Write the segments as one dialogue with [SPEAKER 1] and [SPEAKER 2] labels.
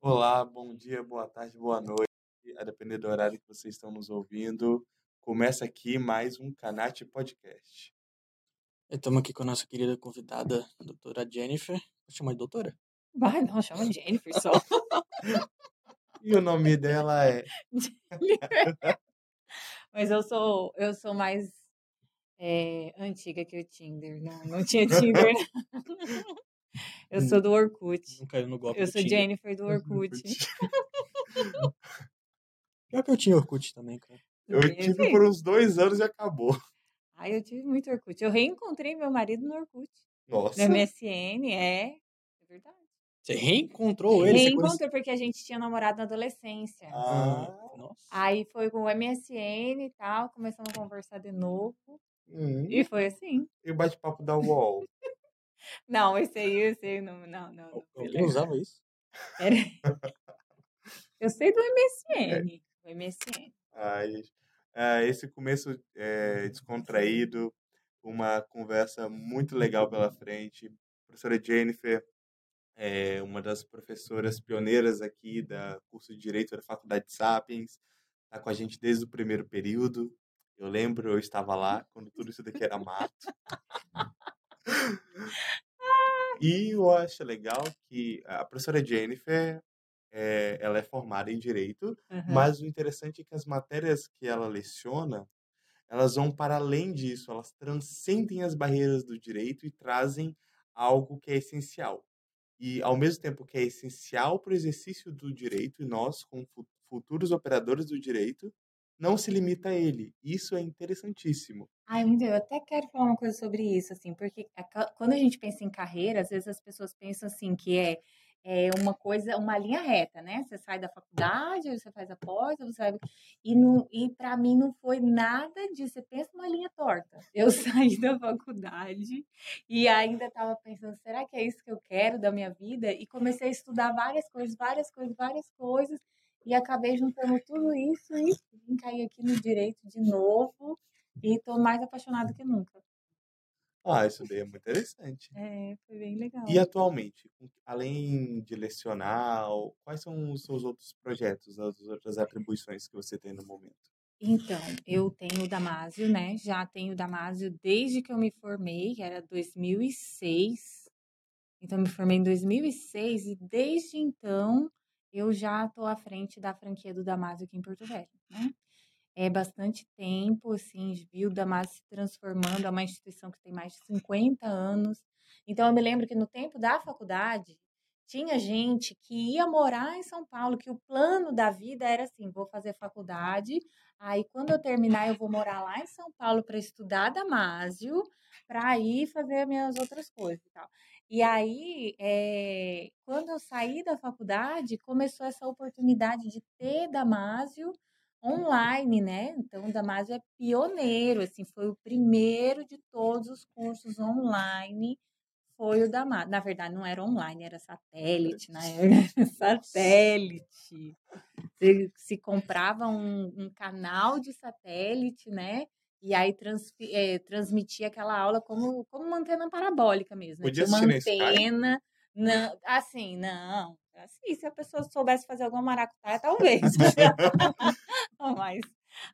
[SPEAKER 1] Olá, bom dia, boa tarde, boa noite, a depender do horário que vocês estão nos ouvindo. Começa aqui mais um Canate Podcast.
[SPEAKER 2] Estamos aqui com a nossa querida convidada, a doutora Jennifer. Vou chamar de doutora?
[SPEAKER 3] Vai, não, chama de Jennifer só.
[SPEAKER 1] E o nome dela é
[SPEAKER 3] Mas eu sou, eu sou mais é, antiga que o Tinder. Não, não tinha Tinder. não. eu sou do Orkut.
[SPEAKER 2] Não caiu no golpe
[SPEAKER 3] Eu
[SPEAKER 2] do
[SPEAKER 3] sou
[SPEAKER 2] Tinder.
[SPEAKER 3] Jennifer do Orkut.
[SPEAKER 2] Pior que eu tinha Orkut também, cara.
[SPEAKER 1] Eu
[SPEAKER 3] assim.
[SPEAKER 1] tive por uns dois anos e acabou.
[SPEAKER 3] Ai, eu tive muito Orkut. Eu reencontrei meu marido no Orkut.
[SPEAKER 1] Nossa.
[SPEAKER 3] No MSN, é. É verdade.
[SPEAKER 2] Você reencontrou ele? você conhece-
[SPEAKER 3] Reencontro porque a gente tinha namorado na adolescência.
[SPEAKER 1] Ah,
[SPEAKER 2] Nossa.
[SPEAKER 3] Aí foi com o MSN e tal, começamos a conversar de novo.
[SPEAKER 1] hum.
[SPEAKER 3] E foi assim.
[SPEAKER 1] E o bate-papo da UOL.
[SPEAKER 3] Não, esse aí, esse aí, não, não, não. não foi
[SPEAKER 2] Alguém usava isso?
[SPEAKER 3] Pera aí. Eu sei do MSN. Do MSN.
[SPEAKER 1] Ai, gente. Ah, esse começo é, descontraído, uma conversa muito legal pela frente. Professora Jennifer é uma das professoras pioneiras aqui da curso de Direito da Faculdade de Sapiens. Está com a gente desde o primeiro período. Eu lembro, eu estava lá quando tudo isso daqui era mato. E eu acho legal que a professora Jennifer, é, ela é formada em Direito,
[SPEAKER 3] Aham.
[SPEAKER 1] mas o interessante é que as matérias que ela leciona, elas vão para além disso, elas transcendem as barreiras do direito e trazem algo que é essencial. E ao mesmo tempo que é essencial para o exercício do direito, e nós, como fu- futuros operadores do direito, não se limita a ele. Isso é interessantíssimo.
[SPEAKER 3] Ai, meu Deus, eu até quero falar uma coisa sobre isso, assim, porque a ca- quando a gente pensa em carreira, às vezes as pessoas pensam assim que é, é uma coisa, uma linha reta, né? Você sai da faculdade, aí você faz a pós, aí você vai... e não, e para mim não foi nada disso. Você pensa numa linha torta. Eu saí da faculdade e ainda estava pensando, será que é isso que eu quero da minha vida? E comecei a estudar várias coisas, várias coisas, várias coisas. E acabei juntando tudo isso e vim cair aqui no direito de novo. E tô mais apaixonada que nunca.
[SPEAKER 1] Ah, isso daí é muito interessante.
[SPEAKER 3] É, foi bem legal.
[SPEAKER 1] E atualmente, com- além de lecionar, o- quais são os seus outros projetos, as outras atribuições que você tem no momento?
[SPEAKER 3] Então, eu tenho o Damásio, né? Já tenho o Damásio desde que eu me formei, que era 2006. Então, eu me formei em 2006 e desde então eu já estou à frente da franquia do Damásio aqui em Porto Velho, né? É bastante tempo, assim, viu o Damásio se transformando, é uma instituição que tem mais de 50 anos. Então, eu me lembro que no tempo da faculdade, tinha gente que ia morar em São Paulo, que o plano da vida era assim: vou fazer faculdade, aí quando eu terminar, eu vou morar lá em São Paulo para estudar Damásio, para ir fazer minhas outras coisas e tal. E aí, eh, quando eu saí da faculdade, começou essa oportunidade de ter Damásio online, né? Então, o Damásio é pioneiro, assim, foi o primeiro de todos os cursos online, foi o Damásio. Na verdade, não era online, era satélite, na época, satélite. Você se comprava um, um canal de satélite, né? E aí transfi- eh, transmitia aquela aula como, como uma antena parabólica mesmo. né?
[SPEAKER 1] Podia
[SPEAKER 3] Tinha uma
[SPEAKER 1] assistir na Sky?
[SPEAKER 3] antena. Não, assim, não. Assim, se a pessoa soubesse fazer alguma maracutaia, talvez. Mas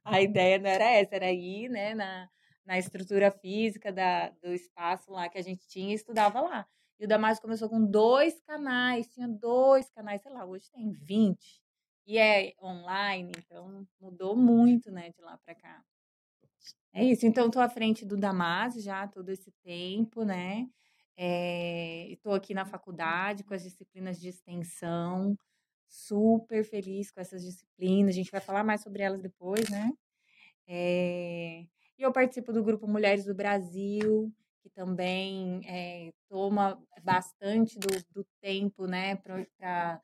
[SPEAKER 3] a ideia não era essa, era ir né, na, na estrutura física da, do espaço lá que a gente tinha e estudava lá. E o Damasio começou com dois canais, tinha dois canais, sei lá, hoje tem 20. E é online, então mudou muito, né, de lá para cá. É isso, então estou à frente do Damasio já há todo esse tempo, né? estou aqui na faculdade com as disciplinas de extensão, super feliz com essas disciplinas, a gente vai falar mais sobre elas depois, né? É, E eu participo do grupo Mulheres do Brasil, que também é, toma bastante do, do tempo, né, para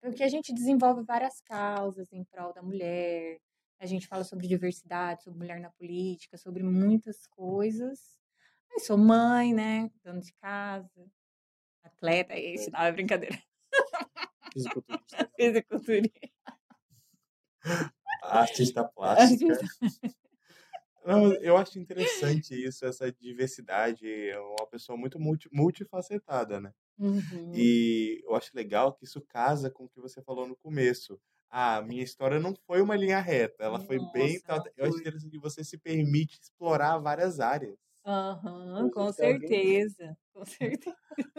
[SPEAKER 3] porque a gente desenvolve várias causas em prol da mulher. A gente fala sobre diversidade, sobre mulher na política, sobre muitas coisas. Eu sou mãe, né? Dona de casa, atleta, esse não é brincadeira,
[SPEAKER 2] Fisiculturista.
[SPEAKER 3] fisicultura.
[SPEAKER 1] Artista plástica. Não, eu acho interessante isso, essa diversidade. É uma pessoa muito multi, multifacetada, né?
[SPEAKER 3] Uhum.
[SPEAKER 1] E eu acho legal que isso casa com o que você falou no começo. Ah, minha história não foi uma linha reta, ela foi bem.
[SPEAKER 3] Nossa, não
[SPEAKER 1] tal- Eu acho
[SPEAKER 3] foi.
[SPEAKER 1] interessante que você se permite explorar várias áreas.
[SPEAKER 3] Aham,
[SPEAKER 1] Hoje
[SPEAKER 3] com
[SPEAKER 1] se alguém-
[SPEAKER 3] certeza. Com certeza.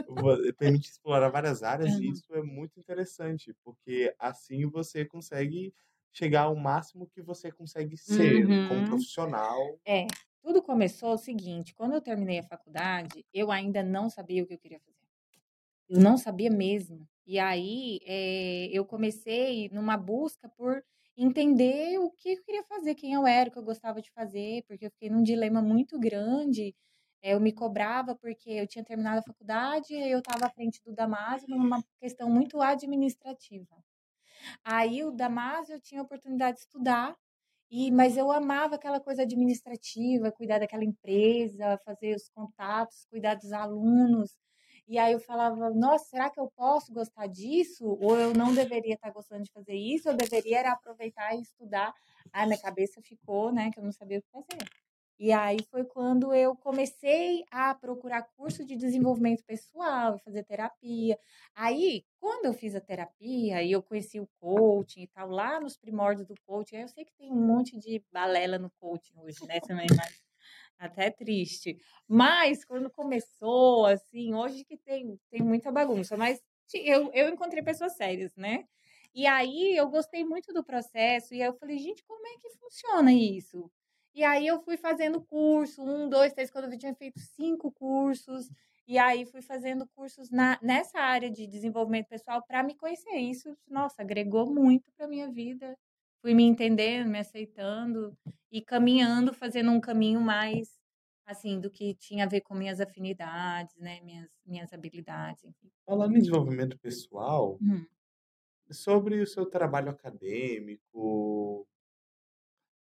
[SPEAKER 1] Vo- Permite explorar várias áreas e
[SPEAKER 3] Uhum.
[SPEAKER 1] isso é muito interessante, porque assim você consegue chegar ao máximo que você consegue ser como
[SPEAKER 3] Uhum.
[SPEAKER 1] profissional.
[SPEAKER 3] É, tudo começou o seguinte, quando eu terminei a faculdade, eu ainda não sabia o que eu queria fazer. Eu não sabia mesmo. E aí, eh, eu comecei numa busca por entender o que eu queria fazer, quem eu era, o que eu gostava de fazer, porque eu fiquei num dilema muito grande. Eh, eu me cobrava porque eu tinha terminado a faculdade e eu estava à frente do Damásio numa questão muito administrativa. Aí o Damásio eu tinha a oportunidade de estudar, e mas eu amava aquela coisa administrativa, cuidar daquela empresa, fazer os contatos, cuidar dos alunos. E aí eu falava, nossa, será que eu posso gostar disso? Ou eu não deveria estar gostando de fazer isso? Eu deveria era aproveitar e estudar. Aí minha cabeça ficou, né, que eu não sabia o que fazer. E aí foi quando eu comecei a procurar curso de desenvolvimento pessoal, fazer terapia. Aí, quando eu fiz a terapia e eu conheci o coaching e tal, lá nos primórdios do coaching, aí eu sei que tem um monte de balela no coaching hoje, né? Também, mas até triste. Mas quando começou, assim, hoje que tem, tem muita bagunça, mas ti- eu, eu encontrei pessoas sérias, né? E aí eu gostei muito do processo, e aí eu falei, gente, como é que funciona isso? E aí eu fui fazendo curso, um, dois, três, quando eu vi, tinha feito cinco cursos, e aí fui fazendo cursos na, nessa área de desenvolvimento pessoal para me conhecer. Isso, nossa, agregou muito para minha vida. Fui me entendendo, me aceitando e caminhando, fazendo um caminho mais assim do que tinha a ver com minhas afinidades, né? Minhas, minhas habilidades. enfim.
[SPEAKER 1] Falando em desenvolvimento pessoal,
[SPEAKER 3] Hum.
[SPEAKER 1] sobre o seu trabalho acadêmico,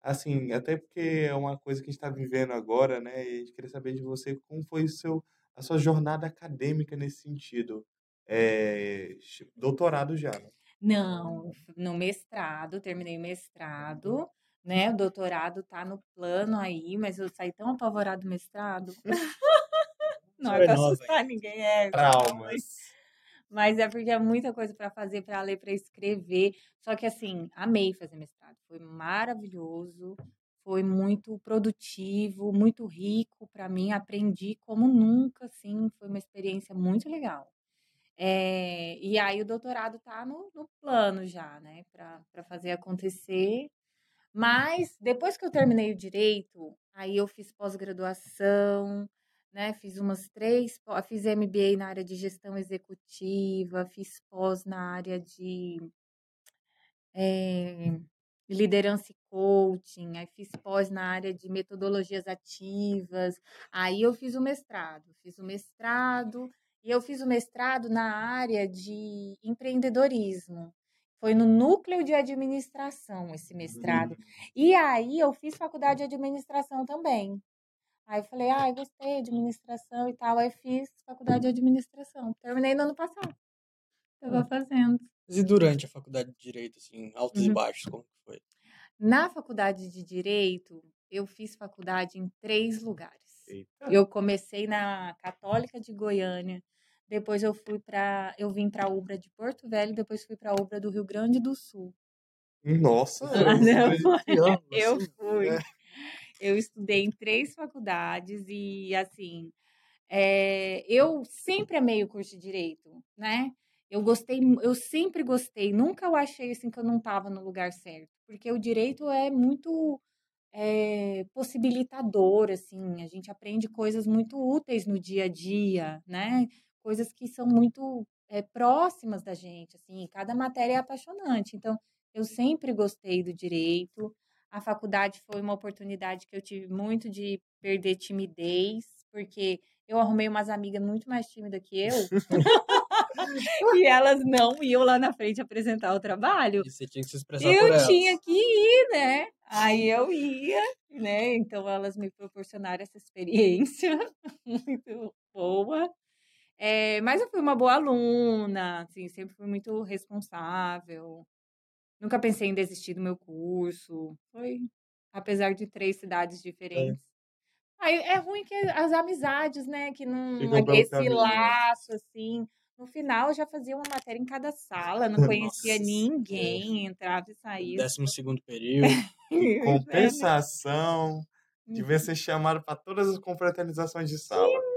[SPEAKER 1] assim, até porque é uma coisa que a gente está vivendo agora, né? E a gente queria saber de você como foi o seu, a sua jornada acadêmica nesse sentido. É, che- doutorado já, né?
[SPEAKER 3] Não, eu fu- no mestrado, terminei o mestrado, né? O doutorado tá no plano aí, mas eu saí tão apavorado do mestrado. Não é
[SPEAKER 2] Você é
[SPEAKER 3] para
[SPEAKER 2] nova
[SPEAKER 3] assustar ninguém, é calma aí.
[SPEAKER 1] Traumas.
[SPEAKER 3] Mas é porque é muita coisa para fazer, para ler, para escrever. Só que assim, amei fazer mestrado. Foi maravilhoso, foi muito produtivo, muito rico para mim. Aprendi como nunca, assim. Foi uma experiência muito legal. É, e aí o doutorado tá no, no plano já, né? Para fazer acontecer. Mas depois que eu terminei o direito, aí eu fiz pós-graduação, né? Fiz umas três, pó- fiz MBA na área de gestão executiva, fiz pós na área de eh, liderança e coaching, aí fiz pós na área de metodologias ativas, aí eu fiz o mestrado, fiz o mestrado, e eu fiz o mestrado na área de empreendedorismo. Foi no núcleo de administração esse mestrado. E aí eu fiz faculdade de administração também. Aí eu falei, ah, eu gostei de administração e tal. Aí fiz faculdade de administração. Terminei no ano passado. Estava fazendo.
[SPEAKER 2] Mas e durante a faculdade de Direito, assim, altos e
[SPEAKER 3] Uhum.
[SPEAKER 2] baixos, como que foi?
[SPEAKER 3] Na faculdade de Direito, eu fiz faculdade em três lugares.
[SPEAKER 1] Eita.
[SPEAKER 3] Eu comecei na Católica de Goiânia, depois eu fui para, eu vim para a UBRA de Porto Velho, depois fui para a UBRA do Rio Grande do Sul.
[SPEAKER 1] Nossa,
[SPEAKER 3] Ah,
[SPEAKER 1] você
[SPEAKER 3] não,
[SPEAKER 1] foi de
[SPEAKER 3] foi.
[SPEAKER 1] triângulo,
[SPEAKER 3] Eu
[SPEAKER 1] assim,
[SPEAKER 3] fui.
[SPEAKER 1] né?
[SPEAKER 3] Eu estudei em três faculdades e assim, é, eu sempre amei o curso de direito, né? Eu gostei, mu- eu sempre gostei. Nunca eu achei assim que eu não estava no lugar certo, porque o direito é muito é, possibilitador, assim, a gente aprende coisas muito úteis no dia a dia, né? Coisas que são muito é, próximas da gente, assim, e cada matéria é apaixonante. Então, eu sempre gostei do direito. A faculdade foi uma oportunidade que eu tive muito de perder timidez, porque eu arrumei umas amigas muito mais tímidas que eu, e elas não iam lá na frente apresentar o trabalho.
[SPEAKER 2] E você tinha que se expressar por
[SPEAKER 3] Eu
[SPEAKER 2] elas.
[SPEAKER 3] tinha que ir, né? Aí eu ia, né? Então elas me proporcionaram essa experiência muito boa. É, mas eu fui uma boa aluna, assim, sempre fui muito responsável. Nunca pensei em desistir do meu curso. Foi, apesar de três cidades diferentes. Aí é ruim que as amizades, né? Que não
[SPEAKER 1] Ficam pelo
[SPEAKER 3] esse
[SPEAKER 1] caminho.
[SPEAKER 3] laço assim. No final, eu já fazia uma matéria em cada sala, não conhecia
[SPEAKER 2] Nossa
[SPEAKER 3] ninguém, entrava e saía.
[SPEAKER 2] Décimo segundo período.
[SPEAKER 1] Em
[SPEAKER 3] Pois é, né?
[SPEAKER 1] compensação,
[SPEAKER 3] Uhum.
[SPEAKER 1] devia ser chamado para todas as confraternizações de sala.
[SPEAKER 3] Não,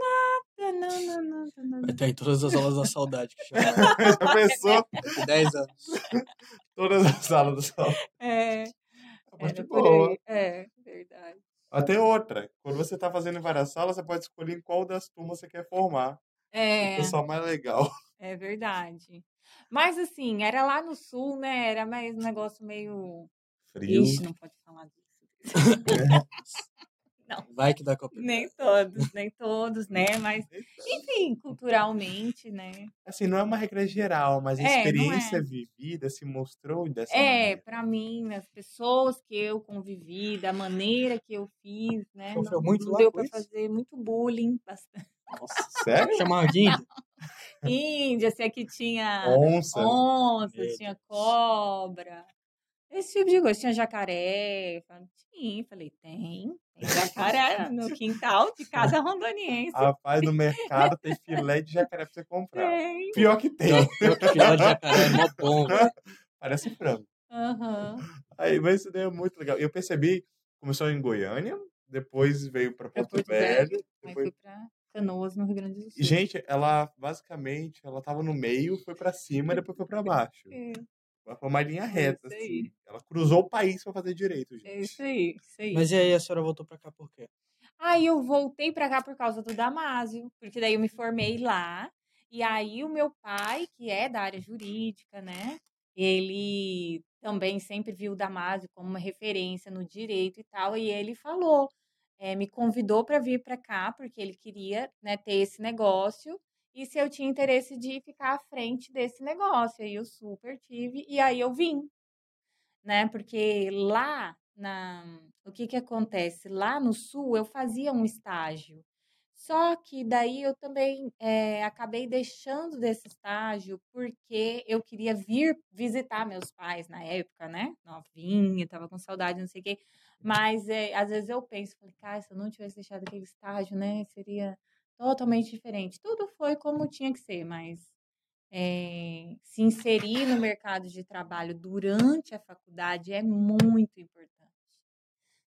[SPEAKER 3] É, não, não, não, não.
[SPEAKER 2] Vai ter em todas as aulas da saudade, que chama
[SPEAKER 1] Já
[SPEAKER 3] é
[SPEAKER 1] pensou?
[SPEAKER 2] de 10 anos.
[SPEAKER 1] Todas as salas do sala.
[SPEAKER 3] É,
[SPEAKER 1] Uma parte
[SPEAKER 3] era por
[SPEAKER 1] boa.
[SPEAKER 3] aí. É, verdade.
[SPEAKER 1] Até outra. Quando você tá fazendo em várias salas, você pode escolher em qual das turmas você quer formar. O
[SPEAKER 3] É,
[SPEAKER 1] pessoal mais legal.
[SPEAKER 3] é verdade. Mas assim, era lá no sul, né? Era mais um negócio meio.
[SPEAKER 1] Frio.
[SPEAKER 3] Ixi, não pode falar disso.
[SPEAKER 2] Vai que dá copa.
[SPEAKER 3] né. Nem todos, nem todos, né? Mas,
[SPEAKER 1] Então,
[SPEAKER 3] enfim, culturalmente, né?
[SPEAKER 1] Assim, não é uma regra geral, mas a
[SPEAKER 3] É, não
[SPEAKER 1] experiência
[SPEAKER 3] é.
[SPEAKER 1] vivida se mostrou dessa
[SPEAKER 3] É,
[SPEAKER 1] maneira.
[SPEAKER 3] pra mim, as pessoas que eu convivi, da maneira que eu fiz, né?
[SPEAKER 2] Sofreu
[SPEAKER 3] Não,
[SPEAKER 2] muito
[SPEAKER 3] não
[SPEAKER 2] lá
[SPEAKER 3] deu
[SPEAKER 2] com
[SPEAKER 3] pra
[SPEAKER 2] isso?
[SPEAKER 3] fazer muito bullying. Bastante.
[SPEAKER 1] Nossa, sério?
[SPEAKER 2] Chamar de índio?
[SPEAKER 3] Índia, se aqui tinha
[SPEAKER 1] Onça.
[SPEAKER 3] onça,
[SPEAKER 2] Meu
[SPEAKER 3] tinha
[SPEAKER 2] Deus.
[SPEAKER 3] cobra. Esse tipo de coisa. Tinha jacaré. Falei, tinha. Falei, tem. Tem jacaré no quintal de cada rondoniense.
[SPEAKER 1] Rapaz, no mercado tem filé de jacaré pra você comprar.
[SPEAKER 3] Tem.
[SPEAKER 1] Pior que tem.
[SPEAKER 2] Pior, pior que filé de jacaré é mó bom, velho.
[SPEAKER 1] Parece frango.
[SPEAKER 3] Aham.
[SPEAKER 1] Aí, mas isso daí é muito legal. Eu percebi, começou em Goiânia, depois veio pra
[SPEAKER 3] Pra
[SPEAKER 1] Porto,
[SPEAKER 3] Porto
[SPEAKER 1] Velho.
[SPEAKER 3] Velho. Aí
[SPEAKER 1] depois-
[SPEAKER 3] fui pra Canoas, no Rio Grande do Sul.
[SPEAKER 1] E, Gente, ela basicamente, ela tava no meio, foi pra cima, depois foi pra baixo.
[SPEAKER 3] É,
[SPEAKER 1] Ela foi uma linha
[SPEAKER 3] É
[SPEAKER 1] reta,
[SPEAKER 3] isso
[SPEAKER 1] assim.
[SPEAKER 3] aí.
[SPEAKER 1] Ela cruzou o país pra fazer direito, gente.
[SPEAKER 3] é isso aí, isso aí.
[SPEAKER 2] Mas e aí, a senhora voltou pra cá por quê?
[SPEAKER 3] Aí eu voltei pra cá por causa do Damásio, porque daí eu me formei lá. E aí o meu pai, que é da área jurídica, né? Ele também sempre viu o Damásio como uma referência no direito e tal. E ele falou, eh, me convidou para vir para cá, porque ele queria né, ter esse negócio. E se eu tinha interesse de ficar à frente desse negócio. Aí eu super tive. E aí eu vim. né? Porque lá na o que que acontece? Lá no sul eu fazia um estágio. Só que daí eu também eh, acabei deixando desse estágio porque eu queria vir visitar meus pais na época, né? Novinha, tava com saudade, não sei o quê. Mas eh, às vezes eu penso, falei, cara, se eu não tivesse deixado aquele estágio, né? Seria totalmente diferente. Tudo foi como tinha que ser, mas eh, se inserir no mercado de trabalho durante a faculdade é muito importante.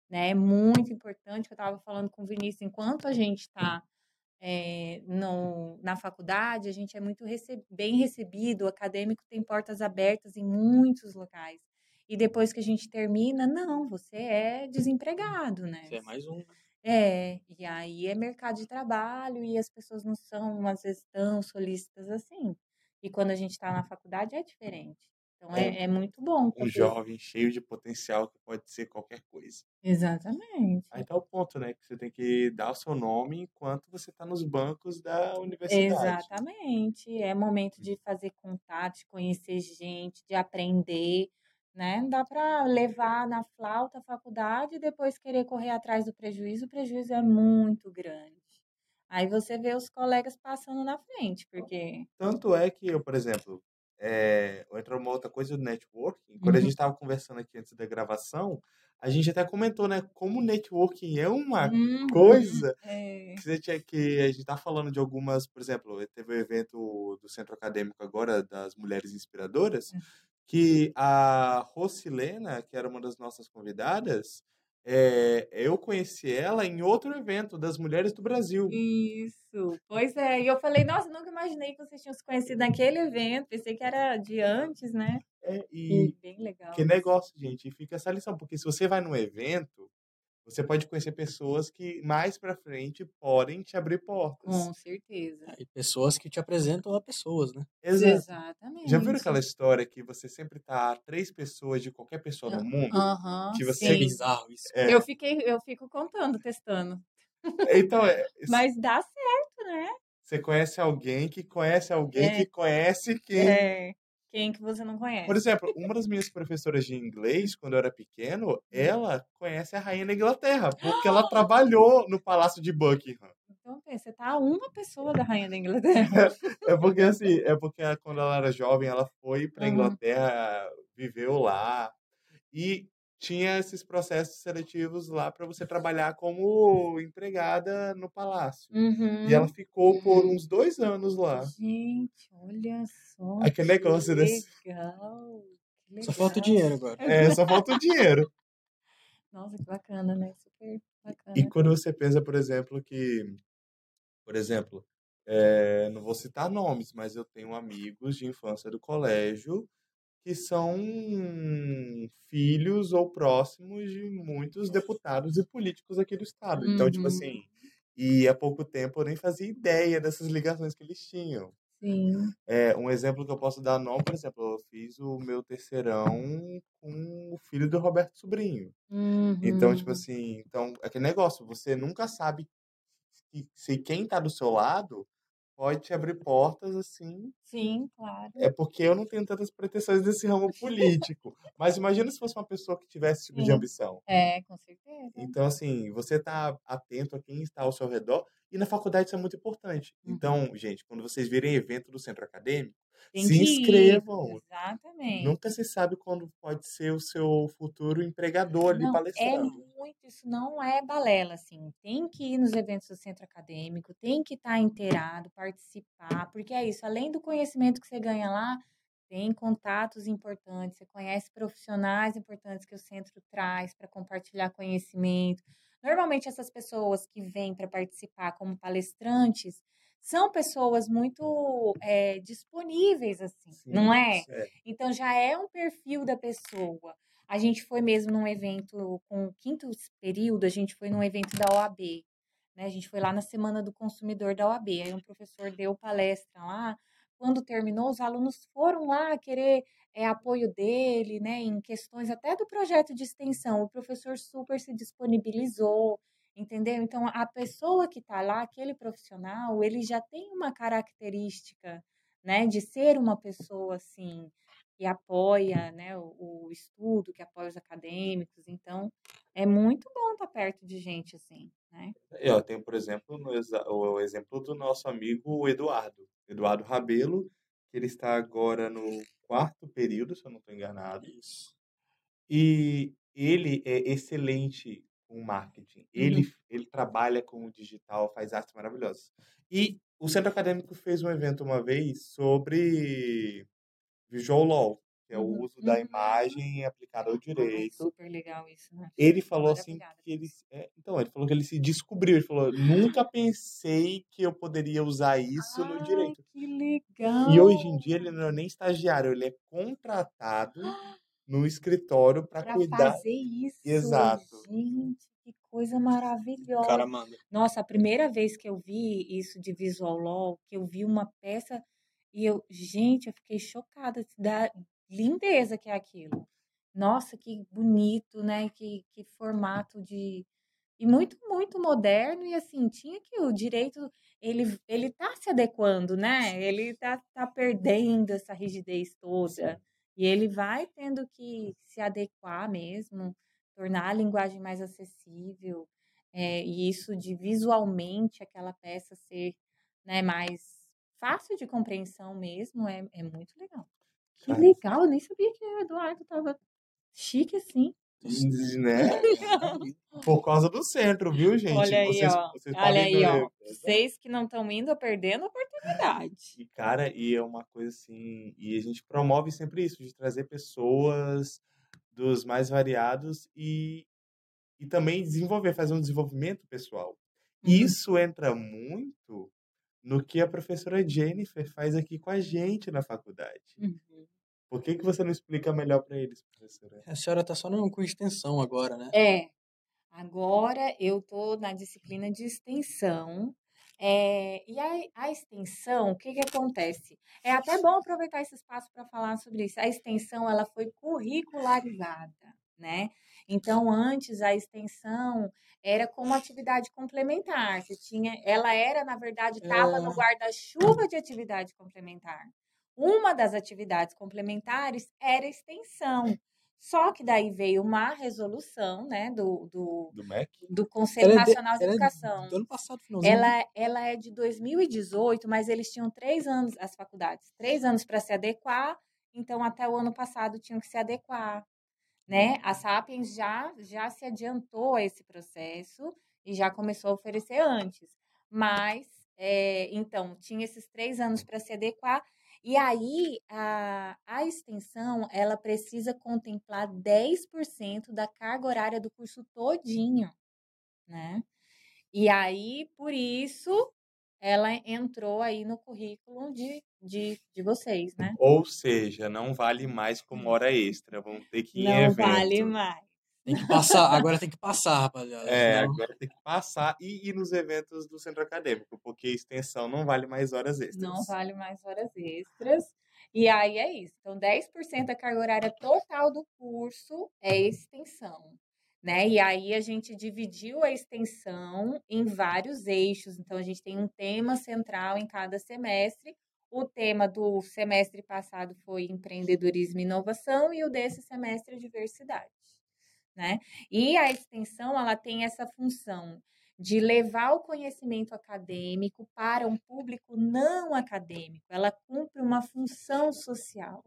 [SPEAKER 3] Né? É muito importante, que eu estava falando com o Vinícius, enquanto a gente está eh, na faculdade, a gente é muito rece- bem recebido, o acadêmico tem portas abertas em muitos locais. E depois que a gente termina, não, você é desempregado, né?
[SPEAKER 2] Você é mais um.
[SPEAKER 3] É, e aí é mercado de trabalho e as pessoas não são, às vezes, tão solícitas assim. E quando a gente está na faculdade é diferente. Então é, é muito bom.
[SPEAKER 1] Um
[SPEAKER 3] poder-
[SPEAKER 1] jovem cheio de potencial que pode ser qualquer coisa.
[SPEAKER 3] Exatamente.
[SPEAKER 1] Aí tá o ponto, né? Que você tem que dar o seu nome enquanto você tá nos bancos da universidade.
[SPEAKER 3] Exatamente. É momento de fazer contato, de conhecer gente, de aprender, né? Não dá para levar na flauta a faculdade e depois querer correr atrás do prejuízo. O prejuízo é muito grande. Aí você vê os colegas passando na frente, porque.
[SPEAKER 1] Tanto é que eu, por exemplo, é, entra uma outra coisa do networking. Quando a
[SPEAKER 3] Uhum.
[SPEAKER 1] gente tava conversando aqui antes da gravação, a gente até comentou, né? Como networking é uma
[SPEAKER 3] Uhum,
[SPEAKER 1] coisa
[SPEAKER 3] é.
[SPEAKER 1] que você tinha que. A gente tá falando de algumas, por exemplo, eh, teve o evento do Centro Acadêmico agora, das Mulheres Inspiradoras,
[SPEAKER 3] Hum.
[SPEAKER 1] que a Rosilena, que era uma das nossas convidadas, é, eu conheci ela em outro evento das Mulheres do Brasil.
[SPEAKER 3] Isso, pois é. E eu falei, nossa, nunca imaginei que vocês tinham se conhecido naquele evento. Pensei que era de antes, né?
[SPEAKER 1] É, e
[SPEAKER 3] E bem legal.
[SPEAKER 1] que negócio, gente. E fica essa lição, porque se você vai num evento, você pode conhecer pessoas que mais pra frente podem te abrir portas.
[SPEAKER 3] Com certeza.
[SPEAKER 2] E pessoas que te apresentam a pessoas, né?
[SPEAKER 1] Exato.
[SPEAKER 3] Exatamente.
[SPEAKER 1] é. Já viram aquela história que você sempre tá a três pessoas de qualquer pessoa no mundo?
[SPEAKER 3] Aham,
[SPEAKER 1] que você-
[SPEAKER 2] É
[SPEAKER 3] sim.
[SPEAKER 2] bizarro isso.
[SPEAKER 1] É,
[SPEAKER 3] Eu, fiquei, eu fico contando, testando.
[SPEAKER 1] então, é,
[SPEAKER 3] Mas dá certo, né?
[SPEAKER 1] você conhece alguém que conhece alguém
[SPEAKER 3] É.
[SPEAKER 1] que conhece quem.
[SPEAKER 3] É. Quem que você não conhece?
[SPEAKER 1] Por exemplo, uma das minhas professoras de inglês, quando eu era
[SPEAKER 3] Hum.
[SPEAKER 1] pequeno, ela conhece a rainha da Inglaterra, porque ela trabalhou no Palácio de Buckingham.
[SPEAKER 3] Então, pensa, você tá uma pessoa da rainha da Inglaterra.
[SPEAKER 1] É porque assim, é porque ela- quando ela era jovem, ela foi para
[SPEAKER 3] Aham.
[SPEAKER 1] Inglaterra, viveu lá. E tinha esses processos seletivos lá para você trabalhar como empregada no palácio.
[SPEAKER 3] Uhum.
[SPEAKER 1] E ela ficou por uns dois anos lá.
[SPEAKER 3] Gente, olha só.
[SPEAKER 1] Aquele negócio
[SPEAKER 3] que
[SPEAKER 1] desse-
[SPEAKER 3] legal. que
[SPEAKER 2] Só falta o
[SPEAKER 3] legal.
[SPEAKER 2] dinheiro agora.
[SPEAKER 1] É, só falta o dinheiro.
[SPEAKER 3] Nossa, que bacana, né? Super bacana.
[SPEAKER 1] E quando você pensa, por exemplo, que. Por exemplo, é, não vou citar nomes, mas eu tenho amigos de infância do colégio que são filhos ou próximos de muitos deputados e políticos aqui do estado. Então, tipo
[SPEAKER 3] Uhum.
[SPEAKER 1] assim. E há pouco tempo eu nem fazia ideia dessas ligações que eles tinham.
[SPEAKER 3] Sim.
[SPEAKER 1] É, um exemplo que eu posso dar não, por exemplo, eu fiz o meu terceirão com o filho do Roberto Sobrinho. Então, tipo
[SPEAKER 3] Uhum.
[SPEAKER 1] assim, então, aquele negócio, você nunca sabe se, se quem tá do seu lado pode te abrir portas, assim.
[SPEAKER 3] Sim, claro.
[SPEAKER 1] É porque eu não tenho tantas pretensões desse ramo político. Mas imagina se fosse uma pessoa que tivesse esse tipo de
[SPEAKER 3] Sim.
[SPEAKER 1] ambição.
[SPEAKER 3] É, com certeza.
[SPEAKER 1] Então, assim, você tá atento a quem está ao seu redor. E na faculdade isso é muito importante.
[SPEAKER 3] Uhum.
[SPEAKER 1] Então, gente, quando vocês virem evento do centro acadêmico,
[SPEAKER 3] Tem
[SPEAKER 1] se
[SPEAKER 3] que ir,
[SPEAKER 1] inscrevam.
[SPEAKER 3] Exatamente.
[SPEAKER 1] Nunca se sabe quando pode ser o seu futuro empregador ali
[SPEAKER 3] Não, é
[SPEAKER 1] palestrando.
[SPEAKER 3] muito, isso não é balela, assim. Tem que ir nos eventos do centro acadêmico, tem que estar inteirado, participar, porque é isso, além do conhecimento que você ganha lá, tem contatos importantes, você conhece profissionais importantes que o centro traz para compartilhar conhecimento. Normalmente essas pessoas que vêm para participar como palestrantes são pessoas muito eh, disponíveis, assim, não é?
[SPEAKER 1] É.
[SPEAKER 3] Então já é um perfil da pessoa. A gente foi mesmo num evento com o quinto período, a gente foi num evento da OAB. Né? A gente foi lá na Semana do Consumidor da OAB. Aí um professor deu palestra lá. Quando terminou, os alunos foram lá querer eh, apoio dele, né? Em questões até do projeto de extensão. O professor super se disponibilizou, entendeu? Então a pessoa que está lá, aquele profissional, ele já tem uma característica, né? De ser uma pessoa assim que apoia né, o, o estudo, que apoia os acadêmicos. Então, é muito bom estar perto de gente assim, né?
[SPEAKER 1] É, Eu tenho, por exemplo, no exa- o exemplo do nosso amigo Eduardo. Eduardo Rabelo, que ele está agora no quarto período, se eu não estou enganado.
[SPEAKER 2] Isso.
[SPEAKER 1] E ele é excelente com marketing.
[SPEAKER 3] Uhum.
[SPEAKER 1] Ele, ele trabalha com o digital, faz artes maravilhosas. E o Centro Acadêmico fez um evento uma vez sobre Visual Law, que é o
[SPEAKER 3] Uhum.
[SPEAKER 1] uso da
[SPEAKER 3] Uhum.
[SPEAKER 1] imagem aplicada ao
[SPEAKER 3] Ai,
[SPEAKER 1] direito.
[SPEAKER 3] é super legal isso, né?
[SPEAKER 1] Ele falou assim
[SPEAKER 3] Maravilhada.
[SPEAKER 1] que ele. é, então, ele falou que ele se descobriu. Ele falou: nunca pensei que eu poderia usar isso no
[SPEAKER 3] Ai,
[SPEAKER 1] direito.
[SPEAKER 3] que legal!
[SPEAKER 1] E hoje em dia ele não é nem estagiário, ele é contratado no escritório para
[SPEAKER 3] Para
[SPEAKER 1] cuidar.
[SPEAKER 3] fazer isso,
[SPEAKER 1] Exato.
[SPEAKER 3] gente, que coisa
[SPEAKER 2] O
[SPEAKER 3] maravilhosa.
[SPEAKER 2] cara manda.
[SPEAKER 3] Nossa, a primeira vez que eu vi isso de visual law, que eu vi uma peça e eu, gente, eu fiquei chocada da lindeza que é aquilo. Nossa, que bonito, né? Que, que formato de e muito, muito moderno e assim, tinha que o direito ele ele tá se adequando, né? Ele tá tá perdendo essa rigidez toda e ele vai tendo que se adequar mesmo, tornar a linguagem mais acessível. É, e isso de visualmente aquela peça ser né, mais fácil de compreensão mesmo é, é muito legal. Que
[SPEAKER 1] Cara,
[SPEAKER 3] legal, eu nem sabia que o Eduardo tava chique assim.
[SPEAKER 1] Né? Por causa do centro, viu, gente?
[SPEAKER 3] Olha aí,
[SPEAKER 1] vocês,
[SPEAKER 3] ó.
[SPEAKER 1] vocês
[SPEAKER 3] Olha
[SPEAKER 1] podem
[SPEAKER 3] tá aí,
[SPEAKER 1] ver.
[SPEAKER 3] ó. Vocês que não estão indo, perdendo a oportunidade.
[SPEAKER 1] E, cara, e é uma coisa assim. E a gente promove sempre isso, de trazer pessoas dos mais variados e, e também desenvolver, fazer um desenvolvimento pessoal.
[SPEAKER 3] Uhum.
[SPEAKER 1] Isso entra muito no que a professora Jennifer faz aqui com a gente na faculdade.
[SPEAKER 3] Uhum.
[SPEAKER 1] Por que, que você não explica melhor para eles, professora?
[SPEAKER 2] A senhora tá só no, com extensão agora, né?
[SPEAKER 3] É. Agora eu tô na disciplina de extensão. É, e a, a extensão, o que que acontece? É até bom aproveitar esse espaço para falar sobre isso. A extensão, ela foi curricularizada, né? Então, antes a extensão era como atividade complementar. Você tinha, ela era, na verdade, estava no
[SPEAKER 2] É.
[SPEAKER 3] guarda-chuva de atividade complementar. Uma das atividades complementares era a extensão. Só que daí veio uma resolução, né, do, do,
[SPEAKER 1] Do MEC?
[SPEAKER 3] do
[SPEAKER 2] Ela é
[SPEAKER 3] Conselho
[SPEAKER 2] de-
[SPEAKER 3] Nacional de
[SPEAKER 2] ela é
[SPEAKER 3] Educação.
[SPEAKER 2] do ano passado, finalzinho. né?
[SPEAKER 3] Ela, ela é de 2018, mas eles tinham três anos, as faculdades, três anos para se adequar, então até o ano passado tinham que se adequar. né? A Sapiens já, já se adiantou a esse processo e já começou a oferecer antes. Mas, é, então, tinha esses três anos para se adequar. E aí, a, a extensão, ela precisa contemplar 10% da carga horária do curso todinho, né? E aí, por isso, ela entrou aí no currículo de, de, de vocês, né?
[SPEAKER 1] Ou seja, não vale mais como hora extra. Vão ter que ir em
[SPEAKER 3] Não
[SPEAKER 1] evento.
[SPEAKER 3] vale mais.
[SPEAKER 2] Tem que passar, agora tem que passar, rapaziada.
[SPEAKER 1] É,
[SPEAKER 2] senão-
[SPEAKER 1] agora tem que passar e ir nos eventos do centro acadêmico, porque extensão não vale mais horas extras.
[SPEAKER 3] Não vale mais horas extras. E aí é isso. Então, 10% da carga horária total do curso é extensão. Né? E aí a gente dividiu a extensão em vários eixos. Então, a gente tem um tema central em cada semestre. O tema do semestre passado foi empreendedorismo e inovação, e o desse semestre é diversidade. Né? E a extensão ela tem essa função de levar o conhecimento acadêmico para um público não acadêmico. Ela cumpre uma função social,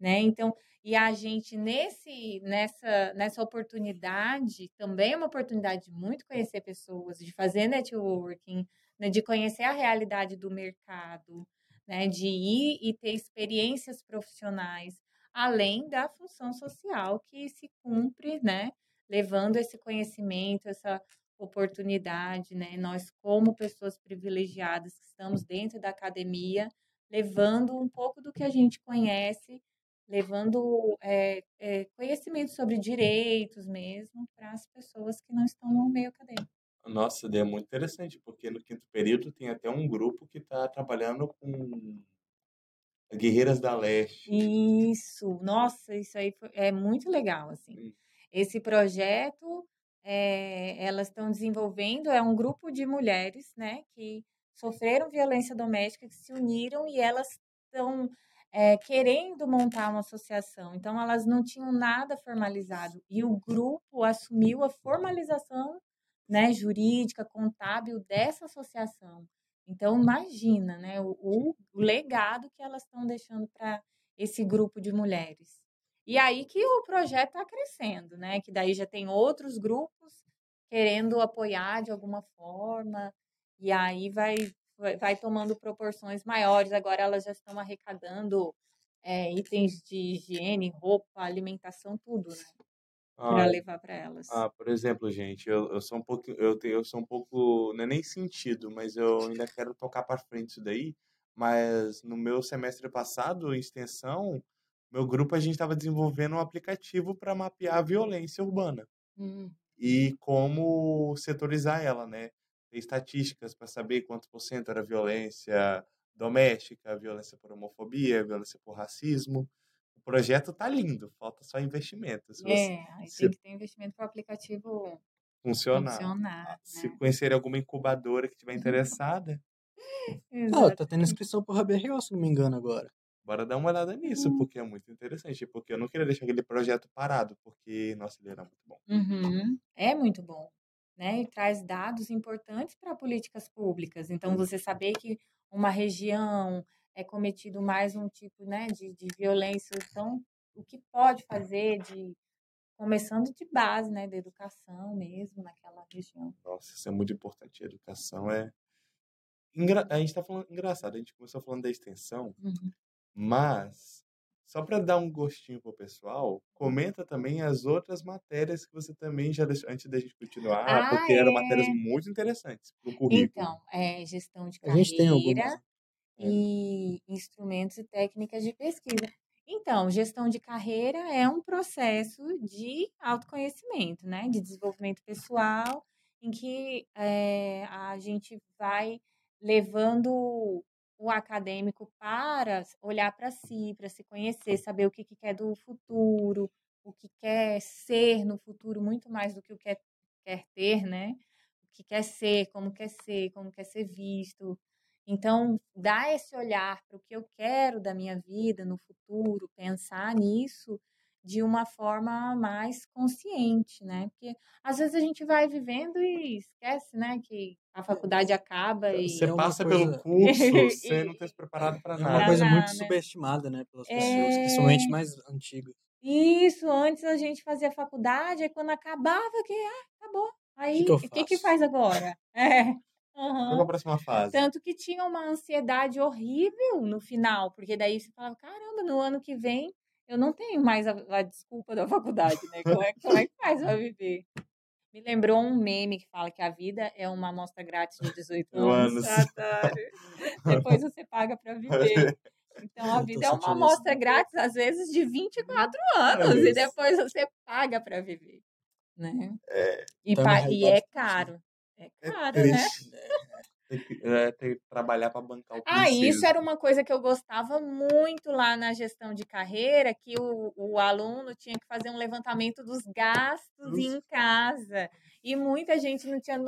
[SPEAKER 3] né? Então, e a gente nesse nessa nessa oportunidade, também é uma oportunidade de muito conhecer pessoas, de fazer networking, né, de conhecer a realidade do mercado, né, de ir e ter experiências profissionais, além da função social que se cumpre, né, levando esse conhecimento, essa oportunidade, né? Nós, como pessoas privilegiadas que estamos dentro da academia, levando um pouco do que a gente conhece, levando eh, eh, conhecimento sobre direitos mesmo para as pessoas que não estão no meio acadêmico.
[SPEAKER 1] Nossa, daí é muito interessante, porque no quinto período tem até um grupo que está trabalhando com Guerreiras da Leste.
[SPEAKER 3] Isso, nossa, isso aí foi- é muito legal, assim.
[SPEAKER 1] Sim.
[SPEAKER 3] Esse projeto, eh, elas estão desenvolvendo, é um grupo de mulheres, né, que sofreram violência doméstica, que se uniram e elas estão eh, querendo montar uma associação. Então, elas não tinham nada formalizado e o grupo assumiu a formalização, né, jurídica, contábil dessa associação. Então, imagina, né, o, o legado que elas estão deixando para esse grupo de mulheres. E aí que o projeto está crescendo, né? Que daí já tem outros grupos querendo apoiar de alguma forma, e aí vai, vai, vai tomando proporções maiores. Agora elas já estão arrecadando é, itens de higiene, roupa, alimentação, tudo, né? Para
[SPEAKER 1] Ah,
[SPEAKER 3] levar para elas.
[SPEAKER 1] Ah, por exemplo, gente, eu, eu sou um pouco, eu tenho, eu sou um pouco, não é nem sentido, mas eu ainda quero tocar para frente isso daí. Mas no meu semestre passado, em extensão, meu grupo a gente estava desenvolvendo um aplicativo para mapear a violência urbana
[SPEAKER 3] Hum,
[SPEAKER 1] e como setorizar ela, né? Ter estatísticas para saber quanto por cento era violência doméstica, violência por homofobia, violência por racismo. O projeto tá lindo, falta só investimento. Se você
[SPEAKER 3] é, aí
[SPEAKER 1] se-
[SPEAKER 3] tem que ter investimento para o aplicativo
[SPEAKER 1] funcionar.
[SPEAKER 3] funcionar.
[SPEAKER 1] Se conhecer alguma incubadora que estiver interessada,
[SPEAKER 3] Né?
[SPEAKER 2] Ah, tá tendo inscrição pro HBRO, se não me engano, agora.
[SPEAKER 1] bora dar uma olhada nisso, porque é muito interessante. Porque eu não queria deixar aquele projeto parado, porque, nossa, ele era muito bom.
[SPEAKER 3] Uhum. É muito bom, né? E traz dados importantes para políticas públicas. Então, você saber que uma região é cometido mais um tipo, né, de, de violência, então o que pode fazer de começando de base, né, da educação mesmo naquela região.
[SPEAKER 1] Nossa, isso é muito importante. A educação é. Engra... A gente tá falando engraçado, a gente começou falando da extensão,
[SPEAKER 3] Uhum.
[SPEAKER 1] mas. Só para dar um gostinho pro pessoal, comenta também as outras matérias que você também já deixou antes da gente continuar,
[SPEAKER 3] Ah,
[SPEAKER 1] porque eram matérias
[SPEAKER 3] é.
[SPEAKER 1] muito interessantes pro currículo.
[SPEAKER 3] Então, é gestão de
[SPEAKER 2] A gente tem
[SPEAKER 3] carreira,
[SPEAKER 1] É.
[SPEAKER 2] algumas.
[SPEAKER 3] e instrumentos e técnicas de pesquisa. Então, gestão de carreira é um processo de autoconhecimento, né? De desenvolvimento pessoal, em que eh, a gente vai levando o acadêmico para s- olhar para si, para se conhecer, saber o que, que quer do futuro, o que quer ser no futuro, muito mais do que o que quer ter, né? O que quer ser, como quer ser, como quer ser visto, então, dar esse olhar para o que eu quero da minha vida no futuro, pensar nisso de uma forma mais consciente, né? Porque às vezes a gente vai vivendo e esquece, né, que a faculdade acaba e
[SPEAKER 2] Isso é
[SPEAKER 1] Você
[SPEAKER 2] uma
[SPEAKER 1] passa pelo
[SPEAKER 2] coisa-
[SPEAKER 1] curso, você não está preparado para
[SPEAKER 2] É
[SPEAKER 1] nada.
[SPEAKER 2] uma
[SPEAKER 3] Pra
[SPEAKER 2] coisa
[SPEAKER 3] nada,
[SPEAKER 2] muito
[SPEAKER 3] né?
[SPEAKER 2] subestimada, né, pelas pessoas,
[SPEAKER 3] É.
[SPEAKER 2] principalmente mais antigas.
[SPEAKER 3] Isso, antes a gente fazia faculdade, aí quando acabava, que ah, acabou. Aí,
[SPEAKER 2] que eu
[SPEAKER 3] o que, que
[SPEAKER 2] faço?
[SPEAKER 3] faz agora? É.
[SPEAKER 1] Qual
[SPEAKER 3] aham.
[SPEAKER 1] que é a próxima fase?
[SPEAKER 3] Tanto que tinha uma ansiedade horrível no final, porque daí você falava, caramba, no ano que vem eu não tenho mais a, a desculpa da faculdade, né? Como é, como é que faz pra viver? Me lembrou um meme que fala que a vida é uma amostra grátis de 18
[SPEAKER 1] Um
[SPEAKER 3] anos.
[SPEAKER 1] ano.
[SPEAKER 3] Adoro. Depois você paga para viver. Então a
[SPEAKER 2] Eu tô
[SPEAKER 3] vida é uma
[SPEAKER 2] sentindo isso É
[SPEAKER 3] amostra
[SPEAKER 2] depois.
[SPEAKER 3] grátis, às vezes, de 24 anos, e
[SPEAKER 1] Deus.
[SPEAKER 3] depois você paga para viver. Né?
[SPEAKER 1] É,
[SPEAKER 3] E,
[SPEAKER 2] Tá na
[SPEAKER 3] pa- e é
[SPEAKER 2] realidade,
[SPEAKER 3] caro. É
[SPEAKER 1] é
[SPEAKER 3] caro, né?
[SPEAKER 1] triste. Tem que, é, tem que trabalhar pra bancar o
[SPEAKER 3] Ah, e isso
[SPEAKER 1] princesa.
[SPEAKER 3] era uma coisa que eu gostava muito lá na gestão de carreira, que o, o aluno tinha que fazer um levantamento dos gastos
[SPEAKER 1] Dos-
[SPEAKER 3] em casa. E muita gente não tinha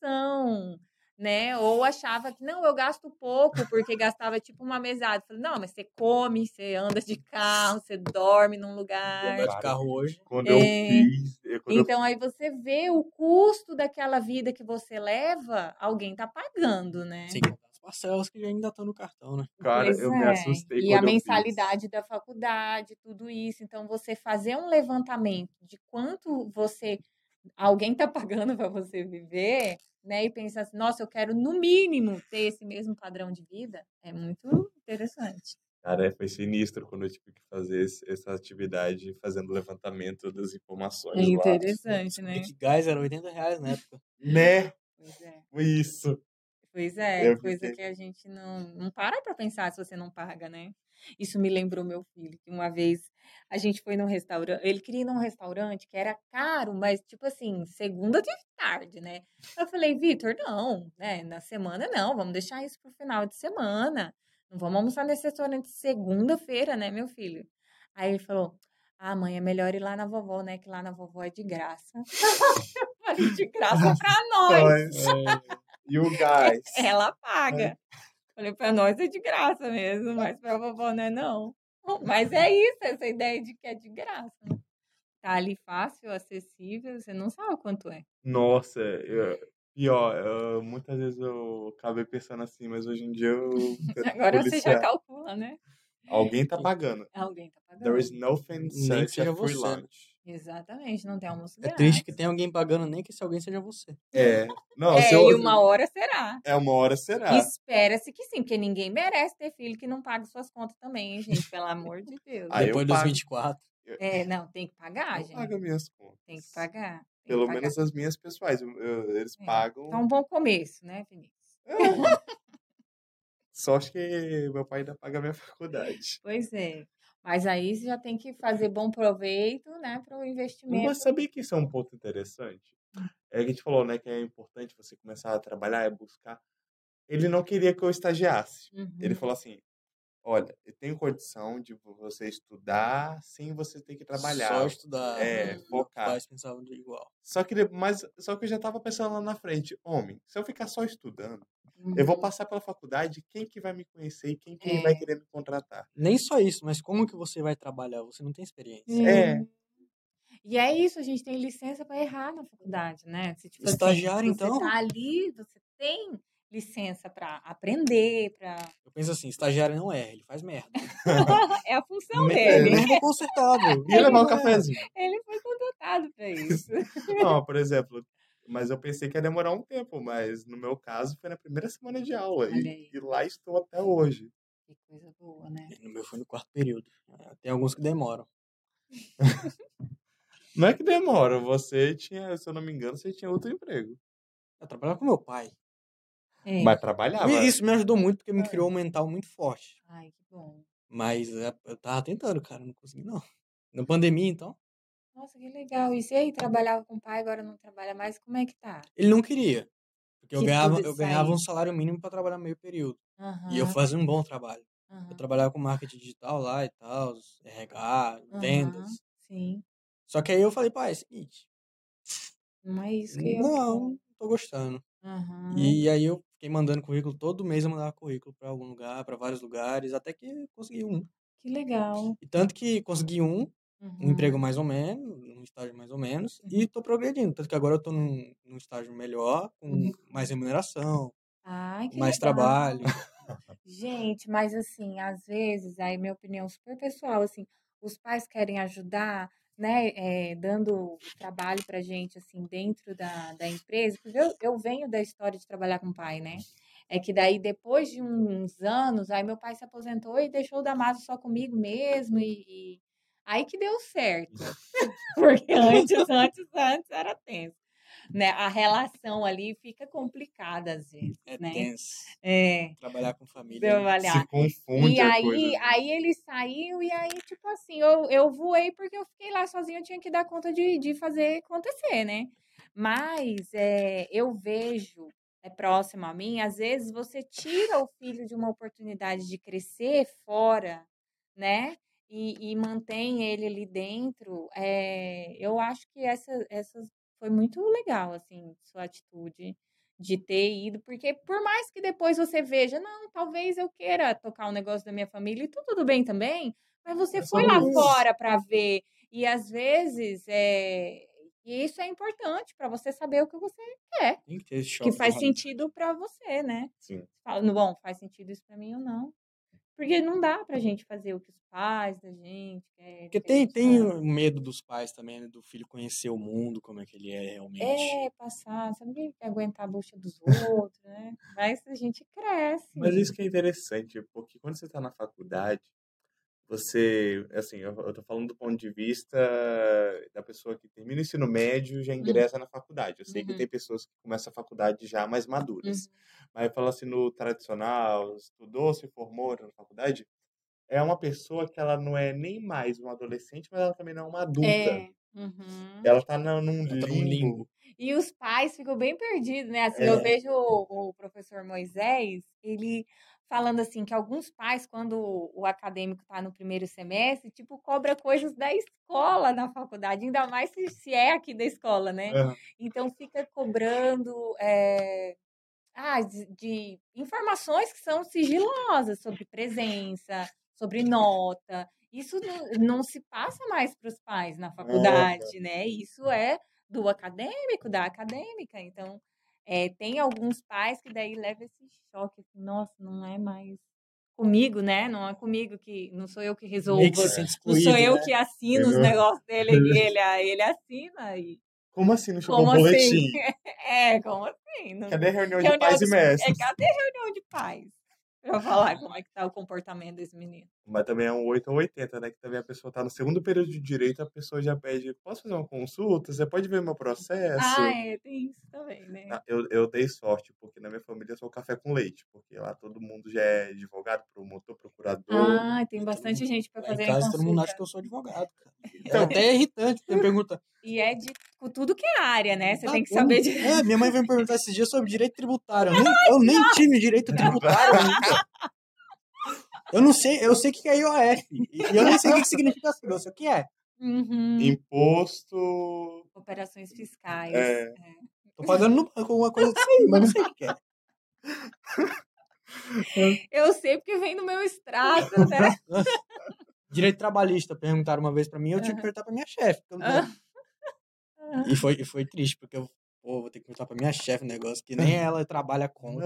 [SPEAKER 3] noção, né? Ou achava que, não, eu gasto pouco, porque gastava tipo uma mesada. Falei, não, mas você come, você anda de carro, você dorme num lugar.
[SPEAKER 2] Andar
[SPEAKER 1] Cara,
[SPEAKER 2] de carro hoje.
[SPEAKER 1] Quando
[SPEAKER 3] É.
[SPEAKER 1] eu fiz. eu- quando eu
[SPEAKER 3] Então aí você vê o custo daquela vida que você leva, alguém tá pagando, né?
[SPEAKER 2] Sem contar as parcelas que ainda estão no cartão, né?
[SPEAKER 1] Cara,
[SPEAKER 3] Pois
[SPEAKER 1] eu me
[SPEAKER 3] é.
[SPEAKER 1] assustei
[SPEAKER 3] E
[SPEAKER 1] quando
[SPEAKER 3] a
[SPEAKER 1] eu fiz.
[SPEAKER 3] mensalidade da faculdade, tudo isso. Então, você fazer um levantamento de quanto você. Alguém está pagando para você viver, né? E pensar assim, nossa, eu quero no mínimo ter esse mesmo padrão de vida. É muito interessante.
[SPEAKER 1] Cara, é, foi sinistro quando eu tive que fazer esse- essa atividade, fazendo levantamento das
[SPEAKER 3] É
[SPEAKER 1] informações lá.
[SPEAKER 3] interessante, né?
[SPEAKER 2] Descobri que gás era 80 reais na época.
[SPEAKER 1] Né?
[SPEAKER 3] Pois é.
[SPEAKER 1] Isso.
[SPEAKER 3] Pois é,
[SPEAKER 1] Eu
[SPEAKER 3] coisa
[SPEAKER 1] fiquei-
[SPEAKER 3] que a gente não, não para pra pensar se você não paga, né? Isso me lembrou meu filho, que uma vez a gente foi num restaurante, ele queria ir num restaurante que era caro, mas tipo assim, segunda de tarde, né? Eu falei, Vitor, não, né? Na semana não, vamos deixar isso pro final de semana. Não vamos almoçar nesse restaurante segunda-feira, né, meu filho? Aí ele falou, ah, mãe, é melhor ir lá na vovó, né? Que lá na vovó é de graça. Eu falei, de graça pra nós.
[SPEAKER 1] Nós.
[SPEAKER 3] é.
[SPEAKER 1] E o gás?
[SPEAKER 3] Ela paga. Falei, pra nós é de graça mesmo, mas pra vovó não é não. Mas é isso, essa ideia de que é de graça. né? Tá ali fácil, acessível, você não sabe quanto é.
[SPEAKER 1] Nossa, eu- pior, eu- muitas vezes eu acabei pensando assim, mas hoje em dia eu. tento
[SPEAKER 3] Agora você já
[SPEAKER 1] policiar.
[SPEAKER 3] calcula, né?
[SPEAKER 1] Alguém tá pagando.
[SPEAKER 3] Alguém tá
[SPEAKER 1] There
[SPEAKER 3] pagando.
[SPEAKER 1] is no fancy
[SPEAKER 2] Nem que
[SPEAKER 1] such
[SPEAKER 2] seja
[SPEAKER 1] a free
[SPEAKER 2] você, né?
[SPEAKER 1] lunch.
[SPEAKER 3] Exatamente, não tem almoço
[SPEAKER 2] É
[SPEAKER 3] grátis.
[SPEAKER 2] triste que tem alguém pagando, nem que esse alguém seja você.
[SPEAKER 1] É. Não,
[SPEAKER 3] É,
[SPEAKER 1] se eu-
[SPEAKER 3] e uma hora será.
[SPEAKER 1] é uma hora será.
[SPEAKER 3] Espera-se que sim, porque ninguém merece ter filho que não paga suas contas também, hein, gente? Pelo amor de Deus.
[SPEAKER 1] Ah, eu
[SPEAKER 2] Depois dos
[SPEAKER 1] pago.
[SPEAKER 2] 24.
[SPEAKER 3] É, não, tem que pagar,
[SPEAKER 1] Eu
[SPEAKER 3] gente.
[SPEAKER 1] pago minhas contas.
[SPEAKER 3] Tem que pagar. tem que
[SPEAKER 1] Pelo
[SPEAKER 3] pagar.
[SPEAKER 1] menos as minhas pessoais. eu- eu- eles
[SPEAKER 3] É,
[SPEAKER 1] pagam.
[SPEAKER 3] Tá um bom começo, né, Vinícius?
[SPEAKER 1] Só acho que meu pai ainda paga a minha faculdade.
[SPEAKER 3] Pois é. Mas aí você já tem que fazer bom proveito, né, para o investimento.
[SPEAKER 1] Mas sabia que isso é um ponto interessante?
[SPEAKER 2] Hum.
[SPEAKER 1] É que a gente falou, né, que é importante você começar a trabalhar, é buscar. Ele não queria que eu estagiasse.
[SPEAKER 3] Uhum,
[SPEAKER 1] Ele
[SPEAKER 2] Uhum.
[SPEAKER 1] falou assim: olha, eu tenho condição de vo- você estudar sem você ter que
[SPEAKER 2] Só
[SPEAKER 1] trabalhar.
[SPEAKER 2] estudar.
[SPEAKER 1] É,
[SPEAKER 2] né? Meus
[SPEAKER 1] focar.
[SPEAKER 2] pais pensavam de igual.
[SPEAKER 1] Só que, de- mas, só que eu já tava pensando lá na frente, homem, se eu ficar só estudando,
[SPEAKER 3] Uhum,
[SPEAKER 1] eu vou
[SPEAKER 3] uhum.
[SPEAKER 1] passar pela faculdade, quem que vai me conhecer e quem que vai
[SPEAKER 3] É.
[SPEAKER 1] querer me contratar?
[SPEAKER 2] Nem só isso, mas como que você vai trabalhar? Você não tem experiência.
[SPEAKER 1] É.
[SPEAKER 3] Hum. E é isso, a gente tem licença para errar na faculdade, né? Se, tipo assim,
[SPEAKER 2] Estagiário,
[SPEAKER 3] você
[SPEAKER 2] então?
[SPEAKER 3] tá ali, você tem licença para aprender, para
[SPEAKER 2] Eu penso assim, estagiário não erra, ele faz merda.
[SPEAKER 3] é a função
[SPEAKER 2] Me-
[SPEAKER 3] dele.
[SPEAKER 2] Não vou consertar, viu?
[SPEAKER 1] E levar
[SPEAKER 2] Não
[SPEAKER 1] um
[SPEAKER 2] é.
[SPEAKER 1] cafezinho.
[SPEAKER 3] Ele foi contratado para isso.
[SPEAKER 1] Não, por exemplo, mas eu pensei que ia demorar um tempo, mas no meu caso foi na primeira semana de aula.
[SPEAKER 3] Olha
[SPEAKER 1] E,
[SPEAKER 3] aí.
[SPEAKER 1] e lá estou até hoje.
[SPEAKER 3] Que coisa boa, né?
[SPEAKER 2] é. No meu foi no quarto período. É, Tem alguns que demoram.
[SPEAKER 1] Não é que demora, você tinha, se eu não me engano, você tinha outro emprego.
[SPEAKER 2] Eu trabalhava com meu pai.
[SPEAKER 3] É.
[SPEAKER 1] Ah, Mas trabalhava.
[SPEAKER 2] E Isso me ajudou muito porque me
[SPEAKER 1] É.
[SPEAKER 2] criou um mental muito forte.
[SPEAKER 3] Ai, que bom.
[SPEAKER 2] Mas é, eu tava tentando, cara, não consegui não. Na pandemia, então.
[SPEAKER 3] Nossa, que legal. E você aí trabalhava com o pai, agora não trabalha mais, como é que tá?
[SPEAKER 2] Ele não queria. Porque eu
[SPEAKER 3] Que
[SPEAKER 2] ganhava,
[SPEAKER 3] tudo
[SPEAKER 2] eu ganhava
[SPEAKER 3] saiu.
[SPEAKER 2] um salário mínimo pra trabalhar meio período. E eu
[SPEAKER 3] Aham,
[SPEAKER 2] fazia um bom trabalho. Eu
[SPEAKER 3] aham,
[SPEAKER 2] trabalhava com marketing digital lá e tal, RH,
[SPEAKER 3] aham,
[SPEAKER 2] vendas.
[SPEAKER 3] sim.
[SPEAKER 2] Só que aí eu falei, pai, é o seguinte,
[SPEAKER 3] Não é isso que eu
[SPEAKER 2] não,
[SPEAKER 3] quero.
[SPEAKER 2] não tô gostando.
[SPEAKER 3] Aham.
[SPEAKER 2] E aí eu fiquei mandando currículo todo mês, eu mandava currículo pra algum lugar, pra vários lugares, até que eu consegui um.
[SPEAKER 3] Que legal.
[SPEAKER 2] E tanto que consegui um, um
[SPEAKER 3] Uhum.
[SPEAKER 2] emprego mais ou menos, um estágio mais ou menos, e tô progredindo. Tanto que agora eu tô num, num estágio melhor, com
[SPEAKER 3] Uhum.
[SPEAKER 2] mais remuneração,
[SPEAKER 3] Ai, que
[SPEAKER 2] mais
[SPEAKER 3] legal.
[SPEAKER 2] trabalho.
[SPEAKER 3] Gente, mas assim, às vezes, aí minha opinião super pessoal, assim, os pais querem ajudar, né, é, dando trabalho para gente assim dentro da, da empresa, porque eu, eu venho da história de trabalhar com o pai, né? É que daí depois de uns anos, aí meu pai se aposentou e deixou o Damaso só comigo mesmo e, e- aí que deu certo, porque antes, antes, antes era tenso, né? A relação ali fica complicada às vezes,
[SPEAKER 2] É
[SPEAKER 3] né?
[SPEAKER 2] tenso.
[SPEAKER 3] É,
[SPEAKER 2] Trabalhar com família. né?
[SPEAKER 3] trabalhar.
[SPEAKER 1] Se confunde
[SPEAKER 3] E
[SPEAKER 1] a
[SPEAKER 3] aí,
[SPEAKER 1] coisa. né?
[SPEAKER 3] aí ele saiu, e aí, tipo assim, eu, eu voei porque eu fiquei lá sozinha, eu tinha que dar conta de, de fazer acontecer, né? Mas é, eu vejo é, próximo a mim, às vezes você tira o filho de uma oportunidade de crescer fora, né? E, e mantém ele ali dentro. é, eu acho que essa, essa foi muito legal, assim, sua atitude de ter ido, porque por mais que depois você veja, não, talvez eu queira tocar um negócio da minha família e tu- tudo bem também, mas você
[SPEAKER 1] É
[SPEAKER 3] foi
[SPEAKER 1] sobre
[SPEAKER 3] lá
[SPEAKER 1] isso.
[SPEAKER 3] fora para ver e às vezes é e isso é importante para você saber o que você
[SPEAKER 2] Tem que ter esse choque.
[SPEAKER 3] que faz
[SPEAKER 2] de-
[SPEAKER 3] sentido para você, né?
[SPEAKER 1] Sim.
[SPEAKER 3] Fala, "Não, bom, faz sentido isso para mim ou não? Porque não dá pra gente fazer o que os pais da gente querem.
[SPEAKER 2] Porque
[SPEAKER 3] que a
[SPEAKER 2] tem,
[SPEAKER 3] gente
[SPEAKER 2] tem
[SPEAKER 3] faz.
[SPEAKER 2] o medo dos pais também, né? Do filho conhecer o mundo, como é que ele é realmente.
[SPEAKER 3] É, passar, sabe que aguentar a bucha dos outros, né? Mas a gente cresce.
[SPEAKER 1] Mas isso que é interessante, porque quando você está na faculdade, você, assim, eu, eu tô falando do ponto de vista da pessoa que termina o ensino médio e já ingressa na faculdade. Eu sei que
[SPEAKER 3] Uhum.
[SPEAKER 1] tem pessoas que começam a faculdade já mais maduras.
[SPEAKER 3] Uhum.
[SPEAKER 1] Mas fala assim no tradicional, estudou, se formou na faculdade, é uma pessoa que ela não é nem mais uma adolescente, mas ela também não é uma adulta.
[SPEAKER 3] É. Uhum.
[SPEAKER 1] Ela tá na- num
[SPEAKER 2] Ela tá num
[SPEAKER 1] limbo.
[SPEAKER 2] limbo.
[SPEAKER 3] E os pais ficam bem perdidos, né? Assim,
[SPEAKER 1] É.
[SPEAKER 3] eu vejo o, o professor Moisés, ele falando assim que alguns pais, quando o, o acadêmico está no primeiro semestre, tipo, cobra coisas da escola na faculdade, ainda mais se, se é aqui da escola, né?
[SPEAKER 1] Aham.
[SPEAKER 3] Então fica cobrando eh, ah, de, de informações que são sigilosas sobre presença, sobre nota. Isso não, não se passa mais para os pais na faculdade, né? Isso é do acadêmico, da acadêmica. Então, é, tem alguns pais que daí levam esse choque, assim, nossa, não é mais comigo, né? Não é comigo que não sou eu que
[SPEAKER 2] Meio que
[SPEAKER 3] resolvo,
[SPEAKER 2] se sente
[SPEAKER 3] não sou
[SPEAKER 2] excluído,
[SPEAKER 3] eu
[SPEAKER 2] né?
[SPEAKER 3] que assino os
[SPEAKER 1] Eu-
[SPEAKER 3] negócios dele, ele, ah, ele assina e
[SPEAKER 1] Como assim não chegou o
[SPEAKER 3] como assim?
[SPEAKER 1] boletim?
[SPEAKER 3] É, como assim? Não-
[SPEAKER 1] Cadê a reunião de
[SPEAKER 3] reunião
[SPEAKER 1] pais e
[SPEAKER 3] de, é,
[SPEAKER 1] mestres?
[SPEAKER 3] cadê a reunião de pais? Pra falar como é que tá o comportamento desse menino.
[SPEAKER 1] Mas também é um 8 ou 80, né? Que também a pessoa tá no segundo período de direito, a pessoa já pede, posso fazer uma consulta? Você pode ver meu processo?
[SPEAKER 3] Ah, é, tem isso também, né?
[SPEAKER 1] Ah, Eu, eu dei sorte, porque na minha família eu sou café com leite, porque lá todo mundo já é advogado, promotor, procurador.
[SPEAKER 3] Ah, tem bastante gente pra
[SPEAKER 2] Lá em
[SPEAKER 3] fazer
[SPEAKER 2] casa todo mundo
[SPEAKER 3] consulta.
[SPEAKER 2] acha que eu sou advogado, cara. É
[SPEAKER 1] Então,
[SPEAKER 2] até irritante. Tem pergunta.
[SPEAKER 3] E é de com tudo que é área, né? Você
[SPEAKER 2] "Ah,
[SPEAKER 3] tem que
[SPEAKER 2] eu não-
[SPEAKER 3] saber de.
[SPEAKER 2] É, minha mãe veio me perguntar esses dias sobre direito tributário. Eu nem, eu nem tive direito tributário ainda. Eu não sei, eu sei o que é IOF. E eu nem sei o que que significa as coisas, eu sei o que é.
[SPEAKER 3] Uhum.
[SPEAKER 1] imposto.
[SPEAKER 3] Operações fiscais.
[SPEAKER 1] É,
[SPEAKER 3] é.
[SPEAKER 2] Tô pagando no banco alguma coisa disso aí, mas não sei o que que é.
[SPEAKER 3] Eu sei porque vem do meu extrato, né?
[SPEAKER 2] Direito trabalhista, perguntaram uma vez pra mim, eu tive que perguntar pra minha chefe. porque eu não
[SPEAKER 3] Ah,
[SPEAKER 2] tenho- E foi, e foi triste, porque eu pô, vou ter que perguntar pra minha chefe um negócio que nem ela trabalha com.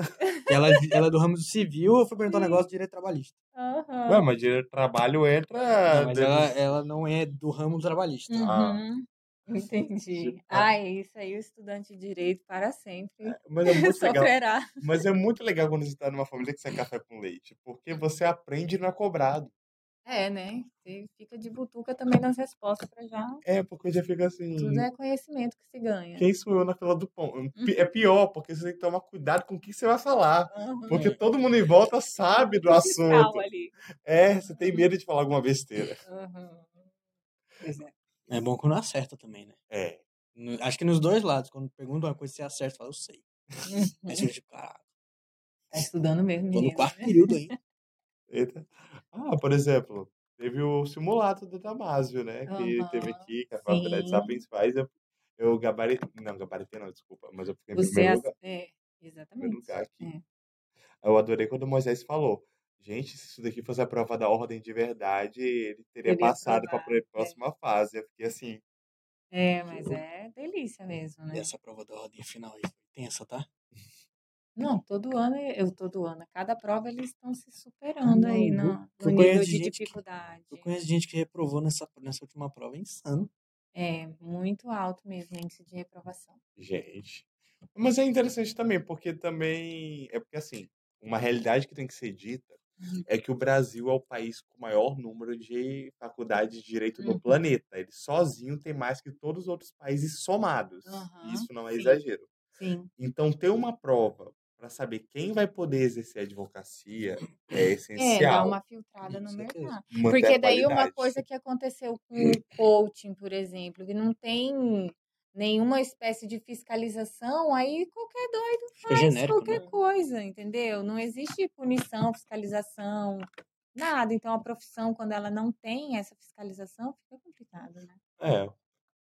[SPEAKER 2] que Ela, ela é do ramo do civil, eu fui perguntar um negócio de direito trabalhista.
[SPEAKER 1] Ué,
[SPEAKER 3] aham.
[SPEAKER 1] mas direito de trabalho
[SPEAKER 2] Não,
[SPEAKER 1] entra.
[SPEAKER 2] mas
[SPEAKER 1] dentro-
[SPEAKER 2] ela, ela não é do ramo trabalhista.
[SPEAKER 1] Ah.
[SPEAKER 3] Uhum. Entendi.
[SPEAKER 1] Tipo,
[SPEAKER 3] Ah, é isso aí, o estudante de direito para sempre
[SPEAKER 1] Mas é muito legal.
[SPEAKER 3] sofrerá.
[SPEAKER 1] Mas é muito legal quando você tá numa família que você é café com leite, porque você aprende e não é cobrado.
[SPEAKER 3] É, né? Você fica de butuca também nas respostas para já.
[SPEAKER 1] É, porque já fica assim.
[SPEAKER 3] Tudo é conhecimento que se ganha.
[SPEAKER 1] É. Quem sou eu na fila do pão?
[SPEAKER 3] Uhum.
[SPEAKER 1] Pi- É pior, porque você tem que tomar cuidado com o que você vai falar.
[SPEAKER 3] Aham.
[SPEAKER 1] Porque todo mundo em volta sabe do
[SPEAKER 3] O fiscal
[SPEAKER 1] assunto.
[SPEAKER 3] ali.
[SPEAKER 1] É, você tem medo de falar alguma besteira.
[SPEAKER 3] Aham. Pois é.
[SPEAKER 2] É bom quando acerta também, né?
[SPEAKER 1] É.
[SPEAKER 2] No- acho que nos dois lados, quando pergunta uma coisa, você acerta, fala, eu sei. Aí você
[SPEAKER 3] Uhum.
[SPEAKER 2] fica, tipo, caralho,
[SPEAKER 3] Tá estudando mesmo,
[SPEAKER 2] tô no
[SPEAKER 3] menino.
[SPEAKER 2] quarto período ainda.
[SPEAKER 3] Né?
[SPEAKER 1] Eita. Ah, por exemplo, teve o simulado do Damásio, né? Que teve
[SPEAKER 3] Aham.
[SPEAKER 1] aqui, que é a faculdade de
[SPEAKER 3] Sim.
[SPEAKER 1] sapiens faz. Eu, eu gabaritei. Não, gabaritei não, desculpa. Mas eu fiquei em
[SPEAKER 3] Você
[SPEAKER 1] né? primeiro
[SPEAKER 3] as...
[SPEAKER 1] lugar,
[SPEAKER 3] é,
[SPEAKER 1] primeiro
[SPEAKER 3] exatamente.
[SPEAKER 1] lugar aqui.
[SPEAKER 3] É.
[SPEAKER 1] Eu adorei quando o Moisés falou. Gente, se isso daqui fosse a prova da ordem de verdade, ele teria
[SPEAKER 3] Teria é.
[SPEAKER 1] passado para
[SPEAKER 3] aprovado.
[SPEAKER 1] a próxima fase. Eu fiquei assim, né?
[SPEAKER 3] É. é, mas é delícia mesmo,
[SPEAKER 2] E
[SPEAKER 3] né?
[SPEAKER 2] essa prova da ordem final aí foi tensa, tá?
[SPEAKER 3] Não, todo ano, é, eu todo ano, a cada prova eles estão se superando
[SPEAKER 2] Ah,
[SPEAKER 3] aí
[SPEAKER 2] não,
[SPEAKER 3] no,
[SPEAKER 2] eu
[SPEAKER 3] no
[SPEAKER 2] conheço
[SPEAKER 3] nível de
[SPEAKER 2] gente que-
[SPEAKER 3] dificuldade.
[SPEAKER 2] Eu conheço gente que reprovou nessa, nessa última prova, é insano.
[SPEAKER 3] É, muito alto mesmo o índice de reprovação.
[SPEAKER 1] Gente. Mas é interessante também, porque também. É porque, assim, uma realidade que tem que ser dita
[SPEAKER 3] Uhum.
[SPEAKER 1] é que o Brasil é o país com o maior número de faculdades de direito do
[SPEAKER 3] Uhum.
[SPEAKER 1] planeta. Ele sozinho tem mais que todos os outros países somados.
[SPEAKER 3] Aham,
[SPEAKER 1] Isso não é
[SPEAKER 3] sim.
[SPEAKER 1] exagero.
[SPEAKER 3] Sim.
[SPEAKER 1] Então, ter uma prova para saber quem vai poder exercer a advocacia é
[SPEAKER 3] É, dá
[SPEAKER 1] essencial.
[SPEAKER 3] uma filtrada no
[SPEAKER 2] Com certeza.
[SPEAKER 3] mercado.
[SPEAKER 1] Manter
[SPEAKER 3] Porque
[SPEAKER 1] a
[SPEAKER 3] daí uma
[SPEAKER 1] qualidade.
[SPEAKER 3] coisa que aconteceu com o coaching, por exemplo, que não tem nenhuma espécie de fiscalização, aí qualquer doido
[SPEAKER 2] Fica
[SPEAKER 3] faz
[SPEAKER 2] genérico,
[SPEAKER 3] qualquer
[SPEAKER 2] né?
[SPEAKER 3] coisa, entendeu? Não existe punição, fiscalização, nada. Então a profissão, quando ela não tem essa fiscalização, fica complicado, né?
[SPEAKER 1] É.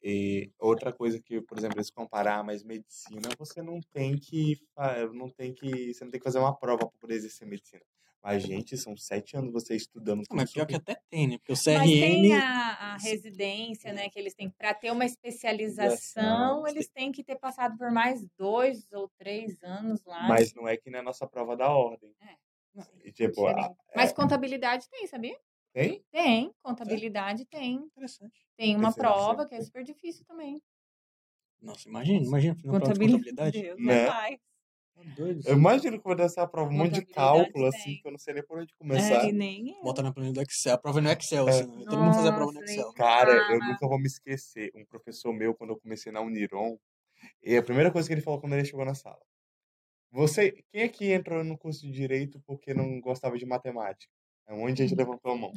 [SPEAKER 1] E outra coisa que, por exemplo, se comparar, mas medicina, você não tem que, fa- não tem que, você não tem que fazer uma prova para poder exercer medicina. Mas, gente, são sete anos você estudando
[SPEAKER 2] Ah, Mas
[SPEAKER 1] curso
[SPEAKER 2] pior que
[SPEAKER 1] com-
[SPEAKER 2] até tem, né? Porque o
[SPEAKER 3] Mas tem
[SPEAKER 2] CRM.
[SPEAKER 3] a, a residência, né? Que eles têm para ter uma
[SPEAKER 1] Especialização,
[SPEAKER 3] especialização, eles têm que ter passado por mais dois ou três anos lá.
[SPEAKER 1] Mas não é que na nossa prova da ordem. E, tipo, a-
[SPEAKER 3] Diferente. Mas contabilidade tem, sabia?
[SPEAKER 1] tem? É?
[SPEAKER 3] Tem, contabilidade tem.
[SPEAKER 2] Interessante.
[SPEAKER 3] Tem uma
[SPEAKER 1] Pensei que
[SPEAKER 3] prova
[SPEAKER 1] sim.
[SPEAKER 3] que é super difícil também.
[SPEAKER 2] Nossa, imagina, imagina fazer uma prova de contabilidade.
[SPEAKER 3] Deus,
[SPEAKER 1] Né?
[SPEAKER 3] rapaz.
[SPEAKER 2] Tá doido.
[SPEAKER 1] Eu imagino que eu vou dar essa prova, um monte de
[SPEAKER 3] Contabilidade
[SPEAKER 1] cálculo, assim,
[SPEAKER 3] tem.
[SPEAKER 1] que eu não sei nem por onde
[SPEAKER 3] É,
[SPEAKER 1] começar.
[SPEAKER 3] e nem eu.
[SPEAKER 2] Bota na planilha do Excel. A prova é no Excel,
[SPEAKER 1] É.
[SPEAKER 2] assim. né? Todo mundo fazia a prova no
[SPEAKER 3] Nossa,
[SPEAKER 2] Excel.
[SPEAKER 3] nem-
[SPEAKER 1] Cara, eu nunca vou me esquecer. Um professor meu, quando eu comecei na Uniron, e a primeira coisa que ele falou quando ele chegou na sala. Você, quem aqui entrou no curso de direito porque não gostava de matemática? É um monte de
[SPEAKER 3] Hum.
[SPEAKER 1] gente levantou a mão.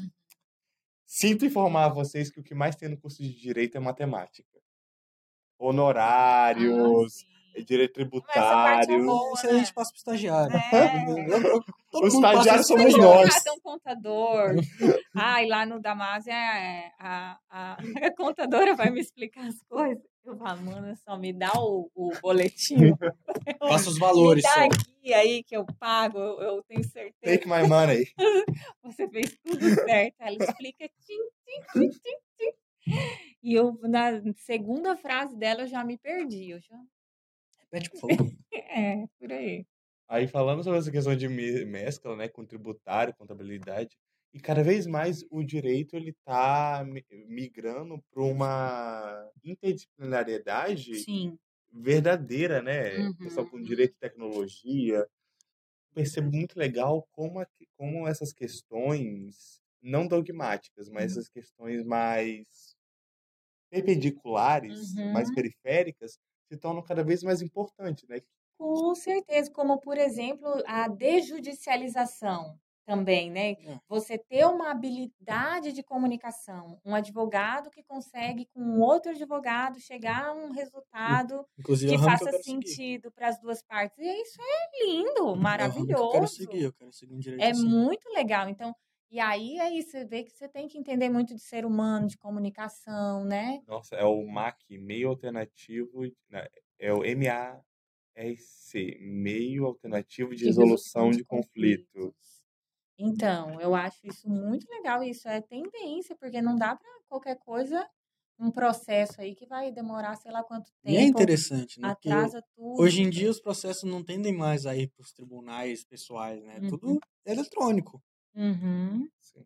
[SPEAKER 1] Sinto informar a vocês que o que mais tem no curso de direito é matemática.
[SPEAKER 3] Ah,
[SPEAKER 1] Honorários, é
[SPEAKER 3] sim.
[SPEAKER 1] direito
[SPEAKER 3] Mas essa parte é
[SPEAKER 1] tributário.
[SPEAKER 3] boa,
[SPEAKER 2] Isso aí a gente
[SPEAKER 3] né?
[SPEAKER 2] passa pro estagiário.
[SPEAKER 3] É.
[SPEAKER 2] Eu- eu- todo
[SPEAKER 1] Os
[SPEAKER 2] mundo passa assim, né?
[SPEAKER 1] estagiários
[SPEAKER 2] pro
[SPEAKER 1] somos
[SPEAKER 2] estagiário.
[SPEAKER 1] nós.
[SPEAKER 3] contrata um contador. Ai, lá no Damásio, é, a, a, a contadora vai me explicar as coisas. Eu falo, mano, só me dá o, o boletim.
[SPEAKER 2] Passa os
[SPEAKER 3] Me
[SPEAKER 2] valores
[SPEAKER 3] dá
[SPEAKER 2] só.
[SPEAKER 3] aqui aí que eu pago, eu, eu tenho certeza.
[SPEAKER 1] Take my money.
[SPEAKER 3] Você fez tudo certo. Ela explica tim, tim, tim, tim, tim. E eu, na segunda frase dela, eu já me perdi. Eu já...
[SPEAKER 2] Repete, por favor.
[SPEAKER 3] É, por aí.
[SPEAKER 1] Aí falando sobre essa questão de me- mescla, né, com tributário, contabilidade, e cada vez mais o direito ele tá mi- migrando para uma interdisciplinariedade
[SPEAKER 3] Uhum. Sim.
[SPEAKER 1] verdadeira, né? O Pessoal com
[SPEAKER 3] Uhum.
[SPEAKER 1] direito e tecnologia. Percebo muito legal como, a, como essas questões, não dogmáticas, mas
[SPEAKER 3] Uhum.
[SPEAKER 1] essas questões mais perpendiculares, mais
[SPEAKER 3] Uhum.
[SPEAKER 1] periféricas, se tornam cada vez mais importantes, né?
[SPEAKER 3] Com certeza, como por exemplo a desjudicialização também, né?
[SPEAKER 2] É.
[SPEAKER 3] Você ter uma habilidade de comunicação, um advogado que consegue com um outro advogado chegar a um resultado
[SPEAKER 2] Inclusive, é
[SPEAKER 3] que
[SPEAKER 2] o ramo que eu
[SPEAKER 3] faça
[SPEAKER 2] quero seguir.
[SPEAKER 3] sentido para as duas partes. E isso é lindo,
[SPEAKER 2] É o ramo que eu quero seguir.
[SPEAKER 3] maravilhoso.
[SPEAKER 2] Eu quero seguir um direito
[SPEAKER 3] É
[SPEAKER 2] assim.
[SPEAKER 3] muito legal. Então, e aí aí você vê que você tem que entender muito de ser humano, de comunicação, né?
[SPEAKER 1] Nossa, é o MAC, meio alternativo, né, é o MASC, meio alternativo de
[SPEAKER 3] de resolução
[SPEAKER 1] resolução
[SPEAKER 3] de
[SPEAKER 1] de conflito.
[SPEAKER 3] conflitos. Então, eu acho isso muito legal. Isso é tendência, porque não dá para qualquer coisa um processo aí que vai demorar sei lá quanto
[SPEAKER 2] E é
[SPEAKER 3] tempo,
[SPEAKER 2] interessante, né? Porque
[SPEAKER 3] atrasa tudo.
[SPEAKER 2] hoje em dia os processos não tendem mais a ir para os tribunais pessoais, né?
[SPEAKER 3] Uhum.
[SPEAKER 2] Tudo é eletrônico.
[SPEAKER 3] Uhum.
[SPEAKER 1] Sim.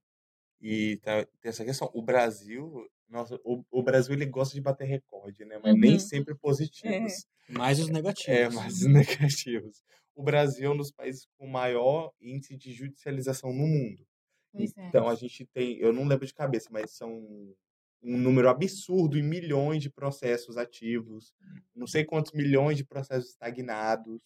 [SPEAKER 1] E tá- tem essa questão, o Brasil, nossa, o, o Brasil ele gosta de bater recorde, né? Mas nem
[SPEAKER 3] Uhum.
[SPEAKER 1] sempre positivos.
[SPEAKER 2] Mais os
[SPEAKER 1] É,
[SPEAKER 2] negativos.
[SPEAKER 1] mas negativos. O Brasil é um dos países com maior índice de judicialização no mundo.
[SPEAKER 3] Pois é.
[SPEAKER 1] Então a gente tem, eu não lembro de cabeça, mas são um número absurdo em milhões de processos ativos, não sei quantos milhões de processos estagnados.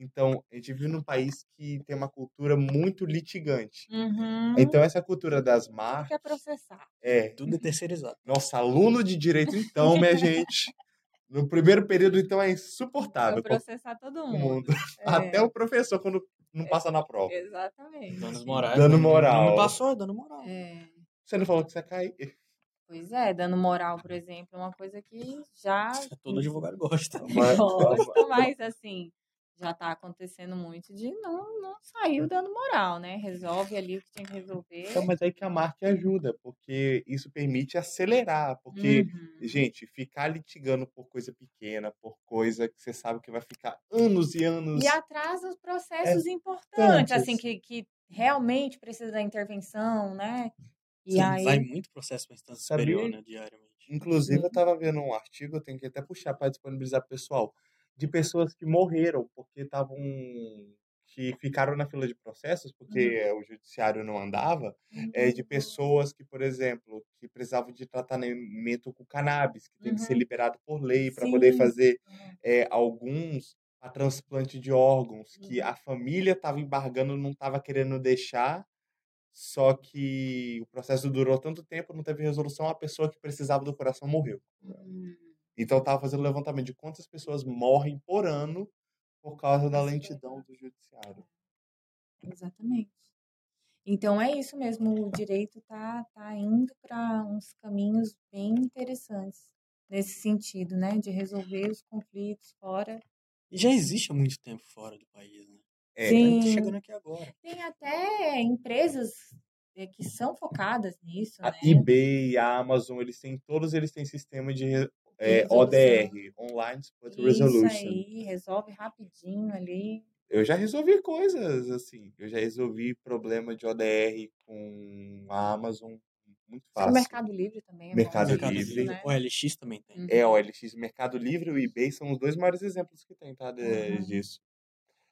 [SPEAKER 1] Então, a gente vive num país que tem uma cultura muito litigante.
[SPEAKER 3] Uhum.
[SPEAKER 1] Então, essa cultura das
[SPEAKER 3] Tudo quer
[SPEAKER 1] marcas
[SPEAKER 3] processar.
[SPEAKER 1] é,
[SPEAKER 2] Tudo é terceirizado.
[SPEAKER 1] nossa, aluno de direito então, minha gente, no primeiro período então é
[SPEAKER 3] Quer
[SPEAKER 1] insuportável com
[SPEAKER 3] processar todo
[SPEAKER 1] todo mundo,
[SPEAKER 3] mundo.
[SPEAKER 1] até
[SPEAKER 3] É,
[SPEAKER 1] o professor quando não passa na prova.
[SPEAKER 3] exatamente.
[SPEAKER 2] Danos morais.
[SPEAKER 1] Dando
[SPEAKER 2] né? Não- Não,
[SPEAKER 1] moral.
[SPEAKER 2] não passou, é dano moral.
[SPEAKER 3] É,
[SPEAKER 1] Você não falou que você ia cair?
[SPEAKER 3] pois é, dando moral, por exemplo, é uma coisa que já
[SPEAKER 2] Todo advogado gosta.
[SPEAKER 1] Mas-
[SPEAKER 3] gosta, então, mas assim, já está acontecendo muito de não, não saiu dando moral, né? Resolve ali o que tinha que resolver.
[SPEAKER 1] Hum. Então, mas aí que a marca ajuda, porque isso permite acelerar, porque,
[SPEAKER 3] Uhum.
[SPEAKER 1] gente, ficar litigando por coisa pequena, por coisa que você sabe que vai ficar anos e anos.
[SPEAKER 3] Uhum. E
[SPEAKER 1] é
[SPEAKER 3] atrasa os processos importantes, assim,
[SPEAKER 1] antes.
[SPEAKER 3] que, que realmente precisa da intervenção, né? E
[SPEAKER 2] Sim,
[SPEAKER 3] aí.
[SPEAKER 2] Vai muito processo para instância
[SPEAKER 1] Sabia?
[SPEAKER 2] superior, né, diariamente.
[SPEAKER 1] Inclusive, eu
[SPEAKER 3] Sim.
[SPEAKER 1] tava vendo um artigo, eu tenho que até puxar para disponibilizar pro pessoal, de pessoas que morreram porque estavam. que ficaram na fila de processos porque
[SPEAKER 3] Uhum.
[SPEAKER 1] eh, o judiciário não andava, é, de pessoas que, por exemplo, que precisavam de tratamento com cannabis, que tem que ser
[SPEAKER 3] Uhum.
[SPEAKER 1] liberado por lei para poder
[SPEAKER 3] Sim. Uhum.
[SPEAKER 1] fazer eh, alguns a transplante de órgãos, que
[SPEAKER 3] Uhum.
[SPEAKER 1] a família estava embargando, não estava querendo deixar. Só que o processo durou tanto tempo, não teve resolução, a pessoa que precisava do coração morreu.
[SPEAKER 3] Uhum.
[SPEAKER 1] Então estava fazendo levantamento de quantas pessoas morrem por ano por causa da
[SPEAKER 3] Nossa,
[SPEAKER 1] lentidão do judiciário.
[SPEAKER 3] Exatamente. Então é isso mesmo, o direito tá, tá indo para uns caminhos bem interessantes nesse sentido, né? De resolver os conflitos fora.
[SPEAKER 2] E já existe há muito tempo fora do país, né?
[SPEAKER 1] É,
[SPEAKER 3] Sim.
[SPEAKER 2] Tá chegando aqui agora.
[SPEAKER 3] Tem até empresas eh, que são focadas nisso,
[SPEAKER 1] a
[SPEAKER 3] né?
[SPEAKER 1] eBay, a Amazon, eles têm todos eles têm sistema de re-
[SPEAKER 3] De
[SPEAKER 1] é,
[SPEAKER 3] resolução.
[SPEAKER 1] ODR, Online Dispute
[SPEAKER 3] Isso
[SPEAKER 1] Resolution.
[SPEAKER 3] aí, resolve rapidinho ali.
[SPEAKER 1] Eu já resolvi coisas assim, eu já resolvi problema de ODR com a Amazon muito
[SPEAKER 3] Acho que o
[SPEAKER 1] fácil.
[SPEAKER 3] Mercado Livre também é
[SPEAKER 1] Mercado
[SPEAKER 3] bom
[SPEAKER 2] Mercado
[SPEAKER 3] nisso,
[SPEAKER 1] Livre.
[SPEAKER 2] Livre,
[SPEAKER 3] né?
[SPEAKER 2] OLX também tem.
[SPEAKER 3] Uhum.
[SPEAKER 1] É, OLX, Mercado Livre e o eBay são os dois maiores exemplos que tem, tá? de-
[SPEAKER 3] Uhum.
[SPEAKER 1] disso.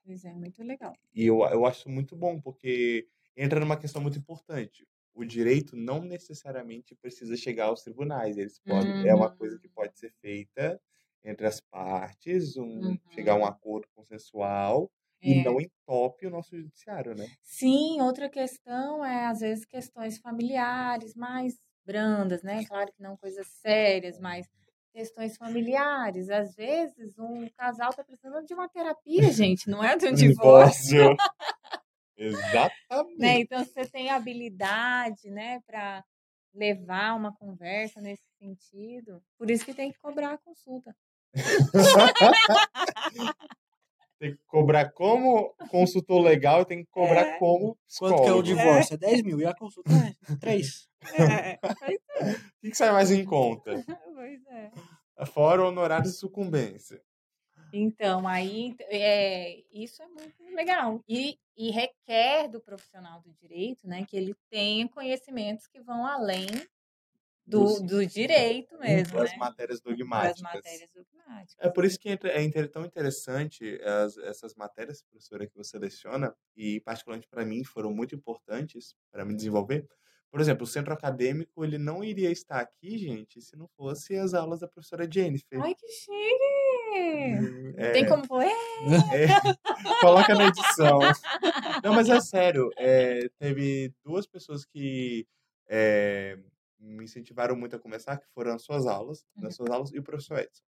[SPEAKER 3] Pois é, muito legal.
[SPEAKER 1] E eu, eu acho muito bom, porque entra numa questão muito importante. O direito não necessariamente precisa chegar aos tribunais. Eles podem, é uma coisa
[SPEAKER 3] Hum.
[SPEAKER 1] que pode ser feita entre as partes, um, chegar a um
[SPEAKER 3] Uhum.
[SPEAKER 1] acordo consensual e
[SPEAKER 3] É.
[SPEAKER 1] não entope o nosso judiciário, né?
[SPEAKER 3] Sim, outra questão é, às vezes, questões familiares mais brandas, né? Claro que não coisas sérias, mas questões familiares. Às vezes, um casal está precisando de uma terapia, gente, não é de um divórcio,
[SPEAKER 1] Divórcio.
[SPEAKER 3] né?
[SPEAKER 1] Exatamente.
[SPEAKER 3] Então, se você tem habilidade, né, para levar uma conversa nesse sentido. Por isso que tem que cobrar a consulta.
[SPEAKER 1] Tem que cobrar como consultor legal e tem que cobrar
[SPEAKER 3] É.
[SPEAKER 1] como
[SPEAKER 2] Quanto que é
[SPEAKER 1] psicólogo.
[SPEAKER 2] o divórcio? É 10 mil. E a consulta é 3.
[SPEAKER 3] É, pois
[SPEAKER 1] O que que sai mais em conta?
[SPEAKER 3] pois é.
[SPEAKER 1] Fora o honorário de sucumbência.
[SPEAKER 3] Então, aí ent- é, isso é muito legal. E, e requer do profissional do direito né, que ele tenha conhecimentos que vão além do,
[SPEAKER 1] Dos-
[SPEAKER 3] do direito mesmo,
[SPEAKER 1] das
[SPEAKER 3] né?
[SPEAKER 1] matérias
[SPEAKER 3] Das
[SPEAKER 1] dogmáticas.
[SPEAKER 3] matérias dogmáticas.
[SPEAKER 1] É por isso que entra- é inter- tão interessante as- essas matérias, professora, que você leciona, e particularmente para mim foram muito importantes para me desenvolver. Por exemplo, o centro acadêmico ele não iria estar aqui, gente, se não fosse as aulas da professora Jennifer.
[SPEAKER 3] Ai, que chique! Tem
[SPEAKER 1] É,
[SPEAKER 3] como pôr? É,
[SPEAKER 1] é, coloca na edição. Não, mas é sério. é, teve duas pessoas que é, me incentivaram muito a começar, que foram as suas aulas, nas suas aulas e o professor Edson.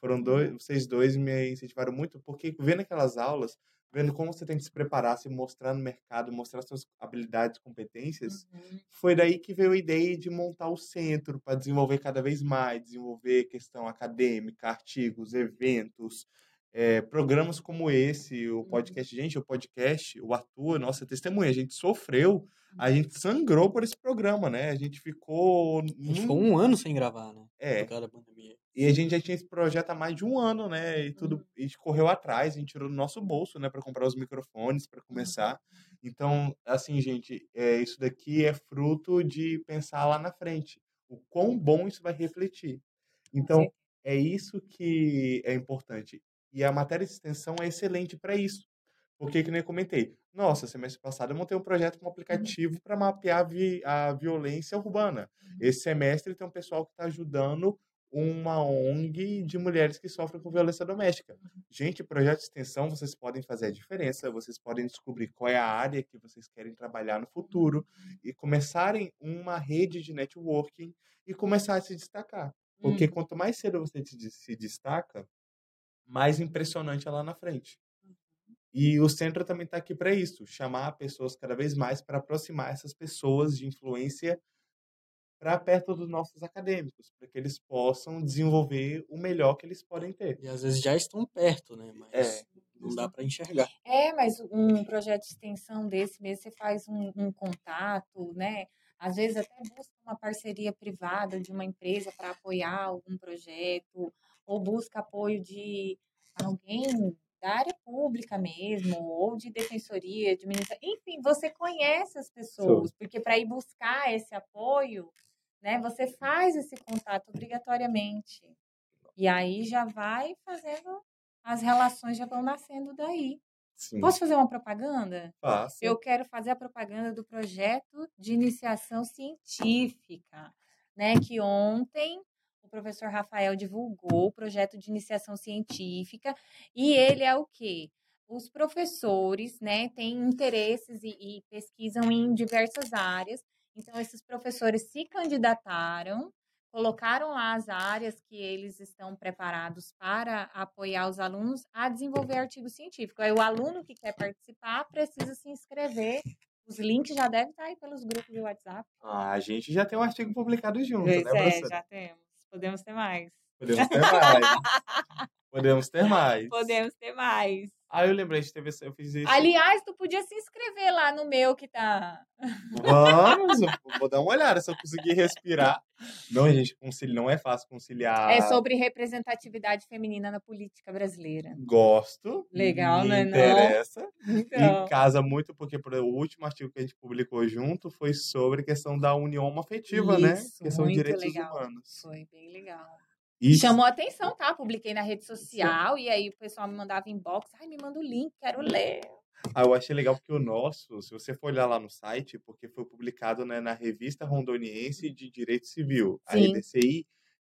[SPEAKER 1] Foram dois, vocês dois me incentivaram muito, porque vendo aquelas aulas, vendo como você tem que se preparar, se mostrar no mercado, mostrar suas habilidades, competências,
[SPEAKER 3] Uhum.
[SPEAKER 1] foi daí que veio a ideia de montar o centro para desenvolver cada vez mais, desenvolver questão acadêmica, artigos, eventos, eh, programas como esse,
[SPEAKER 2] Uhum.
[SPEAKER 1] o podcast, gente, o podcast, o Atua, nossa é testemunha, a gente sofreu, a gente sangrou por esse programa, né? A gente ficou.
[SPEAKER 2] Uhum. A gente ficou
[SPEAKER 1] num-
[SPEAKER 2] um ano sem gravar, né? Por
[SPEAKER 1] É,
[SPEAKER 2] causa da pandemia.
[SPEAKER 1] e a gente já tinha esse projeto há mais de um ano, né? E tudo,
[SPEAKER 3] Uhum.
[SPEAKER 1] a gente correu atrás, a gente tirou do nosso bolso, né, para comprar os microfones, para começar. Então, assim, gente, é, isso daqui é fruto de pensar lá na frente, o quão bom isso vai refletir.
[SPEAKER 3] Com
[SPEAKER 1] Então, é isso que é importante. E a matéria de extensão é excelente para isso. Porque, que nem eu comentei, nossa, semestre passado eu montei um projeto com um aplicativo para mapear a, vi- a violência urbana. Esse semestre tem um pessoal que está ajudando uma ONG de mulheres que sofrem com violência doméstica. Gente, projeto de extensão, vocês podem fazer a diferença, vocês podem descobrir qual é a área que vocês querem trabalhar no futuro e começarem uma rede de networking e começar a se destacar. Porque
[SPEAKER 3] Uhum.
[SPEAKER 1] quanto mais cedo você te de- se destaca, mais impressionante é lá na frente. E o centro também está aqui para isso, chamar pessoas cada vez mais para aproximar essas pessoas de influência para perto dos nossos acadêmicos, para que eles possam desenvolver o melhor que eles podem ter.
[SPEAKER 2] E às vezes já estão perto, né?
[SPEAKER 1] É,
[SPEAKER 2] Mas Não dá para enxergar.
[SPEAKER 3] É, mas um projeto de extensão desse mesmo, você faz um, um contato, né? Às vezes até busca uma parceria privada de uma empresa para apoiar algum projeto, ou busca apoio de alguém da área pública mesmo, ou de defensoria, de ministra... enfim, você conhece as pessoas, porque para ir buscar esse apoio, né, você faz esse contato obrigatoriamente. E aí já vai fazendo, as relações já vão nascendo daí.
[SPEAKER 1] Sim.
[SPEAKER 3] Posso fazer uma propaganda?
[SPEAKER 1] Faça.
[SPEAKER 3] Eu quero fazer a propaganda do projeto de iniciação científica, né, que ontem o professor Rafael divulgou o projeto de iniciação científica e ele é o quê? Os professores, né, têm interesses e, e pesquisam em diversas áreas. Então esses professores se candidataram, colocaram lá as áreas que eles estão preparados para apoiar os alunos a desenvolver artigo científico. Aí o aluno que quer participar precisa se inscrever. Os links já devem estar aí pelos grupos de WhatsApp.
[SPEAKER 1] Ah, a gente já tem um artigo publicado junto,
[SPEAKER 3] Pois
[SPEAKER 1] né,
[SPEAKER 3] é,
[SPEAKER 1] professora?
[SPEAKER 3] já temos. Podemos ter mais.
[SPEAKER 1] Podemos ter mais. Podemos ter mais.
[SPEAKER 3] Podemos ter mais.
[SPEAKER 1] Ah, eu lembrei, a gente teve essa- eu fiz isso.
[SPEAKER 3] Aliás, tu podia se inscrever lá no meu que tá.
[SPEAKER 1] Vamos, eu vou dar uma olhada se eu conseguir respirar. Não, gente, concili... não é fácil conciliar.
[SPEAKER 3] É sobre representatividade feminina na política brasileira.
[SPEAKER 1] Gosto.
[SPEAKER 3] Legal,
[SPEAKER 1] me
[SPEAKER 3] né, não?
[SPEAKER 1] interessa.
[SPEAKER 3] Então,
[SPEAKER 1] E casa muito, porque por- o último artigo que a gente publicou junto foi sobre a questão da união homoafetiva, né?
[SPEAKER 3] Isso,
[SPEAKER 1] Questão de
[SPEAKER 3] muito
[SPEAKER 1] direitos
[SPEAKER 3] legal.
[SPEAKER 1] humanos.
[SPEAKER 3] foi bem legal.
[SPEAKER 1] E
[SPEAKER 3] Chamou atenção, tá? Publiquei na rede social e aí o pessoal me mandava inbox. Ai, me manda o link, quero ler.
[SPEAKER 1] ah, eu achei legal porque o nosso, se você for olhar lá no site, porque foi publicado né, na revista rondoniense de direito civil, a
[SPEAKER 3] Sim.
[SPEAKER 1] RDCI,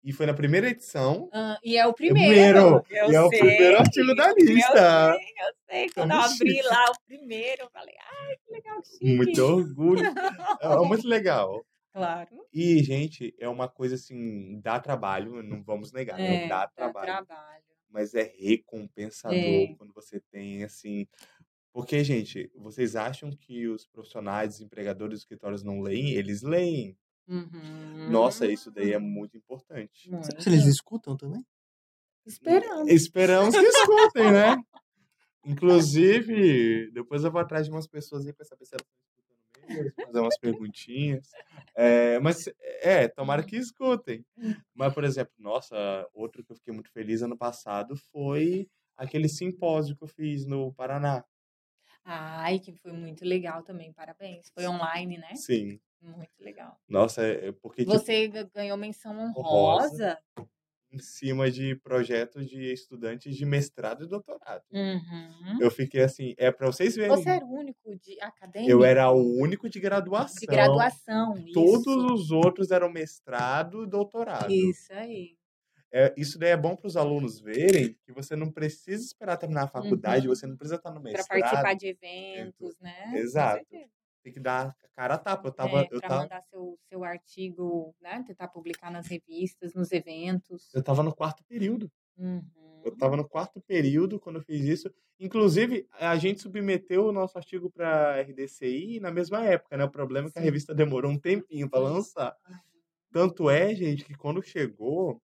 [SPEAKER 1] e foi na primeira edição.
[SPEAKER 3] Ah, e é o
[SPEAKER 1] Primeiro,
[SPEAKER 3] primeiro.
[SPEAKER 1] e é o primeiro artigo da lista.
[SPEAKER 3] Eu sei, eu sei. Quando
[SPEAKER 1] Tamo
[SPEAKER 3] eu abri
[SPEAKER 1] chique.
[SPEAKER 3] lá o primeiro, eu falei, ai, que legal, chique.
[SPEAKER 1] Muito orgulho. É muito legal.
[SPEAKER 3] Claro.
[SPEAKER 1] E, gente, é uma coisa assim, dá trabalho, não vamos negar, né? Dá trabalho.
[SPEAKER 3] É, trabalho.
[SPEAKER 1] Mas é recompensador
[SPEAKER 3] É.
[SPEAKER 1] quando você tem, assim. Porque, gente, vocês acham que os profissionais, os empregadores, os escritórios não leem? Eles leem.
[SPEAKER 3] Uhum.
[SPEAKER 1] Nossa, isso daí é muito importante.
[SPEAKER 3] Muito.
[SPEAKER 2] Se eles escutam também?
[SPEAKER 3] Esperando.
[SPEAKER 1] Esperamos que escutem, né? Inclusive, depois eu vou atrás de umas pessoas aí pra saber se elas estão escutando mesmo, fazer umas perguntinhas. É, mas, é, tomara que escutem. Mas, por exemplo, nossa, outro que eu fiquei muito feliz ano passado foi aquele simpósio que eu fiz no Paraná.
[SPEAKER 3] Ai, que foi muito legal também, parabéns. Foi online, né?
[SPEAKER 1] Sim.
[SPEAKER 3] Muito legal.
[SPEAKER 1] Nossa, é porque, tipo,
[SPEAKER 3] Você ga- ganhou menção honrosa.
[SPEAKER 1] em cima de projetos de estudantes de mestrado e doutorado.
[SPEAKER 3] Uhum.
[SPEAKER 1] Eu fiquei assim, Hum. é pra vocês verem.
[SPEAKER 3] Você era o único de acadêmico
[SPEAKER 1] Eu era o único de graduação.
[SPEAKER 3] de graduação.
[SPEAKER 1] então, Todos
[SPEAKER 3] isso.
[SPEAKER 1] os outros eram mestrado e doutorado.
[SPEAKER 3] Isso aí.
[SPEAKER 1] É, isso daí é bom para os alunos verem que você não precisa esperar terminar a faculdade,
[SPEAKER 3] Uhum.
[SPEAKER 1] você não precisa estar no
[SPEAKER 3] Para
[SPEAKER 1] mestrado.
[SPEAKER 3] participar de eventos, né? Com
[SPEAKER 1] Exato.
[SPEAKER 3] certeza.
[SPEAKER 1] Tem que dar a cara a tapa. Eu tava,
[SPEAKER 3] É,
[SPEAKER 1] eu
[SPEAKER 3] para
[SPEAKER 1] tava,
[SPEAKER 3] mandar seu, seu artigo, né? Tentar publicar nas revistas, nos eventos.
[SPEAKER 1] eu tava no quarto período.
[SPEAKER 3] Uhum.
[SPEAKER 1] Eu tava no quarto período quando eu fiz isso. Inclusive, eh, a gente submeteu o nosso artigo para RDCI na mesma época, né? O problema é que a
[SPEAKER 3] Sim.
[SPEAKER 1] revista demorou um tempinho para lançar. Tanto é, gente, que quando chegou,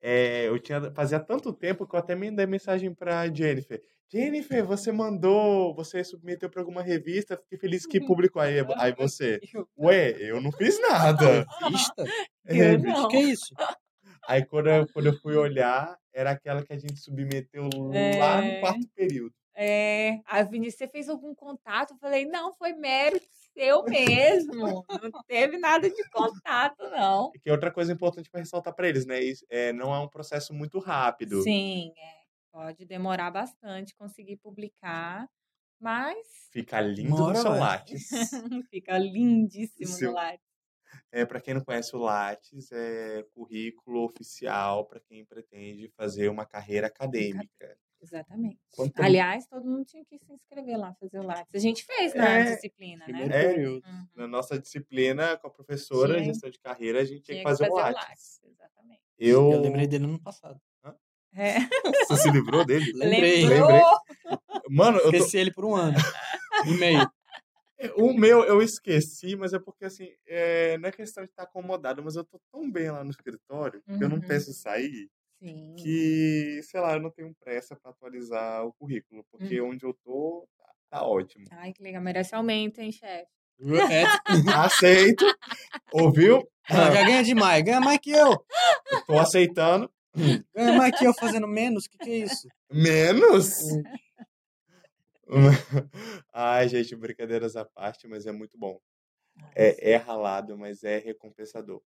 [SPEAKER 1] é, eu tinha fazia tanto tempo que eu até mandei mensagem para Jennifer. Jennifer, você mandou, você submeteu para alguma revista, fiquei feliz que publicou aí, é aí você. Ué, eu não fiz nada.
[SPEAKER 2] Pista?
[SPEAKER 3] Eu
[SPEAKER 1] É,
[SPEAKER 3] não.
[SPEAKER 2] Que é isso?
[SPEAKER 1] Aí quando eu, quando eu fui olhar, era aquela que a gente submeteu lá no
[SPEAKER 3] É.
[SPEAKER 1] quarto período.
[SPEAKER 3] É, a Vinícius, você fez algum contato? Eu falei, não, foi mérito seu mesmo. Não teve nada de contato, não.
[SPEAKER 1] Que é outra coisa importante para ressaltar para eles, né? Isso, é, não é um processo muito rápido.
[SPEAKER 3] Sim, é, pode demorar bastante conseguir publicar, mas
[SPEAKER 1] Fica lindo
[SPEAKER 2] Uma
[SPEAKER 1] no
[SPEAKER 2] hora
[SPEAKER 1] seu
[SPEAKER 2] vai.
[SPEAKER 1] lápis.
[SPEAKER 3] fica lindíssimo
[SPEAKER 1] Sim.
[SPEAKER 3] no lar.
[SPEAKER 1] É, para quem não conhece o Lattes, é currículo oficial para quem pretende fazer uma Uhum. carreira acadêmica.
[SPEAKER 3] Exatamente.
[SPEAKER 1] Quanto-
[SPEAKER 3] Aliás, todo mundo tinha que se inscrever lá, fazer o lápis. A gente fez na
[SPEAKER 1] É,
[SPEAKER 3] disciplina, né?
[SPEAKER 2] Primeiro
[SPEAKER 1] É.
[SPEAKER 2] período.
[SPEAKER 3] Uhum.
[SPEAKER 1] Na nossa disciplina, com a professora,
[SPEAKER 3] Tinha-
[SPEAKER 1] gestão de carreira, a gente tinha,
[SPEAKER 3] Tinha
[SPEAKER 1] que fazer, o Lattes.
[SPEAKER 3] exatamente.
[SPEAKER 1] Eu...
[SPEAKER 2] Eu lembrei dele ano passado.
[SPEAKER 3] É.
[SPEAKER 1] Você se livrou dele?
[SPEAKER 2] Lembrei.
[SPEAKER 3] Lembrou?
[SPEAKER 1] Lembrei. Mano, eu tô-
[SPEAKER 2] Esqueci ele por um ano. E meio.
[SPEAKER 1] o meu eu esqueci, mas é porque, assim, é... não é questão de estar acomodado, mas eu tô tão bem lá no escritório que eu não
[SPEAKER 3] Uhum.
[SPEAKER 1] penso em sair.
[SPEAKER 3] Sim.
[SPEAKER 2] Hum.
[SPEAKER 1] que, sei lá, eu não tenho pressa para atualizar o currículo, porque
[SPEAKER 2] Hum.
[SPEAKER 1] onde eu tô tá, tá ótimo.
[SPEAKER 3] Ai, que legal. Merece aumento, hein, chefe?
[SPEAKER 2] É,
[SPEAKER 1] Aceito. Ouviu?
[SPEAKER 2] ela
[SPEAKER 1] Ah.
[SPEAKER 2] já ganha demais, ganha mais que eu.
[SPEAKER 1] Eu tô aceitando.
[SPEAKER 2] Ganha mais que eu fazendo menos, que que é isso?
[SPEAKER 1] Menos?
[SPEAKER 2] Hum.
[SPEAKER 1] Ai, gente, brincadeiras à parte, mas é muito bom.
[SPEAKER 3] Ah,
[SPEAKER 1] É, é ralado, mas é recompensador.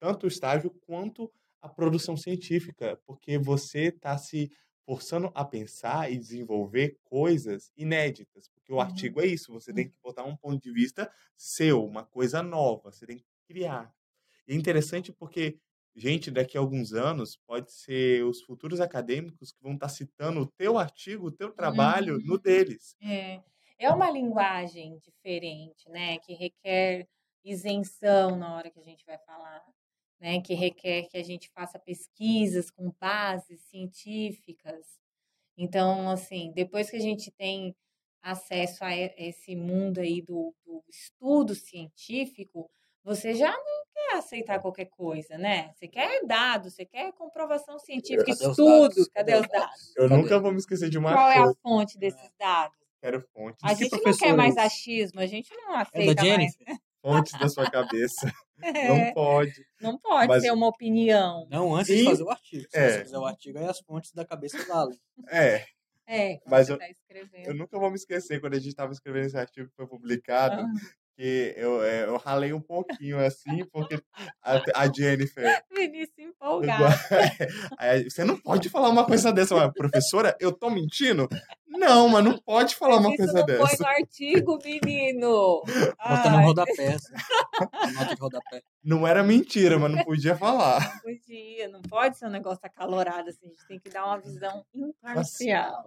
[SPEAKER 1] Tanto o estágio quanto a produção científica, porque você está se forçando a pensar e desenvolver coisas inéditas. Porque o
[SPEAKER 3] Uhum.
[SPEAKER 1] artigo é isso, você tem que botar um ponto de vista seu, uma coisa nova, você tem que criar. E é interessante porque, gente, daqui a alguns anos, pode ser os futuros acadêmicos que vão estar citando o teu artigo, o teu trabalho no
[SPEAKER 3] Uhum.
[SPEAKER 1] deles.
[SPEAKER 3] É, é uma linguagem diferente, né? Que requer isenção na hora que a gente vai falar, né? Que requer que a gente faça pesquisas com bases científicas. Então, assim, depois que a gente tem acesso a e- esse mundo aí do, do estudo científico, você já não quer aceitar qualquer coisa, né? Você quer dados, você quer comprovação científica,
[SPEAKER 2] Cadê os
[SPEAKER 3] estudo,
[SPEAKER 2] dados? né?
[SPEAKER 3] cadê os dados?
[SPEAKER 1] Eu
[SPEAKER 2] Cadê?
[SPEAKER 1] nunca vou me esquecer de uma
[SPEAKER 3] Qual é
[SPEAKER 1] coisa.
[SPEAKER 3] a fonte desses dados?
[SPEAKER 1] Quero fontes.
[SPEAKER 3] A
[SPEAKER 2] que
[SPEAKER 3] gente não
[SPEAKER 2] professora
[SPEAKER 3] quer
[SPEAKER 2] é
[SPEAKER 3] mais
[SPEAKER 2] esse?
[SPEAKER 3] achismo, a gente não
[SPEAKER 2] É da
[SPEAKER 3] aceita tá mais.
[SPEAKER 2] Jennifer?
[SPEAKER 1] Fontes da sua cabeça.
[SPEAKER 3] É,
[SPEAKER 1] Não pode.
[SPEAKER 3] não pode
[SPEAKER 1] Mas-
[SPEAKER 3] ser uma opinião.
[SPEAKER 2] Não, antes de
[SPEAKER 1] E-
[SPEAKER 2] fazer o artigo. Se
[SPEAKER 1] é.
[SPEAKER 2] você fizer o artigo, aí as fontes da cabeça da Ale.
[SPEAKER 1] É,
[SPEAKER 3] É, quando
[SPEAKER 1] Mas
[SPEAKER 3] você
[SPEAKER 1] eu-
[SPEAKER 3] está
[SPEAKER 1] eu
[SPEAKER 3] escrevendo.
[SPEAKER 1] nunca vou me esquecer quando a gente estava escrevendo esse artigo que foi publicado,
[SPEAKER 3] Ah.
[SPEAKER 1] que eu, é, eu ralei um pouquinho assim, porque a, a Jennifer. É,
[SPEAKER 3] Ah, Vinícius empolgado.
[SPEAKER 1] Aí, Você não pode falar uma coisa dessa, mas, professora, eu tô mentindo? Não, mas não pode falar uma
[SPEAKER 3] Isso
[SPEAKER 1] coisa
[SPEAKER 3] não
[SPEAKER 1] dessa.
[SPEAKER 3] foi no artigo, menino.
[SPEAKER 2] Bota no
[SPEAKER 3] Ai,
[SPEAKER 2] rodapé. assim. Nota de rodapé.
[SPEAKER 1] Não era mentira, mas não podia falar.
[SPEAKER 3] não podia, não pode ser um negócio acalorado assim. A gente tem que dar uma visão imparcial.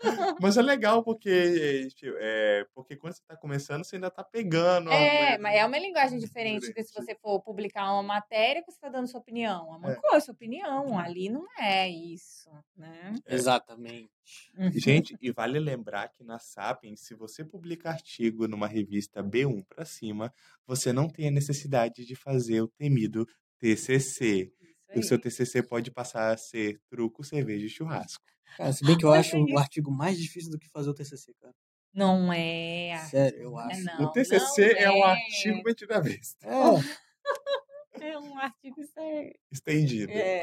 [SPEAKER 1] Mas é legal porque, tipo, é, porque quando você tá começando, você ainda tá pegando. a né?
[SPEAKER 3] É,
[SPEAKER 1] coisa.
[SPEAKER 3] mas é uma linguagem diferente do que se
[SPEAKER 1] Diferente.
[SPEAKER 3] você for publicar uma matéria que você está dando sua opinião. É uma
[SPEAKER 1] É.
[SPEAKER 3] coisa, sua opinião. Ali não é isso, né?
[SPEAKER 1] É.
[SPEAKER 2] Exatamente.
[SPEAKER 1] Gente, e vale lembrar que na Sapiens, se você publicar artigo numa revista B1 para cima, você não tem a necessidade de fazer o temido TCC.
[SPEAKER 3] Isso
[SPEAKER 1] O seu
[SPEAKER 3] aí.
[SPEAKER 1] TCC pode passar a ser truco, cerveja e churrasco.
[SPEAKER 2] Cara, se bem que eu
[SPEAKER 3] Olha
[SPEAKER 2] acho
[SPEAKER 3] é isso.
[SPEAKER 2] o artigo mais difícil do que fazer o TCC, cara.
[SPEAKER 3] Não é. Arthur,
[SPEAKER 2] Sério, eu
[SPEAKER 3] não é
[SPEAKER 2] acho.
[SPEAKER 3] não,
[SPEAKER 1] o TCC
[SPEAKER 3] não
[SPEAKER 1] é um artigo metido à vista,
[SPEAKER 2] É,
[SPEAKER 3] É um artigo sério.
[SPEAKER 1] estendido.
[SPEAKER 3] É.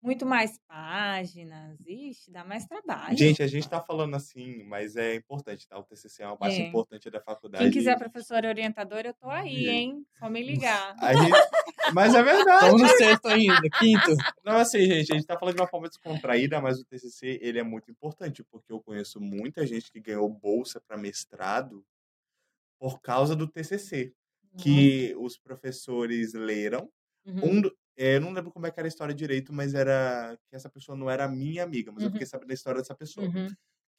[SPEAKER 3] Muito mais páginas. Ixi, dá mais trabalho.
[SPEAKER 1] Gente, a gente está falando assim, mas é importante, tá? O TCC é uma parte
[SPEAKER 3] É.
[SPEAKER 1] importante da faculdade.
[SPEAKER 3] Quem quiser professora orientadora, eu tô aí,
[SPEAKER 1] É.
[SPEAKER 3] hein? Só me ligar.
[SPEAKER 1] A gente- Mas é verdade.
[SPEAKER 3] Então,
[SPEAKER 2] estamos no sexto tá ainda, quinto.
[SPEAKER 1] Não, assim, gente, a gente tá falando de uma forma descontraída, mas o TCC, ele é muito importante, porque eu conheço muita gente que ganhou bolsa para mestrado por causa do TCC, que os professores leram.
[SPEAKER 3] Uhum.
[SPEAKER 1] Um, do- é, eu não lembro como é que era a história direito, mas era que essa pessoa não era minha amiga, mas eu
[SPEAKER 3] Uhum.
[SPEAKER 1] fiquei sabendo da história dessa pessoa,
[SPEAKER 3] Uhum.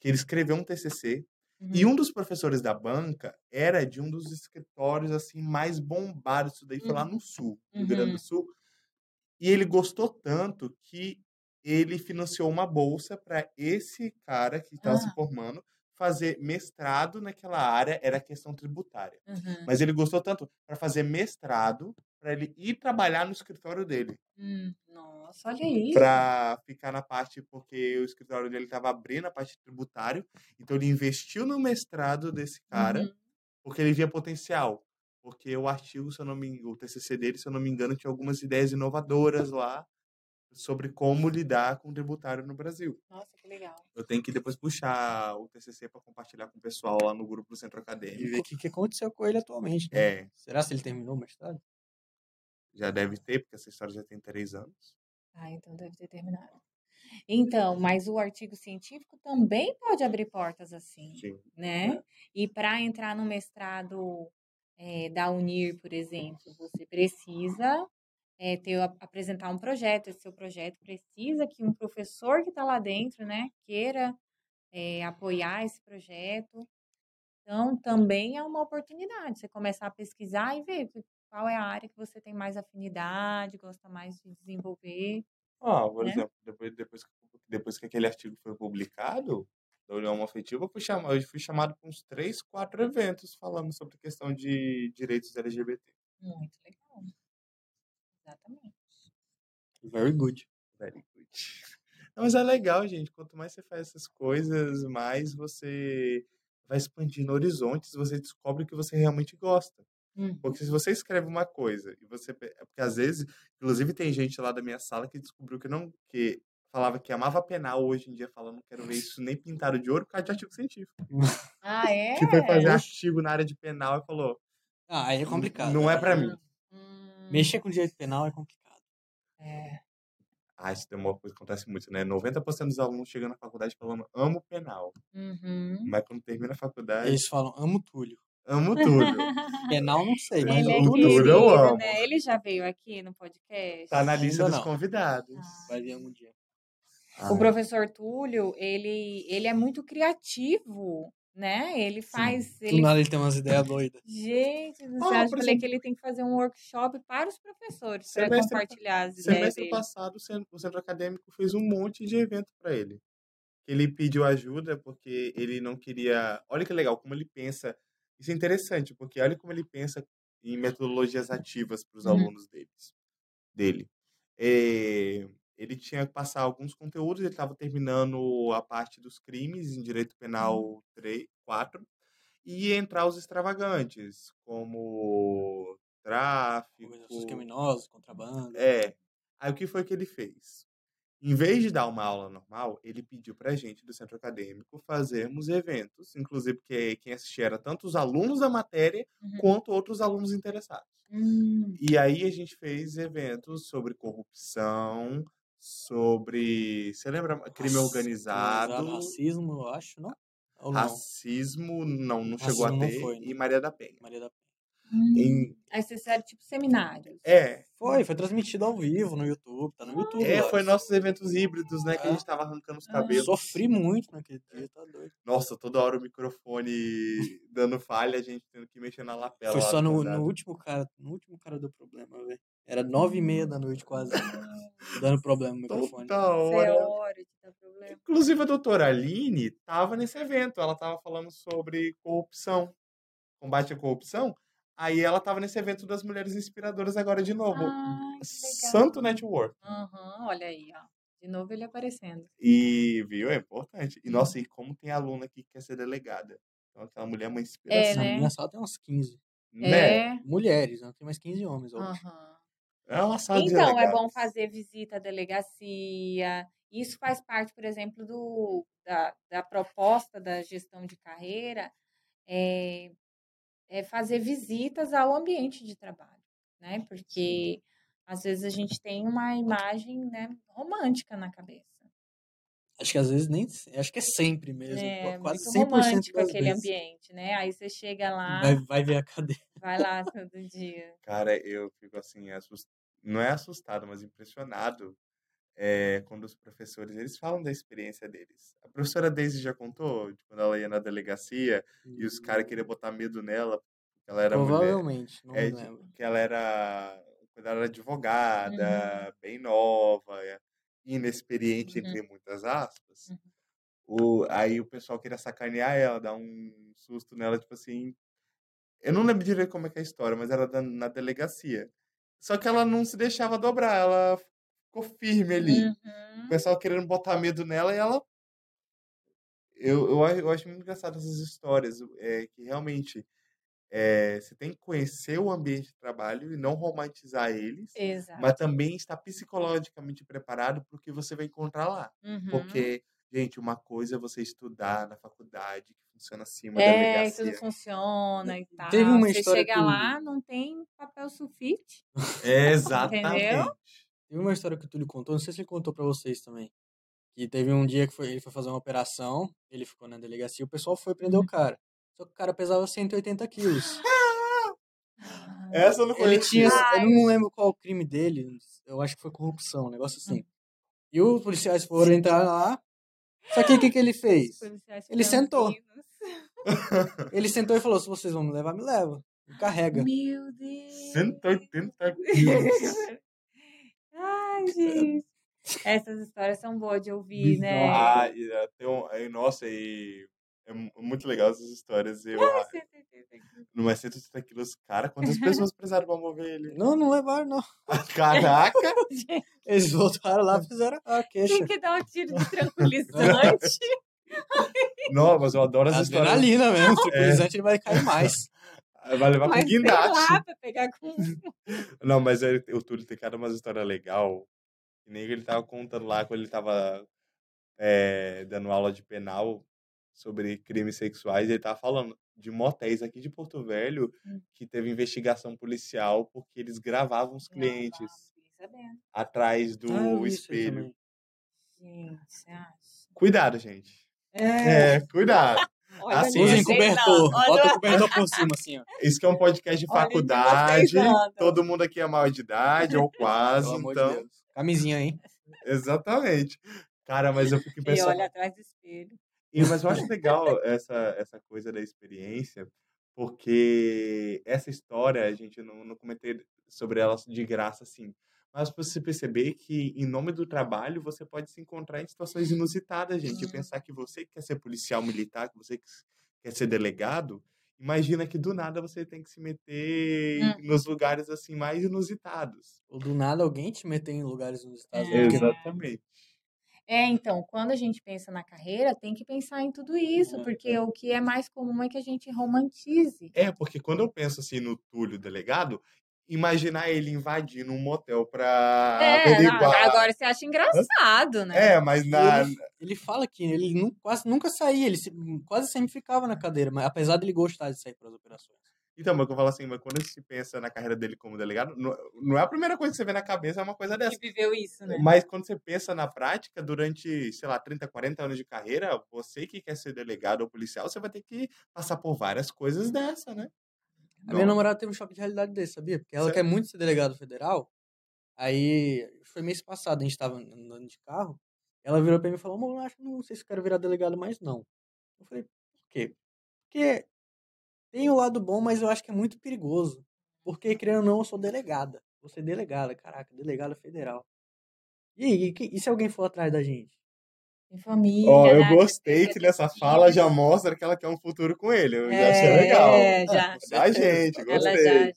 [SPEAKER 1] que ele escreveu um TCC
[SPEAKER 3] Uhum.
[SPEAKER 1] um e um dos professores da banca era de um dos escritórios assim mais bombados, isso daí foi lá no sul, no Rio Grande
[SPEAKER 3] Uhum.
[SPEAKER 1] do Sul. E ele gostou tanto que ele financiou uma bolsa para esse cara que estava se
[SPEAKER 3] Ah.
[SPEAKER 1] formando fazer mestrado naquela área, era questão tributária.
[SPEAKER 3] Uhum.
[SPEAKER 1] Mas ele gostou tanto para fazer mestrado para ele ir trabalhar no escritório dele,
[SPEAKER 3] Hum, Nossa, olha isso.
[SPEAKER 1] para ficar na parte porque o escritório dele estava abrindo a parte tributário, então ele investiu no mestrado desse cara
[SPEAKER 3] Uhum.
[SPEAKER 1] porque ele via potencial. Porque o artigo, se eu não me, en- o TCC dele, se eu não me engano, tinha algumas ideias inovadoras lá sobre como lidar com o tributário no Brasil.
[SPEAKER 3] Nossa, que legal.
[SPEAKER 1] Eu tenho que depois puxar o TCC para compartilhar com o pessoal lá no grupo do Centro
[SPEAKER 2] E
[SPEAKER 1] Acadêmico.
[SPEAKER 2] ver o que, que aconteceu com ele atualmente. né?
[SPEAKER 1] É,
[SPEAKER 2] Será se ele terminou o mestrado?
[SPEAKER 1] já deve ter, porque essa história já tem três anos.
[SPEAKER 3] Ah, então deve ter terminado. Então, mas o artigo científico também pode abrir portas assim.
[SPEAKER 1] Sim.
[SPEAKER 3] né? E para entrar no mestrado eh, da Unir, por exemplo, você precisa eh, ter a- apresentar um projeto. Esse seu projeto precisa que um professor que está lá dentro, né, queira eh, apoiar esse projeto. Então, também é uma oportunidade. Você começar a pesquisar e ver que- qual é a área que você tem mais afinidade, gosta mais de desenvolver.
[SPEAKER 1] Ah, por
[SPEAKER 3] Né?
[SPEAKER 1] exemplo, depois, depois, que- depois que aquele artigo foi publicado, da União Homoafetiva, eu fui, chamado, eu fui chamado para uns três, quatro eventos falando sobre questão de direitos LGBT.
[SPEAKER 3] Muito legal. Exatamente.
[SPEAKER 2] Very good.
[SPEAKER 1] Very good. Não, mas é legal, gente. Quanto mais você faz essas coisas, mais você vai expandindo horizontes, você descobre o que você realmente gosta.
[SPEAKER 3] Hum.
[SPEAKER 1] Porque se você escreve uma coisa e você. pe- é Porque às vezes, inclusive, tem gente lá da minha sala que descobriu que não. que falava que amava penal, hoje em dia fala, não quero ver isso nem pintado de ouro por causa de artigo científico.
[SPEAKER 3] Ah, é?
[SPEAKER 1] Que foi fazer artigo na área de penal e falou,
[SPEAKER 2] Ah, aí é complicado.
[SPEAKER 1] Não é pra
[SPEAKER 3] Hum.
[SPEAKER 1] mim.
[SPEAKER 3] Hum,
[SPEAKER 2] Mexer com direito penal é complicado.
[SPEAKER 3] é.
[SPEAKER 1] Ah, isso é uma coisa que acontece muito, né? 90% dos alunos chegam na faculdade falando amo penal.
[SPEAKER 3] Uhum.
[SPEAKER 1] Mas quando termina a faculdade,
[SPEAKER 2] Eles falam, amo Túlio.
[SPEAKER 1] amo tudo.
[SPEAKER 2] Penal, não sei, mas
[SPEAKER 3] Ele é
[SPEAKER 1] o
[SPEAKER 2] Túlio
[SPEAKER 1] Túlio
[SPEAKER 3] querido,
[SPEAKER 1] eu amo.
[SPEAKER 3] né? Ele já veio aqui no podcast.
[SPEAKER 1] Tá na lista
[SPEAKER 2] Ainda
[SPEAKER 1] dos
[SPEAKER 2] não.
[SPEAKER 1] convidados.
[SPEAKER 2] vai vir algum dia.
[SPEAKER 1] Ah,
[SPEAKER 3] O professor Túlio, ele, ele é muito criativo, né? Ele faz.
[SPEAKER 2] Do
[SPEAKER 3] Ele...
[SPEAKER 2] nada ele tem umas ideias doidas.
[SPEAKER 3] Gente do
[SPEAKER 1] Ah,
[SPEAKER 3] céu, eu
[SPEAKER 1] por
[SPEAKER 3] falei
[SPEAKER 1] exemplo-
[SPEAKER 3] que ele tem que fazer um workshop para os professores, para
[SPEAKER 1] Semestre-
[SPEAKER 3] compartilhar as ideias
[SPEAKER 1] Semestre
[SPEAKER 3] dele.
[SPEAKER 1] passado, o centro, o centro acadêmico fez um monte de evento pra ele. Ele pediu ajuda porque ele não queria. Olha que legal como ele pensa. Isso é interessante, porque olha como ele pensa em metodologias ativas para os
[SPEAKER 3] Uhum.
[SPEAKER 1] alunos deles, dele. Eh, ele tinha que passar alguns conteúdos, ele estava terminando a parte dos crimes em Direito
[SPEAKER 3] Uhum.
[SPEAKER 1] Penal 3, 4, e ia entrar os extravagantes, como tráfico.
[SPEAKER 2] Organizações criminosas, contrabando.
[SPEAKER 1] É. Aí o que foi que ele fez? Em vez de dar uma aula normal, ele pediu pra gente do centro acadêmico fazermos eventos, inclusive porque quem assistia era tanto os alunos da matéria
[SPEAKER 3] Uhum.
[SPEAKER 1] quanto outros alunos interessados.
[SPEAKER 3] Hum,
[SPEAKER 1] E aí a gente fez eventos sobre corrupção, sobre, você lembra, É, crime
[SPEAKER 2] Raci-
[SPEAKER 1] organizado,
[SPEAKER 2] Racismo, eu acho, não? Ou não?
[SPEAKER 1] racismo, não, não chegou a
[SPEAKER 2] Racismo não
[SPEAKER 1] ter,
[SPEAKER 2] foi, né?
[SPEAKER 1] e Maria da Penha.
[SPEAKER 2] Maria da...
[SPEAKER 3] hum.
[SPEAKER 1] Em-
[SPEAKER 3] Aí vocês fizeram tipo seminários.
[SPEAKER 1] é,
[SPEAKER 2] Foi, foi transmitido ao vivo no YouTube, tá no YouTube.
[SPEAKER 1] é,
[SPEAKER 2] lá.
[SPEAKER 1] foi nossos eventos híbridos, né, que a
[SPEAKER 2] É.
[SPEAKER 1] gente tava arrancando os
[SPEAKER 3] Ah.
[SPEAKER 1] cabelos.
[SPEAKER 2] Sofri muito naquele dia, tá doido.
[SPEAKER 1] Nossa, toda hora o microfone dando falha, a gente tendo que mexer na lapela.
[SPEAKER 2] foi
[SPEAKER 1] lá
[SPEAKER 2] só
[SPEAKER 1] do
[SPEAKER 2] no,
[SPEAKER 1] cadáver.
[SPEAKER 2] no último cara, no último cara do problema, velho. Era nove e meia da noite quase, dando problema no microfone. né?
[SPEAKER 1] Toda
[SPEAKER 3] Isso é
[SPEAKER 1] hora.
[SPEAKER 3] hora de dar problema.
[SPEAKER 1] Inclusive, a doutora Aline estava nesse evento. Ela estava falando sobre corrupção, combate à corrupção. Aí ela estava nesse evento das mulheres inspiradoras agora de novo.
[SPEAKER 3] Ai, que legal.
[SPEAKER 1] Santo Network.
[SPEAKER 3] Aham, olha aí, ó. De novo ele aparecendo.
[SPEAKER 1] E, viu, é importante. E, nossa, e como tem aluna aqui que quer ser delegada. Então, aquela mulher é uma
[SPEAKER 3] É,
[SPEAKER 1] inspiração,
[SPEAKER 2] Essa
[SPEAKER 3] né?
[SPEAKER 2] minha sala tem uns 15.
[SPEAKER 1] né?
[SPEAKER 3] É.
[SPEAKER 2] Mulheres, não tem mais 15 homens. eu acho.
[SPEAKER 3] Aham.
[SPEAKER 1] É uma
[SPEAKER 2] Tá um
[SPEAKER 1] sala de
[SPEAKER 3] Então, é
[SPEAKER 1] delegados.
[SPEAKER 3] bom fazer visita à delegacia. Isso faz parte, por exemplo, do, da, da proposta da gestão de carreira, é, é fazer visitas ao ambiente de trabalho, né? Porque às vezes a gente tem uma imagem né, romântica na cabeça.
[SPEAKER 2] Acho que às vezes nem. Acho que é sempre mesmo.
[SPEAKER 3] É
[SPEAKER 2] quase 100%
[SPEAKER 3] muito romântico
[SPEAKER 2] das
[SPEAKER 3] aquele
[SPEAKER 2] vezes.
[SPEAKER 3] ambiente, né? Aí você chega lá,
[SPEAKER 2] Vai, vai ver a cadeira.
[SPEAKER 3] vai lá todo dia.
[SPEAKER 1] Cara, eu fico assim, assus- não é assustado, mas impressionado é, quando os professores eles falam da experiência deles. A professora Daisy já contou de quando ela ia na delegacia e os caras queriam botar medo nela, porque ela era mulher,
[SPEAKER 2] Provavelmente, não
[SPEAKER 1] é,
[SPEAKER 2] me
[SPEAKER 1] de-
[SPEAKER 2] lembro. Uhum.
[SPEAKER 1] que ela era, quando ela era advogada, bem nova, é, inexperiente,
[SPEAKER 3] Uhum.
[SPEAKER 1] entre muitas aspas.
[SPEAKER 2] Uhum.
[SPEAKER 1] O, aí o pessoal queria sacanear ela, dar um susto nela, tipo assim. Eu não lembro direito como é que é a história, mas era da- na delegacia. Só que ela não se deixava dobrar, ela ficou firme ali. O
[SPEAKER 3] Uhum.
[SPEAKER 1] pessoal querendo botar medo nela e ela. Eu, eu, a- eu acho muito engraçado essas histórias, o- é, que realmente é, você tem que conhecer o ambiente de trabalho e não romantizar eles,
[SPEAKER 3] Exato.
[SPEAKER 1] mas também estar psicologicamente preparado para o que você vai encontrar lá.
[SPEAKER 3] Uhum.
[SPEAKER 1] Porque, gente, uma coisa é você estudar na faculdade, que funciona assim, uma
[SPEAKER 3] É, e tudo
[SPEAKER 1] delegacia.
[SPEAKER 3] funciona e tal.
[SPEAKER 2] Teve uma
[SPEAKER 3] Você
[SPEAKER 2] história
[SPEAKER 3] chega
[SPEAKER 2] que o-
[SPEAKER 3] lá, não tem papel sulfite.
[SPEAKER 1] É, exatamente.
[SPEAKER 2] Teve uma história que o Túlio contou, não sei se ele contou pra vocês também. Que teve um dia que foi- ele foi fazer uma operação, ele ficou na delegacia, o pessoal foi prender
[SPEAKER 3] Uhum.
[SPEAKER 2] o cara. Só que o cara pesava 180 quilos. É
[SPEAKER 3] Ah,
[SPEAKER 1] Essa eu não
[SPEAKER 2] Ele
[SPEAKER 1] conhecia.
[SPEAKER 2] tinha. Eu não lembro qual o crime dele, eu acho que foi corrupção, um negócio
[SPEAKER 3] Uhum.
[SPEAKER 2] assim. E os policiais foram entrar lá. Só que o que, que ele
[SPEAKER 3] Os
[SPEAKER 2] fez?
[SPEAKER 3] policiais
[SPEAKER 2] Ele sentou.
[SPEAKER 3] franquinos.
[SPEAKER 2] Ele sentou e falou: se vocês vão me levar, me leva. Me carrega.
[SPEAKER 3] Meu Deus.
[SPEAKER 1] 180 quilos.
[SPEAKER 3] Ai, gente. Essas histórias são boas de ouvir, né?
[SPEAKER 2] Bizarro.
[SPEAKER 1] Ah, e, ah, tem um, aí, nossa, e é mu- muito legal essas histórias. Eu, ah, no mais 180 quilos, cara, quantas pessoas precisaram pra mover ele?
[SPEAKER 2] Não, não levaram, não.
[SPEAKER 1] Caraca!
[SPEAKER 2] Eles voltaram lá e fizeram a
[SPEAKER 3] Tem
[SPEAKER 2] queixa.
[SPEAKER 3] que dar um tiro de tranquilizante.
[SPEAKER 1] Não, mas eu adoro essa história.
[SPEAKER 2] Adrenalina mesmo,
[SPEAKER 1] É.
[SPEAKER 2] tranquilizante ele vai cair mais.
[SPEAKER 1] Ah, Vai levar pro
[SPEAKER 3] mas sei lá,
[SPEAKER 1] guindaste.
[SPEAKER 3] pra pegar com... um.
[SPEAKER 1] Não, mas ele- o Túlio tem cara uma história legal. Que nem ele tava contando lá quando ele tava é, dando aula de penal sobre crimes sexuais. Ele tava falando de motéis aqui de Porto Velho
[SPEAKER 3] Hum.
[SPEAKER 1] que teve investigação policial porque eles gravavam os clientes
[SPEAKER 3] Sabendo.
[SPEAKER 1] atrás do
[SPEAKER 2] Ah, eu vi isso aí
[SPEAKER 1] espelho.
[SPEAKER 2] também.
[SPEAKER 3] Gente, você acha?
[SPEAKER 1] Cuidado, gente.
[SPEAKER 3] É,
[SPEAKER 1] É, cuidado.
[SPEAKER 3] olha,
[SPEAKER 1] assim,
[SPEAKER 3] eu não
[SPEAKER 1] Usem
[SPEAKER 2] Usem
[SPEAKER 3] sei
[SPEAKER 2] cobertor,
[SPEAKER 3] não. Olha,
[SPEAKER 2] um bota um o cobertor por cima, assim, ó.
[SPEAKER 1] Isso que é um podcast de
[SPEAKER 3] Olha,
[SPEAKER 2] então
[SPEAKER 3] eu não gostei
[SPEAKER 1] faculdade.
[SPEAKER 3] nada.
[SPEAKER 1] Todo mundo aqui é maior de idade, ou quase.
[SPEAKER 2] Pelo amor de
[SPEAKER 1] então,
[SPEAKER 2] Deus. Camisinha, hein?
[SPEAKER 1] exatamente. Cara, mas eu fico
[SPEAKER 3] E
[SPEAKER 1] impressionado.
[SPEAKER 3] olha atrás do espelho.
[SPEAKER 1] E, mas eu acho legal essa, essa coisa da experiência, porque essa história, a gente eu não, não comentei sobre ela de graça, assim. Mas pra você perceber que, em nome do trabalho, você pode se encontrar em situações inusitadas, gente. E
[SPEAKER 3] Hum.
[SPEAKER 1] pensar que você que quer ser policial militar, que você que s- quer ser delegado, imagina que do nada você tem que se meter em- nos lugares assim mais inusitados.
[SPEAKER 2] Ou do nada alguém te meteu em lugares inusitados.
[SPEAKER 3] É.
[SPEAKER 2] né? Porque
[SPEAKER 1] Exatamente.
[SPEAKER 3] É, então, quando a gente pensa na carreira, tem que pensar em tudo isso,
[SPEAKER 1] É,
[SPEAKER 3] porque o que é mais comum é que a gente romantize.
[SPEAKER 1] É, porque quando eu penso assim no Túlio delegado, imaginar ele invadindo um motel pra
[SPEAKER 3] é, não,
[SPEAKER 1] averiguar.
[SPEAKER 3] agora você acha engraçado, né?
[SPEAKER 1] É, mas na.
[SPEAKER 2] Ele, ele fala que ele nu- quase nunca saía, ele se- quase sempre ficava na cadeira, mas apesar dele gostar de sair para as operações.
[SPEAKER 1] Então, mas eu falo assim, mas quando se pensa na carreira dele como delegado, não, não é a primeira coisa que você vê na cabeça, é uma coisa dessa.
[SPEAKER 3] Que viveu isso, né?
[SPEAKER 1] Mas quando você pensa na prática, durante, sei lá, 30, 40 anos de carreira, você que quer ser delegado ou policial, você vai ter que passar por várias coisas dessa, né?
[SPEAKER 2] A
[SPEAKER 3] Então
[SPEAKER 2] minha
[SPEAKER 1] Não-
[SPEAKER 2] namorada teve um choque de realidade desse, sabia? Porque ela
[SPEAKER 1] Sério?
[SPEAKER 2] quer muito ser delegado federal. Aí, foi mês passado, a gente tava andando de carro. Ela virou pra mim e falou: Amor, eu acho, não sei se eu quero virar delegado mais não. Eu falei: Por quê? Porque tem o lado bom, mas eu acho que é muito perigoso. Porque, querendo ou não, eu sou delegada. Vou ser delegada, caraca, delegada federal. E aí, e, que- e se alguém for atrás da gente?
[SPEAKER 3] Em família.
[SPEAKER 1] Ó,
[SPEAKER 3] né?
[SPEAKER 1] eu
[SPEAKER 3] Você
[SPEAKER 1] gostei
[SPEAKER 3] pensa
[SPEAKER 1] que nessa
[SPEAKER 3] que-
[SPEAKER 1] fala já mostra que ela quer um futuro com ele. Eu já achei
[SPEAKER 3] É,
[SPEAKER 1] legal.
[SPEAKER 3] já.
[SPEAKER 1] Da
[SPEAKER 2] certeza.
[SPEAKER 1] gente,
[SPEAKER 3] Ela
[SPEAKER 1] gostei.
[SPEAKER 3] já, já.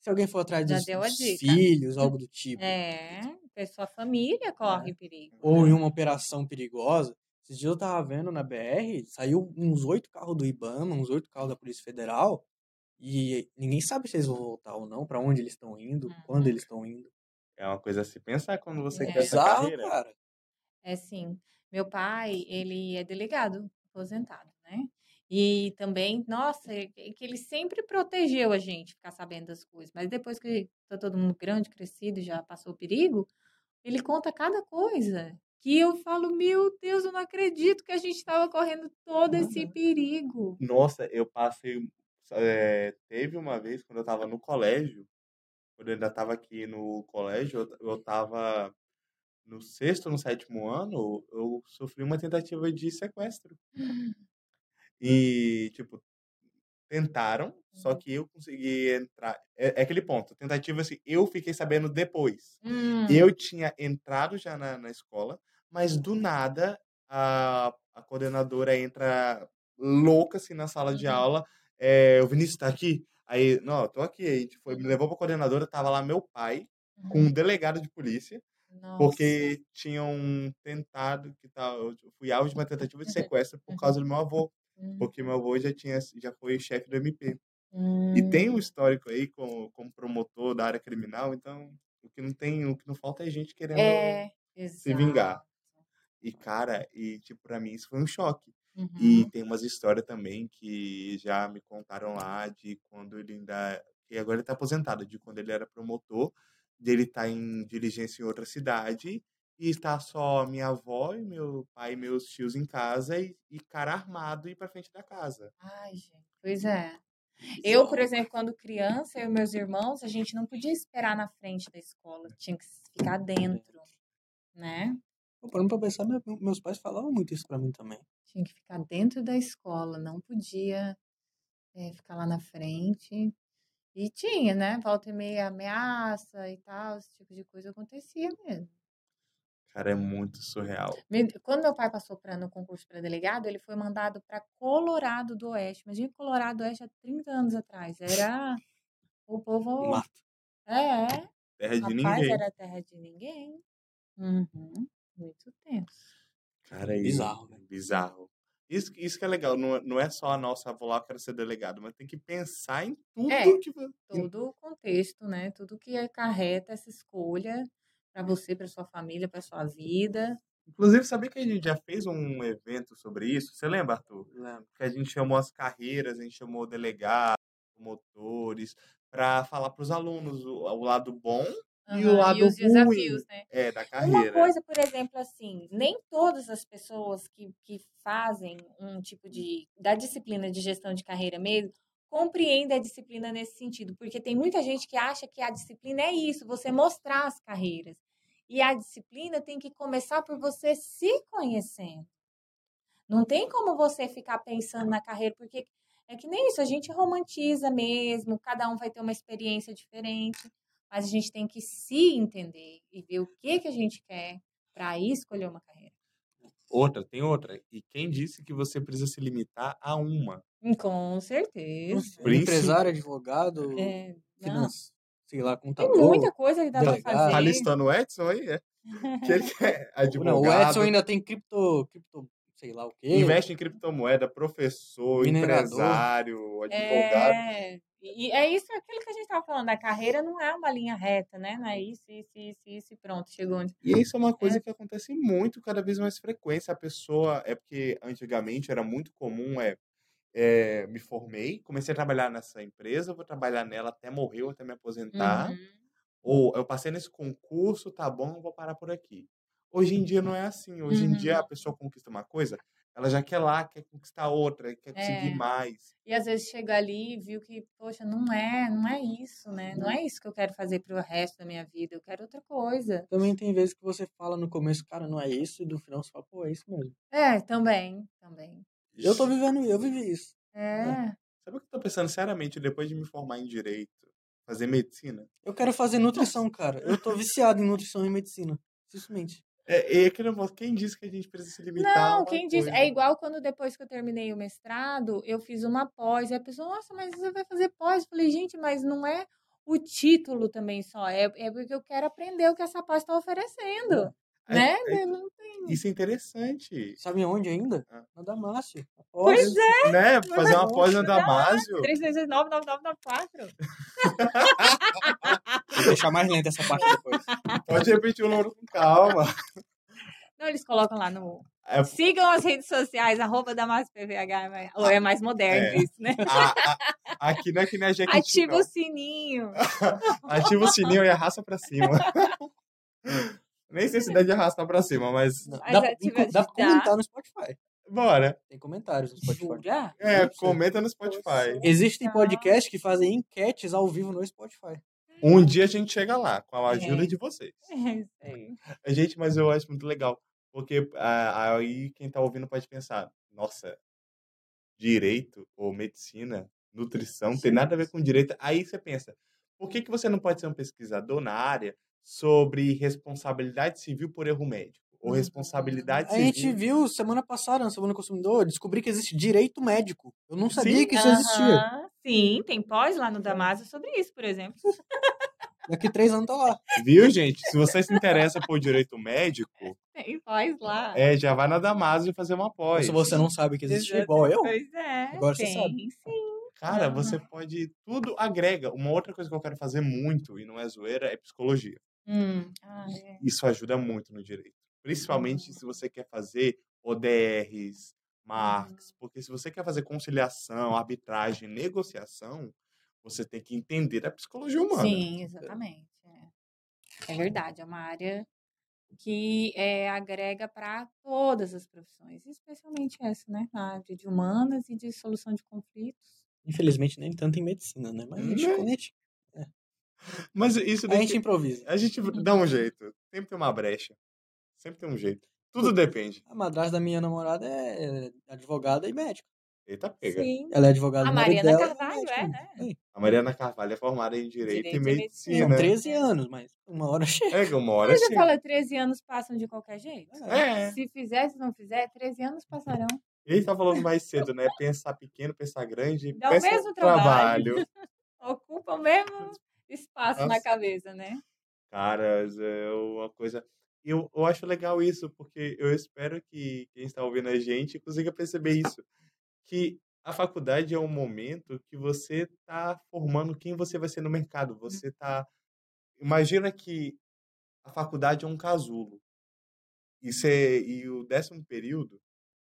[SPEAKER 2] Se alguém for atrás
[SPEAKER 3] Já
[SPEAKER 2] dos,
[SPEAKER 3] deu a
[SPEAKER 2] dos
[SPEAKER 3] dica.
[SPEAKER 2] filhos, algo do tipo.
[SPEAKER 3] É, a sua família corre
[SPEAKER 1] É.
[SPEAKER 3] perigo.
[SPEAKER 2] ou em uma operação perigosa. Esses dias eu tava vendo na BR, saiu uns oito carros do IBAMA, uns oito carros da Polícia Federal, e ninguém sabe se eles vão voltar ou não, pra onde eles estão indo, quando eles estão indo.
[SPEAKER 1] É uma coisa a se pensar quando você
[SPEAKER 3] É.
[SPEAKER 1] quer essa
[SPEAKER 2] Bizarro,
[SPEAKER 1] carreira.
[SPEAKER 2] cara.
[SPEAKER 3] É sim. Meu pai, ele é delegado, aposentado, né? E também, nossa, é que que ele sempre protegeu a gente ficar sabendo das coisas. Mas depois que tá todo mundo grande, crescido, já passou o perigo, ele conta cada coisa que eu falo, meu Deus, eu não acredito que a gente estava correndo todo esse perigo.
[SPEAKER 1] Nossa, eu passei. eh, teve uma vez quando eu tava no colégio, quando eu ainda tava aqui no colégio, eu, eu tava no sexto, no sétimo ano, eu sofri uma tentativa de sequestro. E, tipo, tentaram, só
[SPEAKER 3] Uhum.
[SPEAKER 1] que eu consegui entrar. É, é aquele ponto, tentativa assim, eu fiquei sabendo depois.
[SPEAKER 3] Hum,
[SPEAKER 1] Eu tinha entrado já na, na escola, mas
[SPEAKER 3] Uhum.
[SPEAKER 1] do nada a, a coordenadora entra louca assim na sala de
[SPEAKER 3] Uhum.
[SPEAKER 1] aula. É, o Vinícius tá aqui? Aí, não, eu tô aqui. Aí, tipo, me
[SPEAKER 3] Uhum.
[SPEAKER 1] levou pra coordenadora, tava lá meu pai com
[SPEAKER 3] uhum.
[SPEAKER 1] um delegado de polícia,
[SPEAKER 3] Nossa.
[SPEAKER 1] porque tinham tentado que tal, eu fui alvo de uma tentativa de sequestro por
[SPEAKER 3] Uhum.
[SPEAKER 1] causa do meu avô,
[SPEAKER 3] Hum,
[SPEAKER 1] porque meu avô já tinha já foi chefe do MP. E
[SPEAKER 3] hum.
[SPEAKER 1] tem um histórico aí como, como promotor da área criminal, então o que não tem, o que não falta é gente querendo
[SPEAKER 3] É,
[SPEAKER 1] se
[SPEAKER 3] exato.
[SPEAKER 1] vingar. E cara, e tipo, pra mim isso foi um choque.
[SPEAKER 3] Uhum.
[SPEAKER 1] E tem umas histórias também que já me contaram lá de quando ele ainda. E agora ele tá aposentado, de quando ele era promotor, dele tá em diligência em outra cidade e está só minha avó e meu pai e meus tios em casa e, e cara armado ir pra frente da casa.
[SPEAKER 3] Ai, gente, pois é. Eu, por exemplo, quando criança, eu e meus irmãos, a gente não podia esperar na frente da escola, tinha que ficar dentro, né?
[SPEAKER 2] Eu parando pra pensar, meu- meus pais falavam muito isso pra mim também.
[SPEAKER 3] Tinha que ficar dentro da escola, não podia eh, ficar lá na frente. E tinha, né? Volta e meia ameaça e tal, esse tipo de coisa acontecia mesmo.
[SPEAKER 1] Cara, é muito surreal.
[SPEAKER 3] Me- Quando meu pai passou pra, no concurso para delegado, ele foi mandado para Colorado do Oeste. Imagina Colorado do Oeste há 30 anos atrás. Era o povo.
[SPEAKER 2] Mato.
[SPEAKER 3] É, é.
[SPEAKER 1] Terra de
[SPEAKER 3] Rapaz,
[SPEAKER 1] ninguém.
[SPEAKER 3] era terra de ninguém. Uhum, Muito tenso.
[SPEAKER 1] Cara, é isso-
[SPEAKER 2] Bizarro, né?
[SPEAKER 1] Bizarro. Isso, que- isso que é legal, não, é- não é só a nossa, ah, vou lá, eu quero ser delegado, mas tem que pensar em tudo
[SPEAKER 3] É.
[SPEAKER 1] que vo-
[SPEAKER 3] Todo o contexto, né? Tudo que acarreta essa escolha para você, para sua família, para sua vida.
[SPEAKER 1] Inclusive, sabia que a gente já fez um evento sobre isso? Você lembra, Arthur?
[SPEAKER 2] Lembro.
[SPEAKER 1] Que a gente chamou as carreiras, a gente chamou delegados, motores, para falar para os alunos o, o lado bom e o
[SPEAKER 3] Aham,
[SPEAKER 1] lado
[SPEAKER 3] e os
[SPEAKER 1] ruim
[SPEAKER 3] desafios, né?
[SPEAKER 1] é, da carreira.
[SPEAKER 3] Uma coisa, por exemplo, assim, nem todas as pessoas que, que fazem um tipo de. da disciplina de gestão de carreira mesmo, compreendem a disciplina nesse sentido, porque tem muita gente que acha que a disciplina é isso, você mostrar as carreiras. E a disciplina tem que começar por você se conhecendo. Não tem como você ficar pensando na carreira, porque é que nem isso, a gente romantiza mesmo, cada um vai ter uma experiência diferente, mas a gente tem que se entender e ver o que, que a gente quer para aí escolher uma carreira.
[SPEAKER 1] Outra, tem outra. E quem disse que você precisa se limitar a uma?
[SPEAKER 3] Hum, Com certeza.
[SPEAKER 1] Príncipe.
[SPEAKER 2] Empresário, advogado,
[SPEAKER 3] É, não,
[SPEAKER 2] finance, sei lá,
[SPEAKER 3] tem
[SPEAKER 2] contador. né,
[SPEAKER 3] muita coisa que dá para
[SPEAKER 2] delegado.
[SPEAKER 1] Tá
[SPEAKER 3] fazer.
[SPEAKER 1] listando o Edson aí? É. Que ele é advogado,
[SPEAKER 2] Não, o Edson ainda tem cripto, cripto, sei lá o quê.
[SPEAKER 1] investe em criptomoeda, professor,
[SPEAKER 2] Minerador.
[SPEAKER 1] empresário, advogado.
[SPEAKER 3] É, e e é isso, aquilo que a gente estava falando, a carreira não é uma linha reta, né? Não é isso, isso, isso, isso e pronto, chegou onde.
[SPEAKER 1] E isso é uma coisa que acontece muito, cada vez mais frequência. A pessoa, é porque antigamente era muito comum, é, é, me formei, comecei a trabalhar nessa empresa, vou trabalhar nela até morrer, ou até me aposentar.
[SPEAKER 3] Uhum.
[SPEAKER 1] Ou eu passei nesse concurso, tá bom, eu vou parar por aqui. Hoje em dia não é assim. Hoje em
[SPEAKER 3] Uhum.
[SPEAKER 1] dia a pessoa conquista uma coisa, ela já quer lá, quer conquistar outra, quer conseguir
[SPEAKER 3] É.
[SPEAKER 1] mais.
[SPEAKER 3] E às vezes chega ali e viu que, poxa, não é, não é isso, né? Não é isso que eu quero fazer pro resto da minha vida, eu quero outra coisa.
[SPEAKER 2] Também tem vezes que você fala no começo, cara, não é isso, e no final você fala, pô, é isso mesmo.
[SPEAKER 3] É, também, também.
[SPEAKER 2] Eu tô vivendo, eu vivi isso.
[SPEAKER 3] É.
[SPEAKER 1] Sabe o que eu tô pensando seriamente depois de me formar em direito? Fazer medicina?
[SPEAKER 2] Eu quero fazer nutrição, cara. Eu tô viciado em nutrição e medicina. Simplesmente.
[SPEAKER 1] É, é aquele negócio, quem disse que a gente precisa se limitar a
[SPEAKER 3] Não,
[SPEAKER 1] uma
[SPEAKER 3] quem diz,
[SPEAKER 1] coisa?
[SPEAKER 3] é igual quando depois que eu terminei o mestrado, eu fiz uma pós, e a pessoa, nossa, mas você vai fazer pós? Eu falei, gente, mas não é o título também só, é, é porque eu quero aprender o que essa pós está oferecendo,
[SPEAKER 1] É-
[SPEAKER 3] né?
[SPEAKER 1] é-
[SPEAKER 3] Não-
[SPEAKER 1] isso é interessante.
[SPEAKER 2] Sabe onde ainda?
[SPEAKER 1] Ah.
[SPEAKER 2] Na Damácio.
[SPEAKER 3] Pois é,
[SPEAKER 1] Né?
[SPEAKER 3] mas
[SPEAKER 1] Fazer
[SPEAKER 3] é
[SPEAKER 1] uma
[SPEAKER 2] bom.
[SPEAKER 1] pós no Damásio.
[SPEAKER 3] 3699994.
[SPEAKER 2] Vou deixar mais lenta essa parte depois.
[SPEAKER 1] Pode repetir o nome com calma.
[SPEAKER 3] Não, eles colocam lá no.
[SPEAKER 1] É,
[SPEAKER 3] Sigam as redes sociais, arroba DamasPVH, mas- ou é mais moderno
[SPEAKER 1] É.
[SPEAKER 3] isso, né?
[SPEAKER 1] a- a- aqui não é que nem a Jequiti,
[SPEAKER 3] Ativa
[SPEAKER 1] não.
[SPEAKER 3] o sininho. É
[SPEAKER 1] Ativa o sininho e arrasta pra cima. Nem sei se dá de arrastar pra cima, mas
[SPEAKER 2] Não,
[SPEAKER 3] Mas é,
[SPEAKER 2] dá, pra-
[SPEAKER 3] a atividade
[SPEAKER 2] dá pra
[SPEAKER 3] dá.
[SPEAKER 2] comentar no Spotify.
[SPEAKER 1] bora.
[SPEAKER 2] Tem comentários no Spotify.
[SPEAKER 3] Jura?
[SPEAKER 1] É,
[SPEAKER 2] Isso.
[SPEAKER 1] comenta no Spotify.
[SPEAKER 2] Existem podcasts que fazem enquetes ao vivo no Spotify.
[SPEAKER 1] Um dia a gente chega lá, com a ajuda
[SPEAKER 3] É.
[SPEAKER 1] de vocês.
[SPEAKER 3] É isso aí.
[SPEAKER 1] Gente, mas eu acho muito legal. Porque ah, aí quem tá ouvindo pode pensar, nossa, direito ou medicina, nutrição, tem nada a ver com direito. Aí você pensa, por que, que você não pode ser um pesquisador na área sobre responsabilidade civil por erro médico? Ou
[SPEAKER 3] Uhum.
[SPEAKER 1] responsabilidade
[SPEAKER 2] Hum. A
[SPEAKER 1] civil...
[SPEAKER 2] gente viu semana passada, na Semana do Consumidor, descobri que existe direito médico. Eu não sabia
[SPEAKER 1] Sim.
[SPEAKER 2] que isso existia.
[SPEAKER 3] Aham. Sim, tem pós lá no Damaso sobre isso, por exemplo.
[SPEAKER 2] Daqui três anos tá lá.
[SPEAKER 1] Viu, gente? Se você se interessa por direito médico,
[SPEAKER 3] Tem pós lá.
[SPEAKER 1] é, já vai na Damasio fazer uma
[SPEAKER 2] Ou
[SPEAKER 1] pós.
[SPEAKER 2] se você não sabe que existe,
[SPEAKER 3] Exato.
[SPEAKER 2] igual eu,
[SPEAKER 1] Então,
[SPEAKER 3] Pois é.
[SPEAKER 2] Agora você
[SPEAKER 3] tem,
[SPEAKER 2] sabe.
[SPEAKER 3] sim.
[SPEAKER 1] Cara,
[SPEAKER 3] Uhum.
[SPEAKER 2] né?
[SPEAKER 1] você pode. Tudo agrega. Uma outra coisa que eu quero fazer muito, e não é zoeira, é psicologia.
[SPEAKER 3] Hum. Ah, é.
[SPEAKER 1] Isso ajuda muito no direito. Principalmente
[SPEAKER 3] Uhum.
[SPEAKER 1] se você quer fazer ODRs, Marx. Porque se você quer fazer conciliação, arbitragem, negociação, você tem que entender a psicologia humana.
[SPEAKER 3] Sim, exatamente. É. É verdade, é uma área que é, agrega para todas as profissões, especialmente essa, né? Na área de humanas e de solução de conflitos.
[SPEAKER 2] infelizmente, nem tanto em medicina, né? Mas a gente,
[SPEAKER 1] Né?
[SPEAKER 2] a gente,
[SPEAKER 1] Mas isso
[SPEAKER 2] a gente
[SPEAKER 1] daqui-
[SPEAKER 2] improvisa.
[SPEAKER 1] a gente dá
[SPEAKER 3] Uhum.
[SPEAKER 1] um jeito. Sempre tem uma brecha. Sempre tem um jeito. Tudo depende.
[SPEAKER 2] A madrasta da minha namorada é advogada e médica.
[SPEAKER 1] Eita, pega.
[SPEAKER 3] Sim.
[SPEAKER 2] Ela é advogada
[SPEAKER 3] A
[SPEAKER 2] do marido
[SPEAKER 3] Mariana
[SPEAKER 2] dela e
[SPEAKER 3] Carvalho
[SPEAKER 2] médica
[SPEAKER 3] é,
[SPEAKER 2] ainda.
[SPEAKER 3] né?
[SPEAKER 2] Aí,
[SPEAKER 1] A Mariana Carvalho é formada em Direito,
[SPEAKER 3] Direito
[SPEAKER 1] e
[SPEAKER 3] e
[SPEAKER 1] Medicina. né?
[SPEAKER 3] Medicina.
[SPEAKER 2] São 13 anos, mas uma hora chega.
[SPEAKER 1] É, que uma hora
[SPEAKER 3] Mas eu
[SPEAKER 1] chega.
[SPEAKER 3] falo, 13 anos passam de qualquer jeito.
[SPEAKER 1] É.
[SPEAKER 3] Se fizer, se não fizer, 13 anos passarão.
[SPEAKER 1] Ele tá falando mais cedo, né? Pensar pequeno, pensar grande.
[SPEAKER 3] Dá o
[SPEAKER 1] pensa
[SPEAKER 3] mesmo
[SPEAKER 1] no
[SPEAKER 3] trabalho. Ocupam o mesmo espaço na
[SPEAKER 1] Nossa.
[SPEAKER 3] cabeça, né?
[SPEAKER 1] Cara, é uma coisa. E eu, eu acho legal isso, porque eu espero que quem está ouvindo a gente consiga perceber isso. Que a faculdade é um momento que você está formando quem você vai ser no mercado. Você está. Imagina que a faculdade é um casulo. E, você, e o décimo período,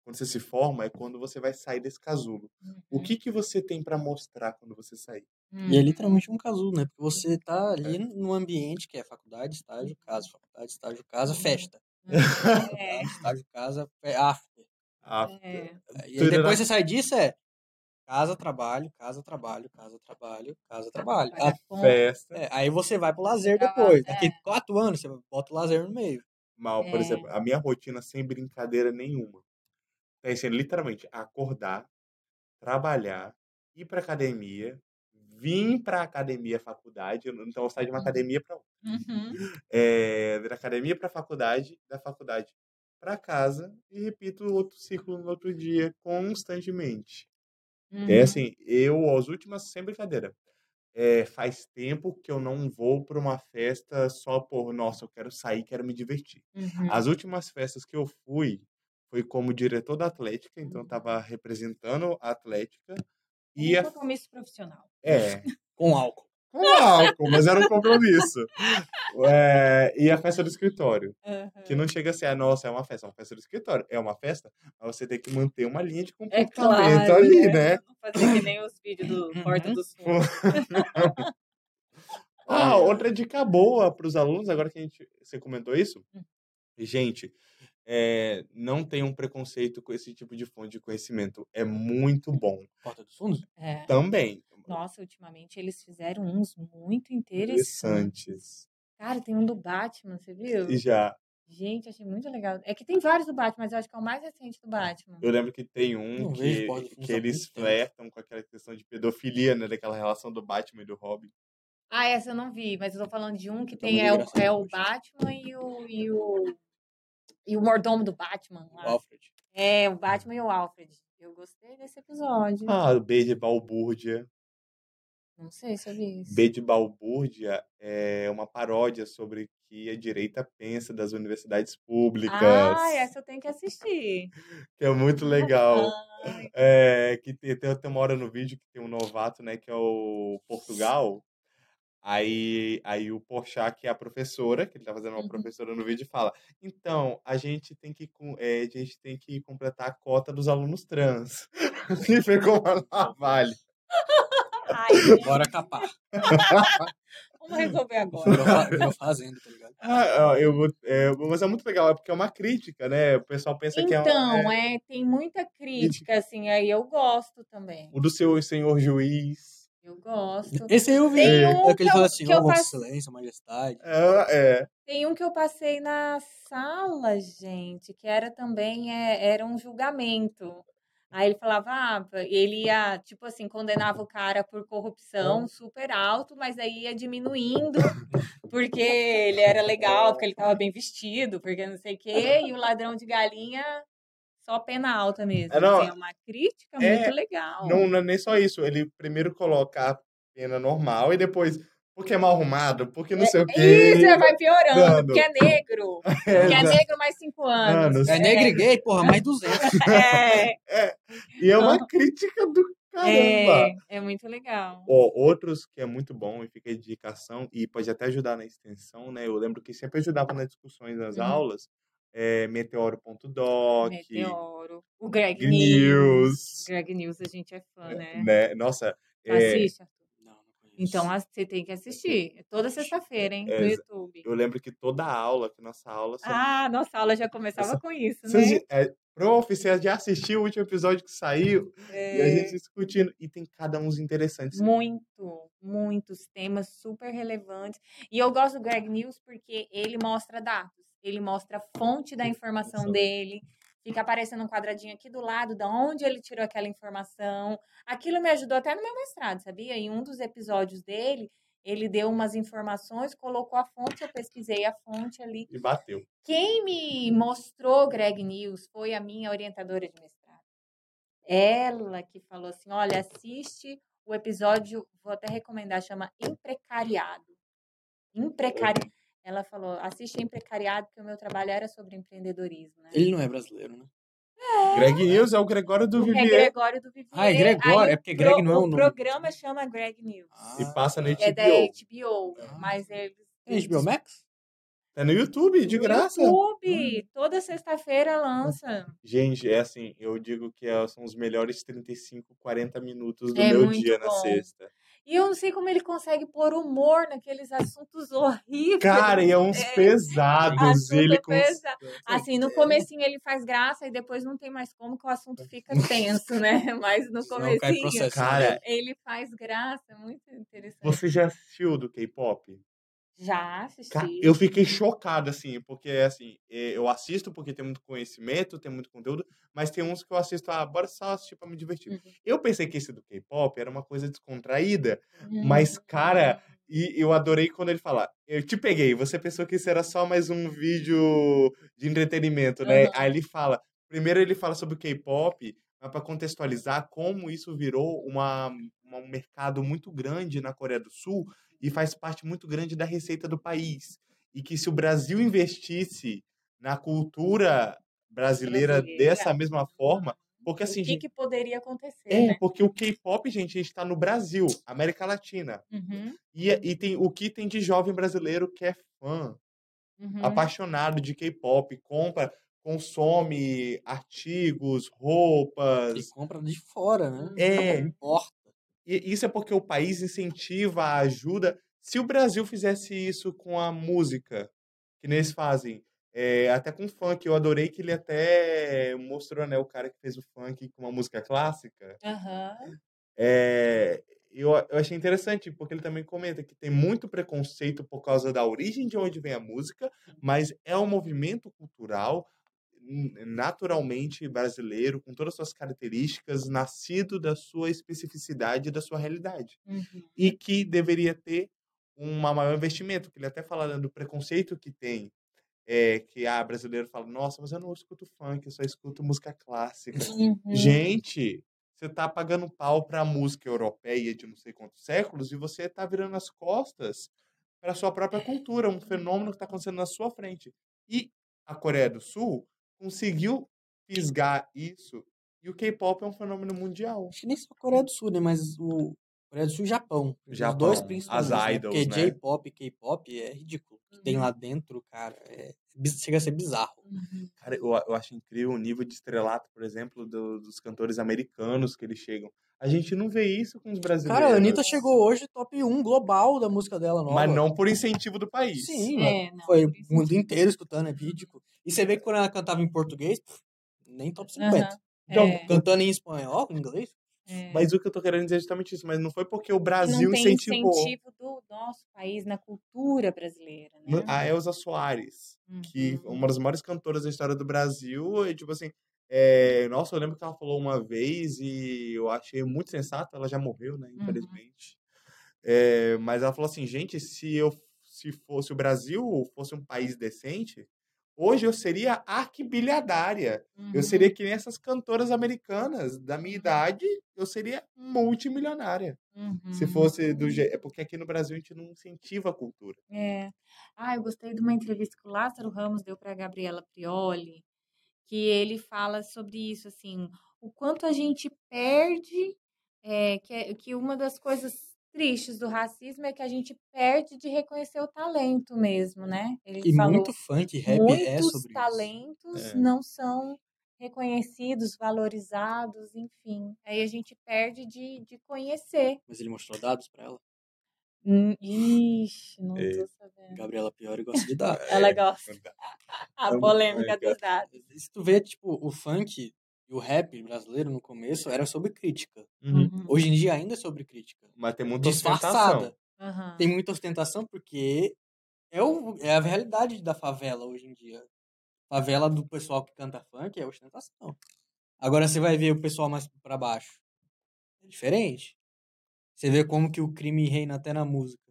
[SPEAKER 1] quando você se forma, é quando você vai sair desse casulo. O que, que você tem para mostrar quando você sair?
[SPEAKER 3] Hum.
[SPEAKER 2] E é literalmente um casulo, né? Porque você tá ali num ambiente que é faculdade, estágio, casa, faculdade, estágio, casa, festa.
[SPEAKER 3] Hum. É,
[SPEAKER 2] Faculdade, estágio, casa, fe- after.
[SPEAKER 1] Ah,
[SPEAKER 3] é.
[SPEAKER 2] E aí
[SPEAKER 1] Tudo
[SPEAKER 2] depois
[SPEAKER 1] era-
[SPEAKER 2] você sai disso, é casa, trabalho, casa, trabalho, casa, trabalho, casa, trabalho.
[SPEAKER 3] Vai dar ponto.
[SPEAKER 1] festa.
[SPEAKER 2] É, aí você vai pro lazer
[SPEAKER 3] Ah,
[SPEAKER 2] depois. Daqui quatro anos você bota o lazer no meio.
[SPEAKER 1] mal, por
[SPEAKER 3] É.
[SPEAKER 1] exemplo, a minha rotina sem brincadeira nenhuma. É assim, literalmente acordar, trabalhar, ir pra academia, vir pra academia faculdade, eu- então eu saio de uma
[SPEAKER 3] Uhum.
[SPEAKER 1] academia para outra.
[SPEAKER 3] Uhum.
[SPEAKER 1] É, da academia pra faculdade, da faculdade pra casa e repito o outro ciclo no outro dia constantemente.
[SPEAKER 3] Uhum,
[SPEAKER 1] É assim, eu as últimas sem brincadeira. É, faz tempo que eu não vou pra uma festa só por, nossa, eu quero sair, quero me divertir.
[SPEAKER 3] Uhum.
[SPEAKER 1] As últimas festas que eu fui foi como diretor da Atlética, então
[SPEAKER 3] Uhum.
[SPEAKER 1] estava representando a Atlética. E
[SPEAKER 3] É um
[SPEAKER 1] a,
[SPEAKER 3] compromisso profissional.
[SPEAKER 1] é,
[SPEAKER 2] Com álcool.
[SPEAKER 1] com álcool, mas era um compromisso. É, e a festa do escritório, que não chega a ser, ah, nossa, é uma festa, é uma festa do escritório, é uma festa, mas você tem que manter uma linha de
[SPEAKER 3] É
[SPEAKER 1] comportamento
[SPEAKER 3] claro.
[SPEAKER 1] tá ali,
[SPEAKER 3] né?
[SPEAKER 1] né?
[SPEAKER 3] Não fazer que nem os vídeos do Porta
[SPEAKER 2] Uhum.
[SPEAKER 3] dos Fundos. É.
[SPEAKER 1] Ah, outra dica boa para os alunos, agora que a gente, você comentou isso,
[SPEAKER 3] Hum.
[SPEAKER 1] gente, é, não tenham preconceito com esse tipo de fonte de conhecimento. É muito bom.
[SPEAKER 2] Porta dos fundos?
[SPEAKER 3] É.
[SPEAKER 1] Também.
[SPEAKER 3] Nossa, ultimamente eles fizeram uns muito interessantes. Cara, tem um do Batman, você viu?
[SPEAKER 1] E já,
[SPEAKER 3] Gente, achei muito legal. É que tem vários do Batman, mas eu acho que é o mais recente do Batman.
[SPEAKER 1] eu lembro que tem um
[SPEAKER 2] Não vejo Porta dos
[SPEAKER 1] que,
[SPEAKER 2] Fundos
[SPEAKER 1] que
[SPEAKER 2] há
[SPEAKER 1] eles
[SPEAKER 2] muito tempo.
[SPEAKER 1] flertam com aquela questão de pedofilia, né? Daquela relação do Batman e do Robin.
[SPEAKER 3] Ah, essa eu não vi, mas eu tô falando de um que
[SPEAKER 2] Eu
[SPEAKER 1] Tá
[SPEAKER 3] tem
[SPEAKER 2] também
[SPEAKER 3] é
[SPEAKER 2] não
[SPEAKER 3] o,
[SPEAKER 2] vi essa
[SPEAKER 3] é
[SPEAKER 2] não,
[SPEAKER 3] o
[SPEAKER 2] gente.
[SPEAKER 3] Batman e o, e o. E o mordomo do Batman
[SPEAKER 2] O
[SPEAKER 3] lá.
[SPEAKER 2] Alfred.
[SPEAKER 3] É, o Batman e o Alfred. Eu gostei desse episódio.
[SPEAKER 1] Ah, B de Balbúrdia.
[SPEAKER 3] Não sei se eu vi isso.
[SPEAKER 1] B de Balbúrdia é uma paródia sobre o que a direita pensa das universidades públicas.
[SPEAKER 3] Ah, essa eu tenho que assistir.
[SPEAKER 1] Que é muito legal.
[SPEAKER 3] Ai,
[SPEAKER 1] É, que tem, tem, tem uma hora no vídeo que tem um novato, né, que é o Portugal. Aí, aí o Porchat, que é a professora, que ele tá fazendo uma
[SPEAKER 3] Uhum.
[SPEAKER 1] professora no vídeo, fala: Então, a gente tem que, com- é, a gente tem que completar a cota dos alunos trans. e ficou uma navalha.
[SPEAKER 3] ai, gente,
[SPEAKER 2] Bora capar.
[SPEAKER 3] vamos resolver agora.
[SPEAKER 2] Virou, fa- virou fazenda, tá ligado?
[SPEAKER 1] Ah, ah, eu, vou- é, mas é muito legal, é porque é uma crítica, né? O pessoal pensa que é,
[SPEAKER 3] Então,
[SPEAKER 1] é
[SPEAKER 3] é, tem muita crítica, assim, aí eu gosto também.
[SPEAKER 1] o do seu senhor juiz.
[SPEAKER 3] Eu gosto.
[SPEAKER 2] Esse aí eu vi.
[SPEAKER 3] Tem um
[SPEAKER 2] É que ele
[SPEAKER 3] que eu-
[SPEAKER 2] fala assim,
[SPEAKER 3] que eu
[SPEAKER 2] ó, Vossa
[SPEAKER 3] passe-
[SPEAKER 2] Excelência, Majestade.
[SPEAKER 1] É, é.
[SPEAKER 3] Tem um que eu passei na sala, gente, que era também é, era um julgamento. Aí ele falava, ah, ele ia, tipo assim, condenava o cara por corrupção super alto, mas aí ia diminuindo, porque ele era legal, porque ele estava bem vestido, porque não sei o quê, e o ladrão de galinha só pena alta mesmo.
[SPEAKER 1] É, não,
[SPEAKER 3] assim, é uma crítica
[SPEAKER 1] é,
[SPEAKER 3] muito legal.
[SPEAKER 1] Não, não é nem só isso. Ele primeiro coloca a pena normal e depois, porque é mal arrumado, porque não sei o quê.
[SPEAKER 3] É Isso, vai piorando,
[SPEAKER 1] Dando.
[SPEAKER 3] porque é negro. Porque é
[SPEAKER 1] Exato.
[SPEAKER 3] negro mais cinco anos.
[SPEAKER 1] Anos.
[SPEAKER 2] É negro e gay, porra, mais 200.
[SPEAKER 3] É.
[SPEAKER 1] É, e é uma crítica do caramba.
[SPEAKER 3] É, é muito legal.
[SPEAKER 1] Ó, outros que é muito bom e fica a indicação e pode até ajudar na extensão, né? Eu lembro que sempre ajudava nas discussões nas
[SPEAKER 3] Uhum.
[SPEAKER 1] aulas. É, Meteoro.doc,
[SPEAKER 3] Meteoro. O Greg News.
[SPEAKER 1] News,
[SPEAKER 3] Greg News, a gente é fã, né?
[SPEAKER 1] né? Nossa,
[SPEAKER 3] Tu
[SPEAKER 1] é,
[SPEAKER 3] Assiste. Arthur?
[SPEAKER 2] Não, não conheço.
[SPEAKER 3] Então as- você tem que assistir. É Toda sexta-feira, hein? No
[SPEAKER 1] É,
[SPEAKER 3] YouTube.
[SPEAKER 1] eu lembro que toda aula, que nossa aula só
[SPEAKER 3] Ah, nossa aula já começava
[SPEAKER 1] Essa-
[SPEAKER 3] com isso,
[SPEAKER 1] Vocês
[SPEAKER 3] né?
[SPEAKER 1] já- é, Prof, você já assistiu o último episódio que saiu? E a
[SPEAKER 3] É.
[SPEAKER 1] gente discutindo. E tem cada uns interessantes.
[SPEAKER 3] Hum. Muito, muitos temas super relevantes. E eu gosto do Greg News porque ele mostra dados, ele mostra a fonte da informação
[SPEAKER 1] Informação.
[SPEAKER 3] dele, fica aparecendo um quadradinho aqui do lado, da onde ele tirou aquela informação. Aquilo me ajudou até no meu mestrado, sabia? Em um dos episódios dele, ele deu umas informações, colocou a fonte, eu pesquisei a fonte ali.
[SPEAKER 1] E bateu.
[SPEAKER 3] Quem me mostrou Greg News foi a minha orientadora de mestrado. Ela que falou assim: olha, assiste o episódio, vou até recomendar, chama Imprecariado. Imprecari... Ela falou: assiste em precariado, que o meu trabalho era sobre empreendedorismo. Né?
[SPEAKER 2] Ele não é brasileiro, né?
[SPEAKER 1] Greg News é o Gregório do
[SPEAKER 3] É
[SPEAKER 1] Vivier.
[SPEAKER 3] Gregório do Vivier.
[SPEAKER 2] Ah, é Gregório,
[SPEAKER 3] aí
[SPEAKER 2] é porque Greg
[SPEAKER 3] o
[SPEAKER 2] não é
[SPEAKER 3] pro-
[SPEAKER 2] um
[SPEAKER 3] O
[SPEAKER 2] nome.
[SPEAKER 3] programa chama Greg News.
[SPEAKER 2] Ah.
[SPEAKER 1] E passa na
[SPEAKER 3] que é da
[SPEAKER 1] HBO.
[SPEAKER 3] HBO,
[SPEAKER 2] Ah.
[SPEAKER 3] mas eles.
[SPEAKER 2] Tem HBO Max?
[SPEAKER 1] Tá no YouTube, de
[SPEAKER 3] No
[SPEAKER 1] graça.
[SPEAKER 3] YouTube,
[SPEAKER 2] Ah.
[SPEAKER 3] toda sexta-feira lança.
[SPEAKER 1] Gente, é assim, eu digo que é- são os melhores 35, 40 minutos do
[SPEAKER 3] É
[SPEAKER 1] meu
[SPEAKER 3] muito
[SPEAKER 1] dia na
[SPEAKER 3] bom.
[SPEAKER 1] sexta.
[SPEAKER 3] E eu não sei como ele consegue pôr humor naqueles assuntos horríveis.
[SPEAKER 1] Cara, e é uns
[SPEAKER 3] É,
[SPEAKER 1] pesados.
[SPEAKER 3] assunto
[SPEAKER 1] Ele cons-
[SPEAKER 3] pesa- Assim, no comecinho ele faz graça e depois não tem mais como que o assunto fica tenso, né? Mas no
[SPEAKER 2] Senão cai
[SPEAKER 3] comecinho
[SPEAKER 2] processo.
[SPEAKER 1] Cara,
[SPEAKER 3] ele faz graça, muito interessante.
[SPEAKER 1] você já assistiu do K-pop?
[SPEAKER 3] Já assisti. uhum.
[SPEAKER 1] Ca- Eu fiquei chocado, assim, porque, assim, eh, eu assisto porque tem muito conhecimento, tem muito conteúdo, mas tem uns que eu assisto, ah, bora só assistir pra me divertir.
[SPEAKER 3] Uhum.
[SPEAKER 1] Eu pensei que esse do K-pop era uma coisa descontraída,
[SPEAKER 3] Hum.
[SPEAKER 1] mas, cara, e eu adorei quando ele fala, eu te peguei, você pensou que isso era só mais um vídeo de entretenimento, né?
[SPEAKER 3] Aham.
[SPEAKER 1] Aí ele fala, primeiro ele fala sobre o K-pop, mas pra contextualizar como isso virou uma, uma- um mercado muito grande na Coreia do Sul, e faz parte muito grande da receita do país. E que se o Brasil investisse na cultura brasileira,
[SPEAKER 3] Brasileira.
[SPEAKER 1] dessa mesma forma, porque assim,
[SPEAKER 3] o que,
[SPEAKER 1] gente.
[SPEAKER 3] que poderia acontecer,
[SPEAKER 1] É,
[SPEAKER 3] né?
[SPEAKER 1] porque o K-pop, gente, está no Brasil, América Latina.
[SPEAKER 3] Uhum,
[SPEAKER 1] E, eh, e tem o que tem de jovem brasileiro que é fã,
[SPEAKER 3] uhum.
[SPEAKER 1] apaixonado de K-pop, compra, consome artigos,
[SPEAKER 2] Ele
[SPEAKER 1] roupas.
[SPEAKER 2] compra de fora, né?
[SPEAKER 1] É,
[SPEAKER 2] Não importa.
[SPEAKER 1] E isso é porque o país incentiva, ajuda. Se o Brasil fizesse isso com a música, que nem eles fazem, é, até com funk, eu adorei que ele até mostrou, né, o cara que fez o funk com uma música clássica.
[SPEAKER 3] Aham.
[SPEAKER 1] É, eu, a- eu achei interessante, porque ele também comenta que tem muito preconceito por causa da origem de onde vem a música, mas é um movimento cultural n- naturalmente brasileiro, com todas as suas características, nascido da sua especificidade e da sua realidade
[SPEAKER 3] Uhum.
[SPEAKER 1] e que deveria ter um maior investimento, que ele até fala né, do preconceito que tem, é, que a brasileiro fala, nossa, mas eu não escuto funk, eu só escuto música clássica.
[SPEAKER 3] Uhum.
[SPEAKER 1] Gente, você tá pagando pau pra música europeia de não sei quantos séculos e você tá virando as costas para sua própria cultura, um fenômeno que tá acontecendo na sua frente. E a Coreia do Sul conseguiu fisgar isso, e o K-pop é um fenômeno mundial.
[SPEAKER 2] Acho que nem só a Coreia do Sul, né? Mas o Coreia do Sul e Japão. Os
[SPEAKER 1] Japão,
[SPEAKER 2] dois principalmente.
[SPEAKER 1] as
[SPEAKER 2] né?
[SPEAKER 1] idols,
[SPEAKER 2] Porque
[SPEAKER 1] né?
[SPEAKER 2] J-pop e K-pop é ridículo. O que tem
[SPEAKER 3] Uhum.
[SPEAKER 2] lá dentro, cara, é... bi- chega a ser bizarro.
[SPEAKER 3] Uhum.
[SPEAKER 1] Cara, eu, a- eu acho incrível o nível de estrelato, por exemplo, do- dos cantores americanos que eles chegam. A gente não vê isso com os brasileiros.
[SPEAKER 2] Cara, a Anitta chegou hoje top 1 global da música dela nova.
[SPEAKER 1] Mas não por incentivo do país.
[SPEAKER 2] Sim,
[SPEAKER 3] É,
[SPEAKER 2] mas
[SPEAKER 3] não,
[SPEAKER 2] foi
[SPEAKER 3] por
[SPEAKER 2] o
[SPEAKER 3] isso
[SPEAKER 2] mundo inteiro escutando, é ridículo. E você vê que quando ela cantava em português, pff, nem top 50.
[SPEAKER 1] Então,
[SPEAKER 3] É,
[SPEAKER 2] Cantando em espanhol, em inglês,
[SPEAKER 3] é.
[SPEAKER 1] Mas o que eu tô querendo dizer é justamente isso. Mas não foi porque o Brasil
[SPEAKER 3] não tem
[SPEAKER 1] incentivou.
[SPEAKER 3] incentivo do nosso país na cultura brasileira,
[SPEAKER 1] No-
[SPEAKER 3] né?
[SPEAKER 1] A Elza Soares, que é
[SPEAKER 3] Uhum.
[SPEAKER 1] uma das maiores cantoras da história do Brasil, e tipo assim, é, nossa, eu lembro que ela falou uma vez e eu achei muito sensato, ela já morreu, né,
[SPEAKER 3] Uhum.
[SPEAKER 1] infelizmente. É, mas ela falou assim, gente, se eu se fosse o Brasil fosse um país decente, hoje eu seria arquibilhardária. Eu
[SPEAKER 3] Uhum.
[SPEAKER 1] seria que nem essas cantoras americanas da minha
[SPEAKER 3] Uhum.
[SPEAKER 1] idade, eu seria multimilionária.
[SPEAKER 3] Uhum.
[SPEAKER 1] Se fosse do jeito. É porque aqui no Brasil a gente não incentiva a cultura.
[SPEAKER 3] É. Ah, eu gostei de uma entrevista que o Lázaro Ramos deu para a Gabriela Prioli, que ele fala sobre isso, assim, o quanto a gente perde, é, que, é- que uma das coisas tristes do racismo é que a gente perde de reconhecer o talento mesmo, né? Ele
[SPEAKER 2] e
[SPEAKER 3] falou
[SPEAKER 2] muito funk, rap é
[SPEAKER 3] muitos
[SPEAKER 2] sobre isso.
[SPEAKER 3] talentos
[SPEAKER 1] É.
[SPEAKER 3] não são reconhecidos, valorizados, enfim. Aí a gente perde de, de conhecer.
[SPEAKER 2] Mas ele mostrou dados pra ela.
[SPEAKER 3] Hum, Ixi, não
[SPEAKER 1] É.
[SPEAKER 3] tô sabendo.
[SPEAKER 2] Gabriela Priori gosta de dados.
[SPEAKER 3] Ela gosta.
[SPEAKER 1] não dá.
[SPEAKER 3] A
[SPEAKER 1] É uma
[SPEAKER 3] polêmica
[SPEAKER 1] polêmica.
[SPEAKER 3] dos dados.
[SPEAKER 2] E Se tu vê, tipo, o funk e o rap brasileiro no começo era sobre crítica.
[SPEAKER 1] Uhum.
[SPEAKER 2] Hoje em dia ainda é sobre crítica.
[SPEAKER 1] Mas tem muita ostentação.
[SPEAKER 2] Disfarçada. assim.
[SPEAKER 3] Aham.
[SPEAKER 2] Tem muita ostentação porque é, o, é a realidade da favela hoje em dia. Favela do pessoal que canta funk é ostentação. Agora você vai ver o pessoal mais pra baixo. É diferente. Você vê como que o crime reina até na música.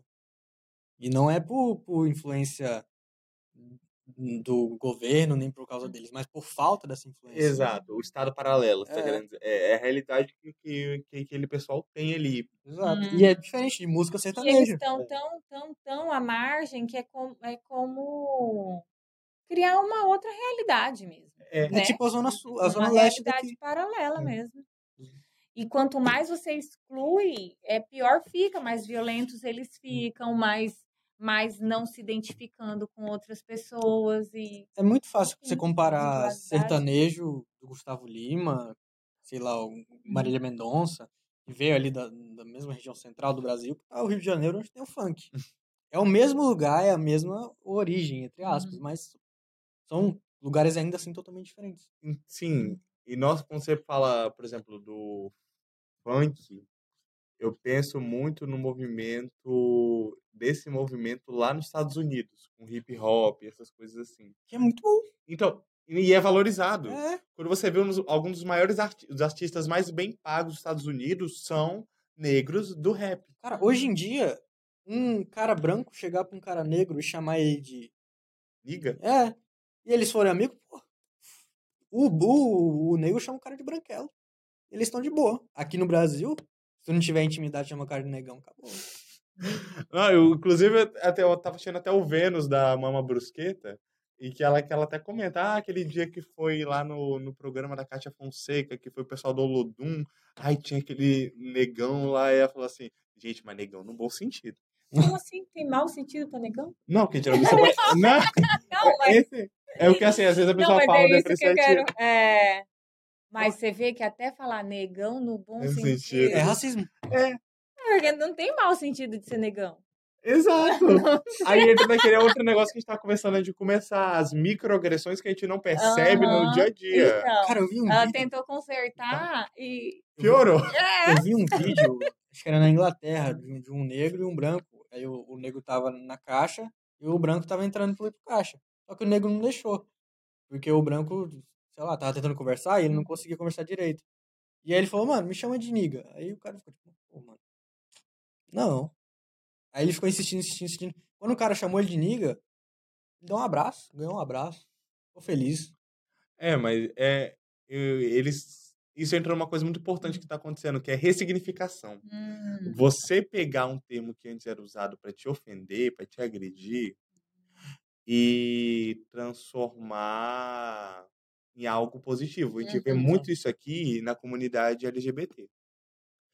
[SPEAKER 2] E não é por, por influência do governo, nem por causa deles, mas por falta dessa influência.
[SPEAKER 1] Exato, o estado paralelo, você tá
[SPEAKER 2] É.
[SPEAKER 1] querendo dizer. É, é a realidade que, que, que aquele pessoal tem ali.
[SPEAKER 2] Exato.
[SPEAKER 3] Hum.
[SPEAKER 2] E é diferente de música
[SPEAKER 3] E eles
[SPEAKER 2] sertaneja.
[SPEAKER 3] estão tão, tão, tão à margem que é, com, é como criar uma outra realidade mesmo.
[SPEAKER 1] É.
[SPEAKER 2] É
[SPEAKER 3] né?
[SPEAKER 2] tipo a zona sul, a
[SPEAKER 3] uma
[SPEAKER 2] zona leste
[SPEAKER 3] realidade
[SPEAKER 2] daqui.
[SPEAKER 3] paralela
[SPEAKER 2] É.
[SPEAKER 3] mesmo.
[SPEAKER 2] Uhum.
[SPEAKER 3] E quanto mais você exclui, é pior fica, mais violentos
[SPEAKER 2] Hum.
[SPEAKER 3] eles ficam, mais, mais não se identificando com outras pessoas e
[SPEAKER 2] É muito fácil você
[SPEAKER 3] Enfim,
[SPEAKER 2] comparar
[SPEAKER 3] individualidade.
[SPEAKER 2] sertanejo do Gustavo Lima, sei lá, o Marília Mendonça, que veio ali da, da mesma região central do Brasil, para o Rio de Janeiro, onde tem o funk. É o mesmo lugar, é a mesma origem, entre aspas,
[SPEAKER 3] Uhum.
[SPEAKER 2] mas são lugares ainda assim totalmente diferentes.
[SPEAKER 1] Sim, e nós, quando você fala, por exemplo, do funk, eu penso muito no movimento, desse movimento lá nos Estados Unidos, com hip hop, essas coisas assim.
[SPEAKER 2] Que é muito bom.
[SPEAKER 1] Então, e é valorizado.
[SPEAKER 2] É.
[SPEAKER 1] Quando você vê um dos- alguns dos maiores arti os artistas mais bem pagos dos Estados Unidos são negros do rap.
[SPEAKER 2] Cara, hoje em dia, um cara branco chegar pra um cara negro e chamar ele de
[SPEAKER 1] Liga?
[SPEAKER 2] É. E eles forem amigos, pô. O, o, o negro chama o cara de branquelo. Eles estão de boa. Aqui no Brasil, se tu não tiver intimidade, chama o cara de negão, acabou.
[SPEAKER 1] Ah, eu, inclusive, eu até, eu tava achando até o Vênus da Mama Brusqueta, e que ela, que ela até comenta, ah, aquele dia que foi lá no, no programa da Cátia Fonseca, que foi o pessoal do Olodum, aí tinha aquele negão lá, e ela falou assim, gente, mas negão no bom sentido.
[SPEAKER 2] Hum.
[SPEAKER 3] Como assim? Tem mau sentido pra negão?
[SPEAKER 1] Não, que geralmente você vai... Não,
[SPEAKER 3] Não, mas,
[SPEAKER 1] esse- é o que, assim, às vezes a
[SPEAKER 3] não,
[SPEAKER 1] pessoa
[SPEAKER 3] mas
[SPEAKER 1] fala
[SPEAKER 3] é isso que eu
[SPEAKER 1] depreciativo.
[SPEAKER 3] quero. é, Mas você vê que até falar negão no bom
[SPEAKER 1] No
[SPEAKER 3] sentido.
[SPEAKER 1] sentido.
[SPEAKER 2] É racismo.
[SPEAKER 3] Porque não tem mau sentido de ser negão.
[SPEAKER 1] Exato. Aí entra naquele outro negócio que a gente tá conversando antes de começar, as microagressões que a gente não percebe no
[SPEAKER 3] Aham.
[SPEAKER 1] dia a dia.
[SPEAKER 3] Então,
[SPEAKER 2] Cara, eu vi um
[SPEAKER 3] ela
[SPEAKER 2] vídeo.
[SPEAKER 3] tentou
[SPEAKER 1] Tá.
[SPEAKER 3] consertar e.
[SPEAKER 1] Piorou.
[SPEAKER 3] É.
[SPEAKER 2] Eu vi um vídeo, acho que era na Inglaterra, de um, de um negro e um branco. Aí o, o negro tava na caixa e o branco tava entrando pro outro caixa. Só que o negro não deixou. Porque o branco, sei lá, tava tentando conversar e ele não conseguia conversar direito. E aí ele falou, mano, me chama de niga. Aí o cara ficou tipo, pô, mano. Não. Aí ele ficou insistindo, insistindo, insistindo. Quando o cara chamou ele de niga, ele deu um abraço, ganhou um abraço. Ficou feliz.
[SPEAKER 1] É, mas é, eu- eles. Isso entra numa coisa muito importante que está acontecendo, que é ressignificação.
[SPEAKER 3] Hum.
[SPEAKER 1] Você pegar um termo que antes era usado para te ofender, para te agredir, e transformar em algo positivo. A gente vê
[SPEAKER 3] Uhum.
[SPEAKER 1] muito isso aqui na comunidade LGBT.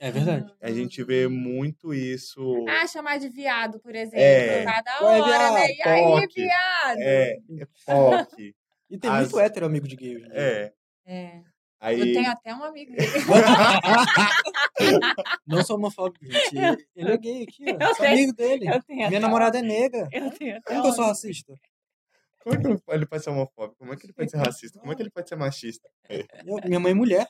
[SPEAKER 2] É verdade.
[SPEAKER 1] A gente vê muito isso.
[SPEAKER 3] Uhum. Ah, chamar de viado, por exemplo.
[SPEAKER 1] É.
[SPEAKER 3] Cada
[SPEAKER 2] Ué,
[SPEAKER 3] hora, né? E aí,
[SPEAKER 1] viado, toque.
[SPEAKER 3] viado?
[SPEAKER 1] É, é POC.
[SPEAKER 2] E tem
[SPEAKER 1] As-
[SPEAKER 2] muito hétero amigo de gay hoje em dia.
[SPEAKER 1] É.
[SPEAKER 3] É. Eu
[SPEAKER 1] Aí.
[SPEAKER 3] tenho até um amigo dele.
[SPEAKER 2] Não sou homofóbico, gente. Ele- Ele é gay aqui, ó.
[SPEAKER 3] Eu
[SPEAKER 2] Sou amigo dele.
[SPEAKER 3] Eu tenho até
[SPEAKER 2] Minha
[SPEAKER 3] um-
[SPEAKER 2] namorada é negra.
[SPEAKER 3] Eu tenho até
[SPEAKER 2] Como que eu
[SPEAKER 3] um
[SPEAKER 2] sou racista?
[SPEAKER 1] Como é que ele- ele pode ser homofóbico? Como é que ele pode ser racista? Como é que ele pode ser machista?
[SPEAKER 2] Eu- minha mãe é mulher.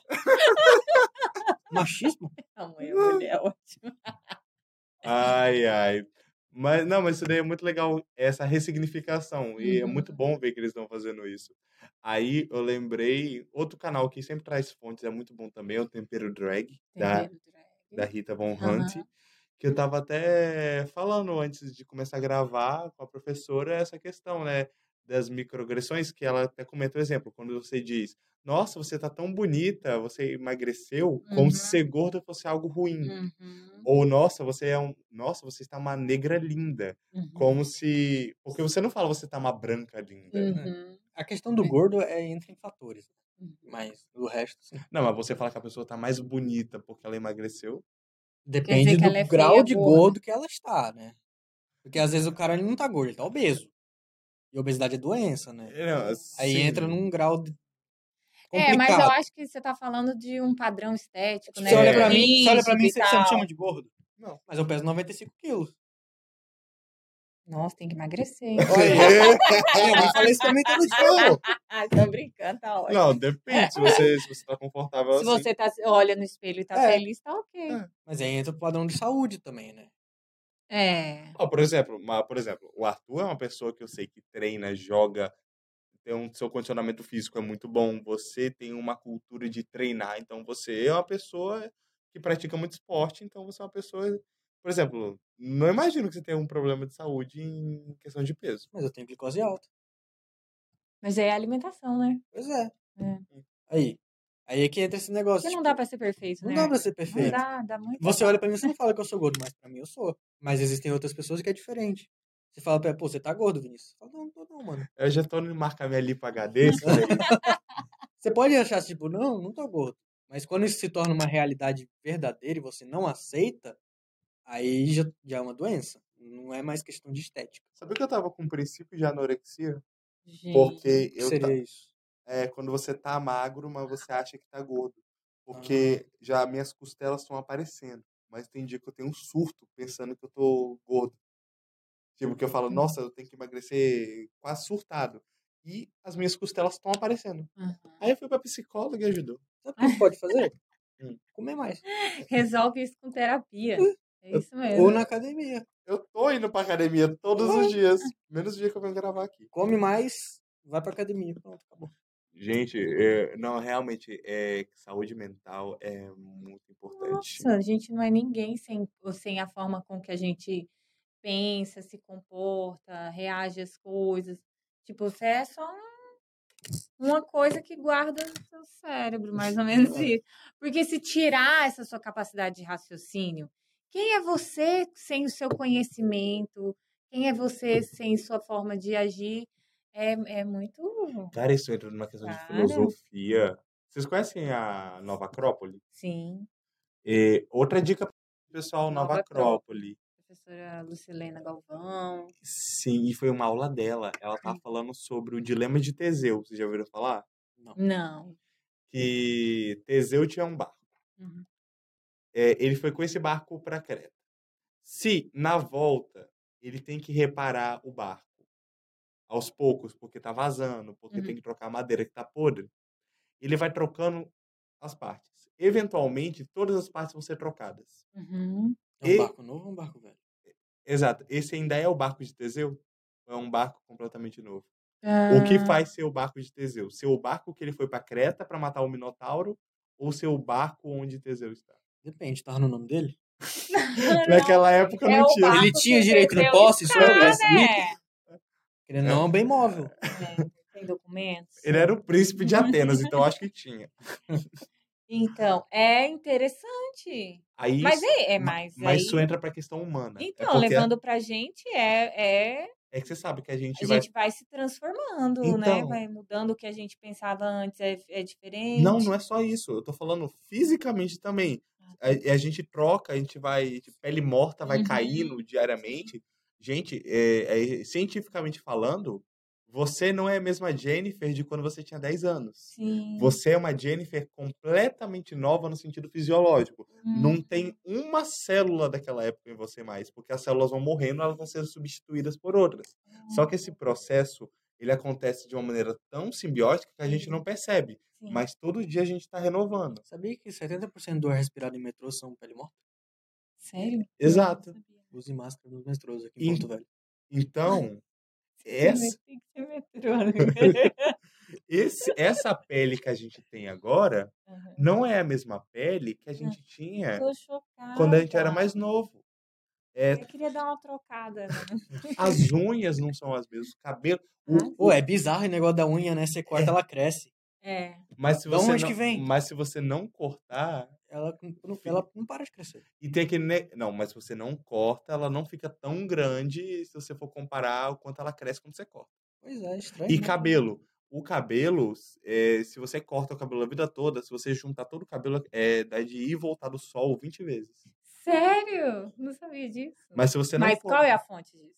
[SPEAKER 2] Machismo?
[SPEAKER 3] Não, é mulher, ótimo.
[SPEAKER 1] Ai, ai. Mas não, mas isso daí é muito legal, essa ressignificação. E é
[SPEAKER 3] Uhum.
[SPEAKER 1] muito bom ver que eles estão fazendo isso. Aí eu lembrei, outro canal que sempre traz fontes, é muito bom também, é o Tempero Drag, da,
[SPEAKER 3] Tempero drag.
[SPEAKER 1] da Rita Von
[SPEAKER 3] Aham.
[SPEAKER 1] Hunt. Que eu tava até falando antes de começar a gravar com a professora essa questão, né? Das microagressões, que ela até comenta o exemplo, quando você diz, nossa, você tá tão bonita, você emagreceu, como se
[SPEAKER 3] Uhum.
[SPEAKER 1] ser gorda fosse algo ruim.
[SPEAKER 3] Uhum.
[SPEAKER 1] Ou nossa, você é um, nossa, você está uma negra linda,
[SPEAKER 3] Uhum.
[SPEAKER 1] como se, porque você não fala você está uma branca linda.
[SPEAKER 3] Uhum.
[SPEAKER 2] A questão do gordo é entre em fatores. Mas o resto, sim.
[SPEAKER 1] Não, mas você fala que a pessoa está mais bonita porque ela emagreceu.
[SPEAKER 2] Depende
[SPEAKER 3] que
[SPEAKER 2] do
[SPEAKER 3] ela é
[SPEAKER 2] grau
[SPEAKER 3] feia,
[SPEAKER 2] de
[SPEAKER 3] gorda.
[SPEAKER 2] gordo que ela está, né? Porque às vezes o cara ele não tá gordo, ele tá obeso. E obesidade é doença, né?
[SPEAKER 1] É, não,
[SPEAKER 2] Aí
[SPEAKER 1] sim.
[SPEAKER 2] entra num grau de- complicado.
[SPEAKER 3] É, mas eu acho que você tá falando de um padrão estético, né?
[SPEAKER 2] Você olha pra
[SPEAKER 1] É.
[SPEAKER 2] mim, você olha pra mim,
[SPEAKER 3] Rígido
[SPEAKER 2] você,
[SPEAKER 3] e
[SPEAKER 2] você não
[SPEAKER 3] tal.
[SPEAKER 2] chama de gordo?
[SPEAKER 1] Não.
[SPEAKER 2] Mas eu peso 95 quilos.
[SPEAKER 3] Nossa, tem que emagrecer. hein?
[SPEAKER 2] Olha
[SPEAKER 1] É,
[SPEAKER 2] aí. Minha mãe fala isso pra mim todo dia.
[SPEAKER 1] Não,
[SPEAKER 3] Ah, tô brincando, tá ótimo.
[SPEAKER 1] não, depende. Se você, se você tá confortável
[SPEAKER 3] Se
[SPEAKER 1] assim.
[SPEAKER 3] você tá, olha no espelho e tá
[SPEAKER 2] É.
[SPEAKER 3] feliz, tá ok.
[SPEAKER 2] Mas aí entra o padrão de saúde também, né?
[SPEAKER 3] É.
[SPEAKER 1] Ó, por exemplo, mas, por exemplo, o Arthur é uma pessoa que eu sei que treina, joga, tem um seu condicionamento físico é muito bom. Você tem uma cultura de treinar, então você é uma pessoa que pratica muito esporte, então você é uma pessoa, por exemplo, não imagino que você tenha um problema de saúde em questão de peso.
[SPEAKER 2] Mas eu tenho glicose alta.
[SPEAKER 3] Mas é alimentação, né?
[SPEAKER 2] Pois é.
[SPEAKER 3] É.
[SPEAKER 2] Aí. Aí é que entra esse negócio.
[SPEAKER 3] Porque não
[SPEAKER 2] tipo,
[SPEAKER 3] dá pra ser perfeito,
[SPEAKER 2] não
[SPEAKER 3] né?
[SPEAKER 2] dá pra ser
[SPEAKER 3] Não
[SPEAKER 2] perfeito.
[SPEAKER 3] dá, dá muito.
[SPEAKER 2] Você olha pra mim e você não fala que eu sou gordo, mas pra mim eu sou. Mas existem outras pessoas que é diferente. Você fala pra ela, pô, você tá gordo, Vinícius? Eu falo, não, não tô não, mano.
[SPEAKER 1] Eu já tô no marca minha lipa HD, isso daí.
[SPEAKER 2] Você pode achar, tipo, não, não tô gordo. Mas quando isso se torna uma realidade verdadeira e você não aceita, aí já, já é uma doença. Não é mais questão de estética.
[SPEAKER 1] Sabia que eu tava com um princípio de anorexia?
[SPEAKER 3] Gente,
[SPEAKER 1] Porque
[SPEAKER 2] O que
[SPEAKER 1] eu
[SPEAKER 2] seria
[SPEAKER 1] ta-
[SPEAKER 2] isso?
[SPEAKER 1] é quando você tá magro, mas você acha que tá gordo. Porque já minhas costelas estão aparecendo. Mas tem dia que eu tenho um surto pensando que eu tô gordo. Tipo, que eu falo, nossa, eu tenho que emagrecer quase surtado. E as minhas costelas estão aparecendo.
[SPEAKER 3] Aham.
[SPEAKER 1] Aí eu fui pra psicóloga e ajudou.
[SPEAKER 2] Sabe o que você pode fazer?
[SPEAKER 1] Hum.
[SPEAKER 2] Comer mais.
[SPEAKER 3] resolve isso com terapia.
[SPEAKER 2] Hum.
[SPEAKER 3] É isso mesmo.
[SPEAKER 1] né?
[SPEAKER 2] Ou na academia.
[SPEAKER 1] Eu tô indo pra academia todos os dias. Menos o dia que eu venho gravar aqui.
[SPEAKER 2] Come mais, vai pra academia. Pronto, acabou.
[SPEAKER 1] Gente, é, não, realmente, é, que saúde mental é muito importante.
[SPEAKER 3] Nossa, a gente não é ninguém sem, sem a forma com que a gente pensa, se comporta, reage às coisas. Tipo, você é só um- uma coisa que guarda no seu cérebro, mais ou menos
[SPEAKER 2] É.
[SPEAKER 3] isso. Porque se tirar essa sua capacidade de raciocínio, quem é você sem o seu conhecimento? Quem é você sem sua forma de agir? É, é muito.
[SPEAKER 1] Cara, isso entra numa questão de
[SPEAKER 3] Cara.
[SPEAKER 1] filosofia. Vocês conhecem a Nova Acrópole?
[SPEAKER 3] Sim,
[SPEAKER 1] É, outra dica pro pessoal, Nova,
[SPEAKER 3] Nova
[SPEAKER 1] Acrópole.
[SPEAKER 3] professora Lucilena Galvão.
[SPEAKER 1] Sim, e foi uma aula dela. Ela tá falando sobre o dilema de Teseu. Vocês já ouviram falar?
[SPEAKER 3] Não.
[SPEAKER 1] Que Teseu tinha um barco.
[SPEAKER 3] Uhum.
[SPEAKER 1] É, ele foi com esse barco pra Creta. Se, na volta, ele tem que reparar o barco aos poucos, porque tá vazando, porque
[SPEAKER 3] Uhum.
[SPEAKER 1] tem que trocar a madeira que tá podre, ele vai trocando as partes. Eventualmente, todas as partes vão ser trocadas.
[SPEAKER 3] Uhum.
[SPEAKER 2] É um
[SPEAKER 1] E-
[SPEAKER 2] barco novo ou um barco velho?
[SPEAKER 1] Exato. Esse ainda é o barco de Teseu? Ou é um barco completamente novo?
[SPEAKER 3] Ah,
[SPEAKER 1] O que faz ser o barco de Teseu? Ser o barco que ele foi para Creta para matar o Minotauro ou ser o barco onde Teseu está?
[SPEAKER 2] Depende, tava no nome dele?
[SPEAKER 1] Naquela época
[SPEAKER 3] É
[SPEAKER 1] não
[SPEAKER 3] o
[SPEAKER 1] tinha.
[SPEAKER 3] barco
[SPEAKER 2] Ele
[SPEAKER 3] que
[SPEAKER 2] tinha direito no
[SPEAKER 3] vendeu
[SPEAKER 2] posse
[SPEAKER 3] isso,
[SPEAKER 2] sobre
[SPEAKER 3] né?
[SPEAKER 2] esse item? Ele não é um bem móvel.
[SPEAKER 3] Né? Tem documentos.
[SPEAKER 1] Ele é era o príncipe de Atenas, então acho que tinha.
[SPEAKER 3] Então, é interessante.
[SPEAKER 1] Aí
[SPEAKER 3] Mas
[SPEAKER 1] isso-
[SPEAKER 3] é, é
[SPEAKER 1] ma-
[SPEAKER 3] mais
[SPEAKER 1] mas
[SPEAKER 3] aí.
[SPEAKER 1] isso entra para questão humana. é,
[SPEAKER 3] Então,
[SPEAKER 1] porque é-
[SPEAKER 3] levando pra gente, é, é
[SPEAKER 1] é que você sabe que a gente
[SPEAKER 3] a
[SPEAKER 1] vai
[SPEAKER 3] gente vai se transformando, né?
[SPEAKER 1] Então.
[SPEAKER 3] Vai mudando o que a gente pensava antes, é, é diferente.
[SPEAKER 1] Não, não é só isso. Eu tô falando fisicamente também. A, a gente troca, a gente vai de pele morta, vai
[SPEAKER 3] Uhum,
[SPEAKER 1] caindo diariamente. Gente, é- é- cientificamente falando, você não é a mesma Jennifer de quando você tinha 10 anos.
[SPEAKER 3] Sim.
[SPEAKER 1] Você é uma Jennifer completamente nova no sentido fisiológico.
[SPEAKER 3] Hum.
[SPEAKER 1] Não tem uma célula daquela época em você mais, porque as células vão morrendo, elas vão sendo substituídas por outras. Só que esse processo, ele acontece de uma maneira tão simbiótica que a gente não percebe.
[SPEAKER 3] Sim.
[SPEAKER 1] Mas todo dia a gente está renovando.
[SPEAKER 2] Sabia que 70% do ar respirado em metrô são pele morta?
[SPEAKER 3] Sério?
[SPEAKER 1] Exato.
[SPEAKER 3] Não sabia.
[SPEAKER 2] Use máscara nos metrôs aqui
[SPEAKER 1] Ih.
[SPEAKER 2] em Porto Velho.
[SPEAKER 1] Então, essa,
[SPEAKER 3] Tem que ser metrô, né?
[SPEAKER 1] esse- essa pele que a gente tem agora
[SPEAKER 3] Aham.
[SPEAKER 1] não é a mesma pele que a gente tinha
[SPEAKER 3] Tô chocada.
[SPEAKER 1] É. quando a gente
[SPEAKER 3] tá.
[SPEAKER 1] era mais novo. É,
[SPEAKER 3] Eu queria dar uma trocada. né?
[SPEAKER 1] as unhas não são as mesmas, o cabelo.
[SPEAKER 3] Ah,
[SPEAKER 2] Pô, é bizarro o negócio da unha, né? Você corta, ela cresce.
[SPEAKER 3] É.
[SPEAKER 1] Mas se
[SPEAKER 2] Da
[SPEAKER 1] você
[SPEAKER 2] onde
[SPEAKER 1] não,
[SPEAKER 2] que vem?
[SPEAKER 1] mas se você não cortar
[SPEAKER 2] Ela não, ela não para de crescer.
[SPEAKER 1] e tem aquele ne- não, mas se você não corta, ela não fica tão grande se você for comparar o quanto ela cresce quando você corta.
[SPEAKER 2] Pois é, estranho.
[SPEAKER 1] E
[SPEAKER 3] Uhum.
[SPEAKER 2] né?
[SPEAKER 1] cabelo. O cabelo, s- é, se você corta o cabelo a vida toda, se você juntar todo o cabelo, é, dá de ir e voltar do sol 20 vezes.
[SPEAKER 3] Sério? Não sabia disso.
[SPEAKER 1] Mas se você não
[SPEAKER 3] Mas
[SPEAKER 1] for-
[SPEAKER 3] qual é a fonte disso?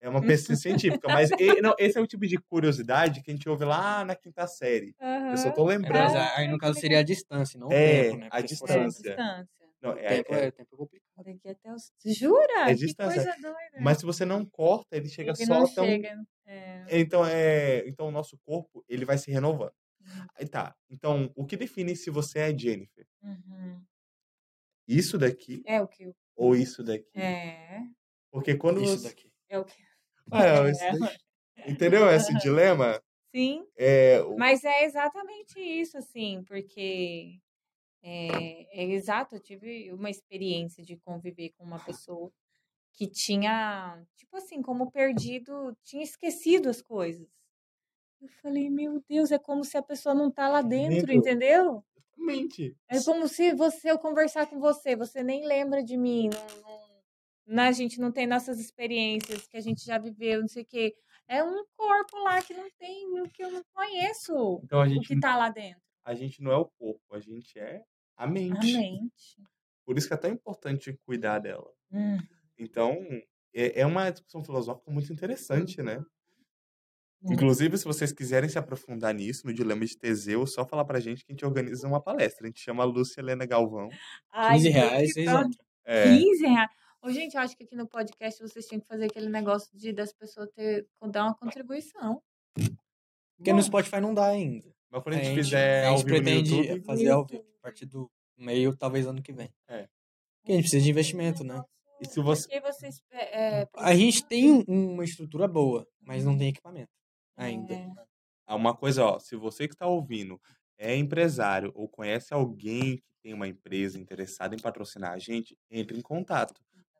[SPEAKER 1] É uma pesquisa científica. Mas e- não, esse é o tipo de curiosidade que a gente ouve lá na quinta série. Eu só tô
[SPEAKER 2] É, mas
[SPEAKER 1] lembrando.
[SPEAKER 3] Ah,
[SPEAKER 2] aí no caso seria a distância, não o
[SPEAKER 1] É,
[SPEAKER 2] tempo, né?
[SPEAKER 1] a
[SPEAKER 2] Porque se for
[SPEAKER 3] É,
[SPEAKER 1] distância.
[SPEAKER 3] distância.
[SPEAKER 1] Não,
[SPEAKER 2] O
[SPEAKER 1] é-
[SPEAKER 2] tempo
[SPEAKER 1] é-
[SPEAKER 2] é, tempo é complicado.
[SPEAKER 3] Daqui até os... Jura?
[SPEAKER 1] É
[SPEAKER 3] que
[SPEAKER 1] distância.
[SPEAKER 3] coisa doida.
[SPEAKER 1] mas se você não corta, ele chega
[SPEAKER 3] Ele
[SPEAKER 1] só um
[SPEAKER 3] não
[SPEAKER 1] tão
[SPEAKER 3] chega. É.
[SPEAKER 1] Então, é, então o nosso corpo, ele vai se renovando. Aí tá. Então, o que define se você é Jennifer?
[SPEAKER 3] Uhum.
[SPEAKER 1] Isso daqui
[SPEAKER 3] É o que? eu-
[SPEAKER 1] ou isso daqui?
[SPEAKER 3] É.
[SPEAKER 1] Porque quando
[SPEAKER 2] Isso
[SPEAKER 1] você-
[SPEAKER 2] daqui.
[SPEAKER 3] É o que?
[SPEAKER 1] Ah, isso daqui. Entendeu esse dilema?
[SPEAKER 3] Sim.
[SPEAKER 1] É, o-
[SPEAKER 3] Mas é exatamente isso, assim, porque é, é exato, eu tive uma experiência de conviver com uma pessoa que tinha, tipo assim, como perdido, tinha esquecido as coisas. Eu falei, meu Deus, é como se a pessoa não tá lá dentro,
[SPEAKER 1] Dentro.
[SPEAKER 3] entendeu?
[SPEAKER 1] Mente.
[SPEAKER 3] É como se você eu conversar com você, você nem lembra de mim, não, não- né, a gente não tem nossas experiências que a gente já viveu, não sei o quê. É um corpo lá que não tem, que eu não conheço
[SPEAKER 1] Então a
[SPEAKER 3] o
[SPEAKER 1] gente,
[SPEAKER 3] que tá lá dentro.
[SPEAKER 1] a gente não é o corpo, a gente é a mente.
[SPEAKER 3] A mente.
[SPEAKER 1] Por isso que é tão importante cuidar dela.
[SPEAKER 3] Hum.
[SPEAKER 1] Então, é, é uma discussão filosófica muito interessante, né?
[SPEAKER 2] Uhum.
[SPEAKER 3] Muito.
[SPEAKER 2] É.
[SPEAKER 1] Inclusive, se vocês quiserem se aprofundar nisso, no dilema de Teseu, é só falar pra gente que a gente organiza uma palestra. A gente chama a Lúcia Helena Galvão.
[SPEAKER 2] 15
[SPEAKER 3] Ai,
[SPEAKER 2] reais,
[SPEAKER 3] gente,
[SPEAKER 2] vocês
[SPEAKER 3] tá
[SPEAKER 2] entram.
[SPEAKER 1] É,
[SPEAKER 3] 15 reais. Ô, gente, eu acho que aqui no podcast vocês tinham que fazer aquele negócio de das pessoas ter, dar uma contribuição.
[SPEAKER 2] Porque no Spotify não dá ainda.
[SPEAKER 1] mas quando a
[SPEAKER 2] A
[SPEAKER 1] gente
[SPEAKER 2] gente-
[SPEAKER 1] fizer
[SPEAKER 2] a
[SPEAKER 1] ao
[SPEAKER 2] gente
[SPEAKER 1] vivo no
[SPEAKER 2] pretende
[SPEAKER 1] YouTube,
[SPEAKER 2] fazer ao vivo,
[SPEAKER 3] YouTube.
[SPEAKER 2] a partir do meio, talvez ano que vem.
[SPEAKER 3] Porque
[SPEAKER 2] Porque a gente precisa de investimento, né?
[SPEAKER 1] E se você-
[SPEAKER 3] Porque vocês. é, é,
[SPEAKER 2] A gente tem um- uma estrutura boa, mas não tem equipamento ainda.
[SPEAKER 3] é,
[SPEAKER 1] Ah, uma coisa, ó, se você que está ouvindo é empresário ou conhece alguém que tem uma empresa interessada em patrocinar a gente, entre em contato.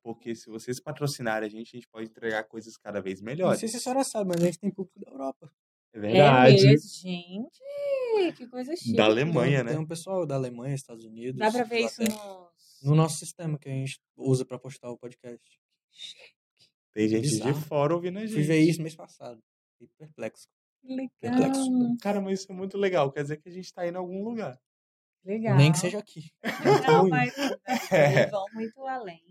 [SPEAKER 1] Porque se vocês patrocinarem a gente, a gente pode entregar coisas cada vez
[SPEAKER 2] Não
[SPEAKER 1] melhores.
[SPEAKER 2] sei se a senhora sabe, mas a gente tem público da Europa.
[SPEAKER 1] É
[SPEAKER 3] É
[SPEAKER 1] verdade.
[SPEAKER 3] mesmo, gente, que coisa chique.
[SPEAKER 1] da Alemanha,
[SPEAKER 2] tem, Tem
[SPEAKER 1] né?
[SPEAKER 2] um pessoal da Alemanha, Estados Unidos.
[SPEAKER 3] Dá pra ver isso
[SPEAKER 2] Inglaterra.
[SPEAKER 3] nos.
[SPEAKER 2] no nosso sistema que a gente usa pra postar o podcast.
[SPEAKER 1] Tem gente
[SPEAKER 2] Bizarro.
[SPEAKER 1] de fora ouvindo a gente.
[SPEAKER 2] Fui ver isso mês passado. Fiquei perplexo.
[SPEAKER 3] Que Legal.
[SPEAKER 2] Perplexo.
[SPEAKER 1] Cara, mas isso é muito legal. Quer dizer que a gente tá indo a algum lugar.
[SPEAKER 3] Legal.
[SPEAKER 2] Nem que seja aqui.
[SPEAKER 3] Não,
[SPEAKER 2] ruim.
[SPEAKER 3] mas
[SPEAKER 1] É.
[SPEAKER 3] eles vão muito além.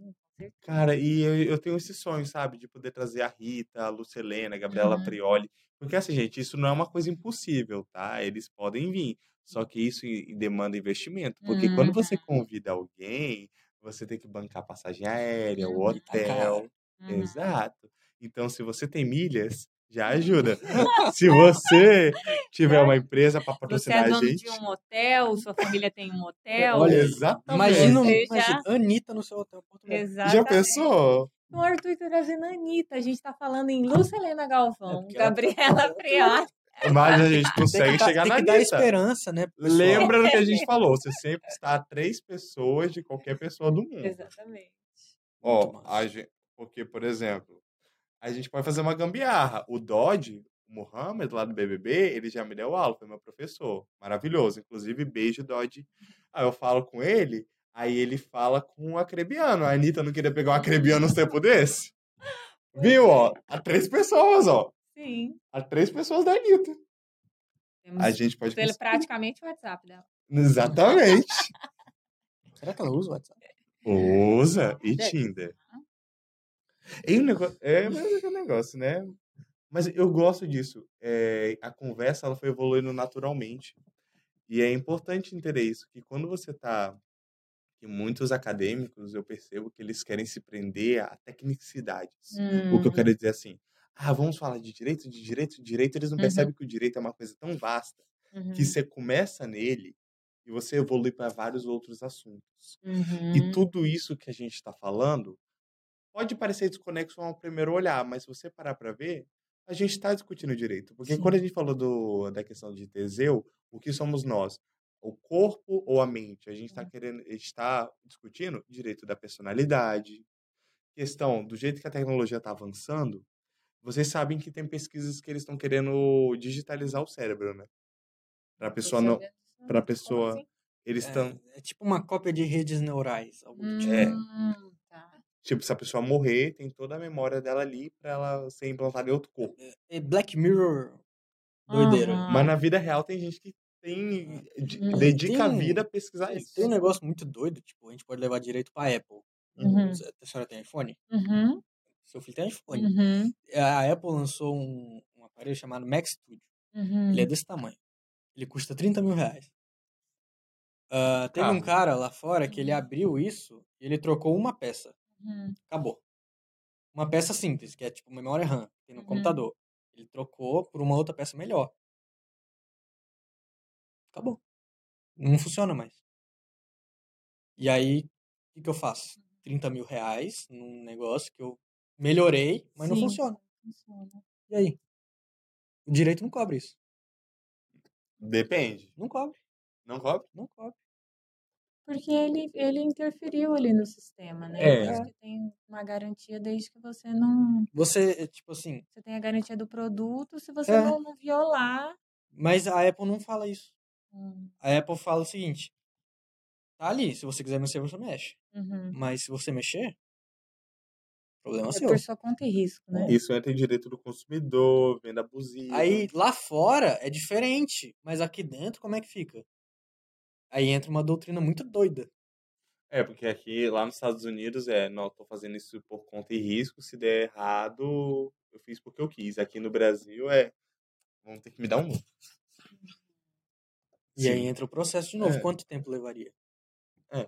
[SPEAKER 1] Cara, e eu, eu tenho esse sonho, sabe? De poder trazer a Rita, a Lucelena, a Gabriela
[SPEAKER 3] Uhum.
[SPEAKER 1] Prioli. Porque assim, gente, isso não é uma coisa impossível, tá? Eles podem vir. Só que isso e- demanda investimento. Porque quando você convida alguém, você tem que bancar a passagem aérea, o
[SPEAKER 3] Uhum.
[SPEAKER 2] Tá caro.
[SPEAKER 1] hotel.
[SPEAKER 3] Uhum.
[SPEAKER 1] Exato. Então, se você tem milhas, já ajuda. se você tiver uma empresa para
[SPEAKER 3] Você é
[SPEAKER 1] patrocinar a
[SPEAKER 3] dono
[SPEAKER 1] gente.
[SPEAKER 3] de um hotel, sua família tem um hotel.
[SPEAKER 2] É, Olha,
[SPEAKER 1] exatamente.
[SPEAKER 2] Imagina, um,
[SPEAKER 3] Ou seja-
[SPEAKER 2] imagina Anitta no seu hotel português.
[SPEAKER 3] Exatamente.
[SPEAKER 1] um É. Já pensou?
[SPEAKER 3] O Arthur trazendo a Anitta. A gente tá falando em Lúcia Helena
[SPEAKER 2] É,
[SPEAKER 3] Galvão,
[SPEAKER 2] porque
[SPEAKER 1] tá
[SPEAKER 2] ela-
[SPEAKER 3] Gabriela Priori.
[SPEAKER 1] Mas a gente
[SPEAKER 2] Tem
[SPEAKER 1] consegue
[SPEAKER 2] que, dar-
[SPEAKER 1] chegar
[SPEAKER 2] tem
[SPEAKER 1] na
[SPEAKER 2] que dar
[SPEAKER 1] Anitta.
[SPEAKER 2] esperança, né? pro pessoal.
[SPEAKER 1] Lembra do que a gente falou. Você sempre está a três pessoas de qualquer pessoa do mundo.
[SPEAKER 3] Exatamente.
[SPEAKER 1] Ó,
[SPEAKER 2] Muito massa.
[SPEAKER 1] a gente, porque, por exemplo, a gente pode fazer uma gambiarra. O Dodge, o Mohamed, lá do BBB, ele já me deu aula, foi meu professor. Maravilhoso. Inclusive, beijo, Dodge. Aí eu falo com ele, aí ele fala com o acrebiano. A Anitta não queria pegar um acrebiano no tempo desse? Viu,
[SPEAKER 2] é.
[SPEAKER 1] ó? A três pessoas, ó.
[SPEAKER 3] Sim.
[SPEAKER 1] A três pessoas da Anitta.
[SPEAKER 3] Temos
[SPEAKER 1] A gente pode.
[SPEAKER 3] pelo-
[SPEAKER 1] cons-
[SPEAKER 3] praticamente o WhatsApp dela.
[SPEAKER 1] Exatamente.
[SPEAKER 2] Será que ela usa o WhatsApp?
[SPEAKER 1] Usa e
[SPEAKER 2] Gente.
[SPEAKER 1] Tinder. É, um negócio, é mas é que é um negócio, né? Mas eu gosto disso. É, a conversa ela foi evoluindo naturalmente. E é importante entender isso, que quando você tá... Que muitos acadêmicos, eu percebo que eles querem se prender a tecnicidades. O que eu quero dizer é assim, ah, vamos falar de direito, de direito, de direito. Eles não
[SPEAKER 3] Uhum.
[SPEAKER 1] percebem que o direito é uma coisa tão vasta
[SPEAKER 3] Uhum.
[SPEAKER 1] é que você começa nele e você evolui para vários outros assuntos.
[SPEAKER 3] Uhum.
[SPEAKER 1] E tudo isso que a gente está falando pode parecer desconexo ao primeiro olhar, mas se você parar para ver, a gente está discutindo direito. Porque
[SPEAKER 2] Sim.
[SPEAKER 1] quando a gente falou do, da questão de Teseu, o que somos nós? O corpo ou a mente? A gente
[SPEAKER 3] Uhum.
[SPEAKER 1] está querendo, a gente tá discutindo direito da personalidade, questão do jeito que a tecnologia está avançando. Vocês sabem que tem pesquisas que eles estão querendo digitalizar o cérebro, né? Para a pessoa não, pra pessoa-
[SPEAKER 3] Como assim?
[SPEAKER 1] eles estão.
[SPEAKER 2] É, é tipo uma cópia de redes neurais. algo do tipo.
[SPEAKER 1] É.
[SPEAKER 3] Hum, tá.
[SPEAKER 1] Tipo, se a pessoa morrer, tem toda a memória dela ali pra ela ser implantada em outro corpo.
[SPEAKER 2] É Black Mirror doideira.
[SPEAKER 3] Aham.
[SPEAKER 1] Mas na vida real tem gente que tem. de-
[SPEAKER 3] Hum.
[SPEAKER 1] dedica a
[SPEAKER 2] Tem-
[SPEAKER 1] vida a pesquisar
[SPEAKER 2] É,
[SPEAKER 1] isso.
[SPEAKER 2] Tem um negócio muito doido, tipo, a gente pode levar direito pra Apple.
[SPEAKER 3] Uhum.
[SPEAKER 2] A senhora tem iPhone?
[SPEAKER 3] Uhum.
[SPEAKER 2] Seu filho tem iPhone.
[SPEAKER 3] Uhum.
[SPEAKER 2] A Apple lançou um, um aparelho chamado Mac Studio.
[SPEAKER 3] Uhum.
[SPEAKER 2] Ele é desse tamanho. Ele custa 30 mil reais. Ah, teve um
[SPEAKER 1] Carro.
[SPEAKER 2] cara lá fora que ele abriu isso e ele trocou uma peça.
[SPEAKER 3] Uhum.
[SPEAKER 2] Acabou. Uma peça simples, que é tipo memória RAM, que tem no
[SPEAKER 3] Uhum.
[SPEAKER 2] computador. Ele trocou por uma outra peça melhor. Acabou. Não funciona mais. E aí, o que, que eu faço?
[SPEAKER 3] Uhum.
[SPEAKER 2] 30 mil reais num negócio que eu melhorei, mas não
[SPEAKER 3] Sim.
[SPEAKER 2] funciona.
[SPEAKER 3] Funciona.
[SPEAKER 2] E aí? O direito não cobre isso.
[SPEAKER 1] Depende.
[SPEAKER 2] Não cobre,
[SPEAKER 1] Não cobre?
[SPEAKER 2] não cobre.
[SPEAKER 3] Porque ele, ele interferiu ali no sistema, né?
[SPEAKER 1] É.
[SPEAKER 3] Eu acho que tem uma garantia desde que você não.
[SPEAKER 2] Você, tipo assim.
[SPEAKER 3] Você tem a garantia do produto, se você
[SPEAKER 2] É.
[SPEAKER 3] não, não violar.
[SPEAKER 2] Mas a Apple não fala isso.
[SPEAKER 3] Hum,
[SPEAKER 2] A Apple fala o seguinte: tá ali, se você quiser mexer, você mexe.
[SPEAKER 3] uhum.
[SPEAKER 2] Mas se você mexer, problema
[SPEAKER 3] É
[SPEAKER 2] seu.
[SPEAKER 3] por sua conta e risco, né?
[SPEAKER 1] Isso entra em direito do consumidor, venda abusiva.
[SPEAKER 2] Aí lá fora é diferente, mas aqui dentro como é que fica? Aí entra uma doutrina muito doida.
[SPEAKER 1] É, porque aqui, lá nos Estados Unidos, é, não, eu tô fazendo isso por conta e risco, se der errado, eu fiz porque eu quis. Aqui no Brasil, é, vão ter que me dar um novo.
[SPEAKER 2] E aí entra o processo de novo.
[SPEAKER 1] É.
[SPEAKER 2] Quanto tempo levaria?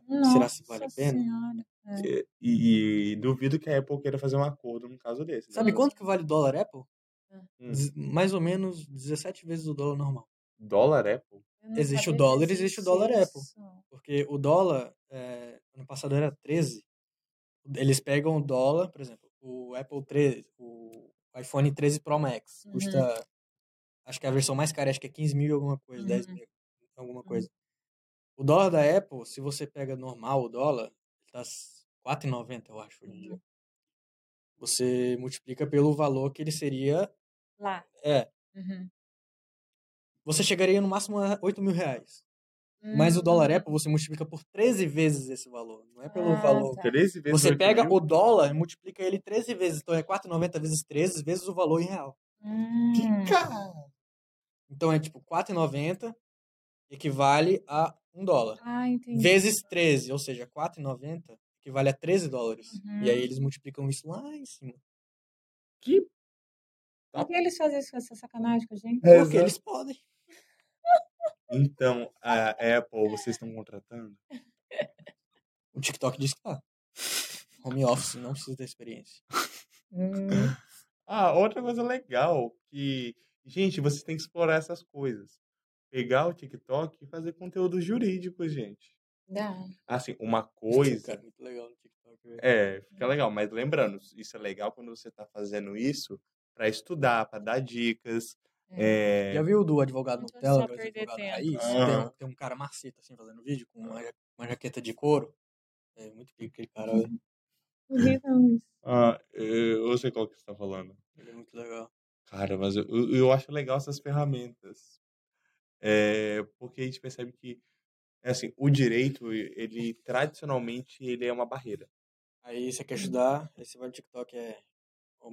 [SPEAKER 3] Nossa
[SPEAKER 2] Será se vale a pena?
[SPEAKER 3] Senhora. É.
[SPEAKER 1] E, e duvido que a Apple queira fazer um acordo num caso desse. né?
[SPEAKER 2] Sabe quanto que vale o dólar Apple?
[SPEAKER 1] Hum.
[SPEAKER 2] Dez- Mais ou menos 17 vezes o dólar normal.
[SPEAKER 1] Dólar Apple?
[SPEAKER 3] Eu não
[SPEAKER 2] Existe o
[SPEAKER 3] sabia que
[SPEAKER 2] dólar, existe o dólar Apple.
[SPEAKER 3] isso.
[SPEAKER 2] Porque o dólar, é, ano passado era 13. Eles pegam o dólar, por exemplo, o Apple 13, o iPhone 13 Pro Max,
[SPEAKER 3] Uhum.
[SPEAKER 2] custa, acho que a versão mais cara, acho que é 15 mil e alguma coisa,
[SPEAKER 3] Uhum.
[SPEAKER 2] 10 mil, alguma coisa. O dólar da Apple, se você pega normal o dólar, tá s- 4,90 eu acho hoje em
[SPEAKER 3] Uhum.
[SPEAKER 2] dia. Você multiplica pelo valor que ele seria,
[SPEAKER 3] Lá.
[SPEAKER 2] é,
[SPEAKER 3] Uhum.
[SPEAKER 2] você chegaria no máximo a 8 mil reais. Mas o dólar Apple você multiplica por 13 vezes esse valor. Não é pelo
[SPEAKER 3] Uhum. Ah,
[SPEAKER 2] valor.
[SPEAKER 3] tá.
[SPEAKER 1] 13 vezes
[SPEAKER 2] Você
[SPEAKER 1] 8
[SPEAKER 2] pega
[SPEAKER 1] mil?
[SPEAKER 2] o dólar e multiplica ele 13 vezes. Então é 4,90 vezes 13 vezes o valor em real.
[SPEAKER 3] Hum.
[SPEAKER 2] Então é tipo 4,90 equivale a 1 dólar.
[SPEAKER 3] Ah, entendi.
[SPEAKER 2] Vezes 13, ou seja, 4,90 equivale a 13 dólares.
[SPEAKER 3] Uhum.
[SPEAKER 2] E aí eles multiplicam isso lá em cima.
[SPEAKER 1] Que...
[SPEAKER 2] tá
[SPEAKER 3] Por que eles fazem isso, essa sacanagem com a gente?
[SPEAKER 1] É, exato.
[SPEAKER 2] Porque eles podem.
[SPEAKER 1] Então, a Apple, vocês estão contratando?
[SPEAKER 2] O TikTok diz que tá. Home office, não precisa ter experiência.
[SPEAKER 3] Hum.
[SPEAKER 1] Ah, outra coisa legal que, gente, vocês têm que explorar essas coisas. Pegar o TikTok e fazer conteúdo jurídico, gente.
[SPEAKER 3] Dá.
[SPEAKER 1] Assim, uma
[SPEAKER 2] é, Cara,
[SPEAKER 1] coisa
[SPEAKER 2] muito legal no TikTok. velho.
[SPEAKER 1] é, fica legal, mas lembrando, isso é legal quando você tá fazendo isso para estudar, para dar dicas. É,
[SPEAKER 2] Já viu o do advogado
[SPEAKER 3] Não tô
[SPEAKER 2] Nutella,
[SPEAKER 3] só
[SPEAKER 2] meu
[SPEAKER 3] perder
[SPEAKER 2] advogado
[SPEAKER 3] tempo.
[SPEAKER 2] raiz? Tem,
[SPEAKER 1] Aham.
[SPEAKER 2] um, tem um cara maceta assim fazendo vídeo com uma, ja- uma jaqueta de couro. É muito pico aquele cara,
[SPEAKER 1] Uhum.
[SPEAKER 2] velho.
[SPEAKER 3] Horrível isso.
[SPEAKER 1] ah, eu eu sei qual que você tá falando.
[SPEAKER 2] ele é muito legal.
[SPEAKER 1] Cara, mas eu, eu eu acho legal essas ferramentas. É, porque a gente percebe que, assim, o direito, ele tradicionalmente, ele é uma barreira.
[SPEAKER 2] Aí você quer
[SPEAKER 1] Uhum.
[SPEAKER 2] ajudar, aí você vai no TikTok, é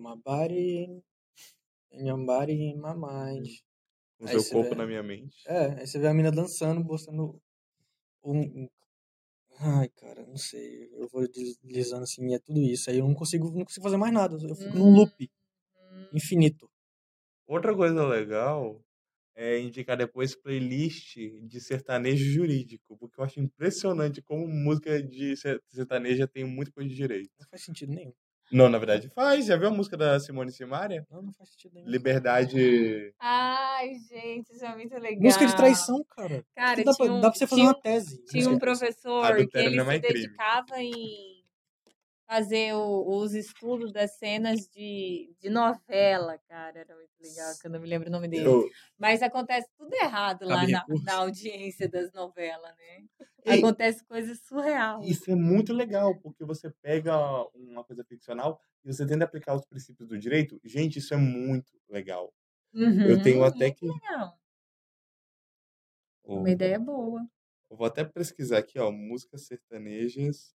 [SPEAKER 2] Omabari, Nhambari in my mind.
[SPEAKER 1] O
[SPEAKER 2] Aí
[SPEAKER 1] seu
[SPEAKER 2] você
[SPEAKER 1] corpo
[SPEAKER 2] vê.
[SPEAKER 1] na minha mente.
[SPEAKER 2] É, aí você vê a mina dançando, postando um, um- Ai, cara, não sei. Eu vou deslizando assim, e é tudo isso. Aí eu não consigo, não consigo fazer mais nada. Eu fico num loop
[SPEAKER 3] Hum.
[SPEAKER 2] infinito.
[SPEAKER 1] Outra coisa legal é indicar depois playlist de sertanejo jurídico, porque eu acho impressionante como música de ser- sertaneja tem muita coisa de direito.
[SPEAKER 2] Não faz sentido nenhum.
[SPEAKER 1] Não, na verdade faz. Já viu a música da Simone Simaria?
[SPEAKER 2] Não, não faz sentido nenhum.
[SPEAKER 1] Liberdade.
[SPEAKER 3] Ai, gente, isso é muito legal.
[SPEAKER 2] Música de traição, cara.
[SPEAKER 3] Cara,
[SPEAKER 2] Porque dá,
[SPEAKER 3] tinha
[SPEAKER 2] pra,
[SPEAKER 3] um-
[SPEAKER 2] dá pra você fazer
[SPEAKER 3] tinha
[SPEAKER 2] uma tese.
[SPEAKER 3] Tinha um
[SPEAKER 2] Música-
[SPEAKER 3] professor que
[SPEAKER 1] Adultério
[SPEAKER 3] ele
[SPEAKER 1] não é
[SPEAKER 3] se
[SPEAKER 1] mais crime.
[SPEAKER 3] dedicava em fazer o- os estudos das cenas de, de novela, cara. Era muito legal, que eu não me lembro o nome dele.
[SPEAKER 1] Eu-
[SPEAKER 3] Mas acontece tudo errado lá
[SPEAKER 2] Cabe
[SPEAKER 3] na,
[SPEAKER 2] recurso.
[SPEAKER 3] na audiência das novelas, né?
[SPEAKER 1] Ei,
[SPEAKER 3] Acontece coisa surreal.
[SPEAKER 1] isso é muito legal, porque você pega uma coisa ficcional e você tenta aplicar os princípios do direito. Gente, isso é muito legal. Eu tenho
[SPEAKER 3] Uhum,
[SPEAKER 1] até
[SPEAKER 3] muito
[SPEAKER 1] que.
[SPEAKER 3] legal.
[SPEAKER 1] Oh,
[SPEAKER 3] É Uma ideia boa.
[SPEAKER 1] Eu vou até pesquisar aqui, ó, músicas sertanejas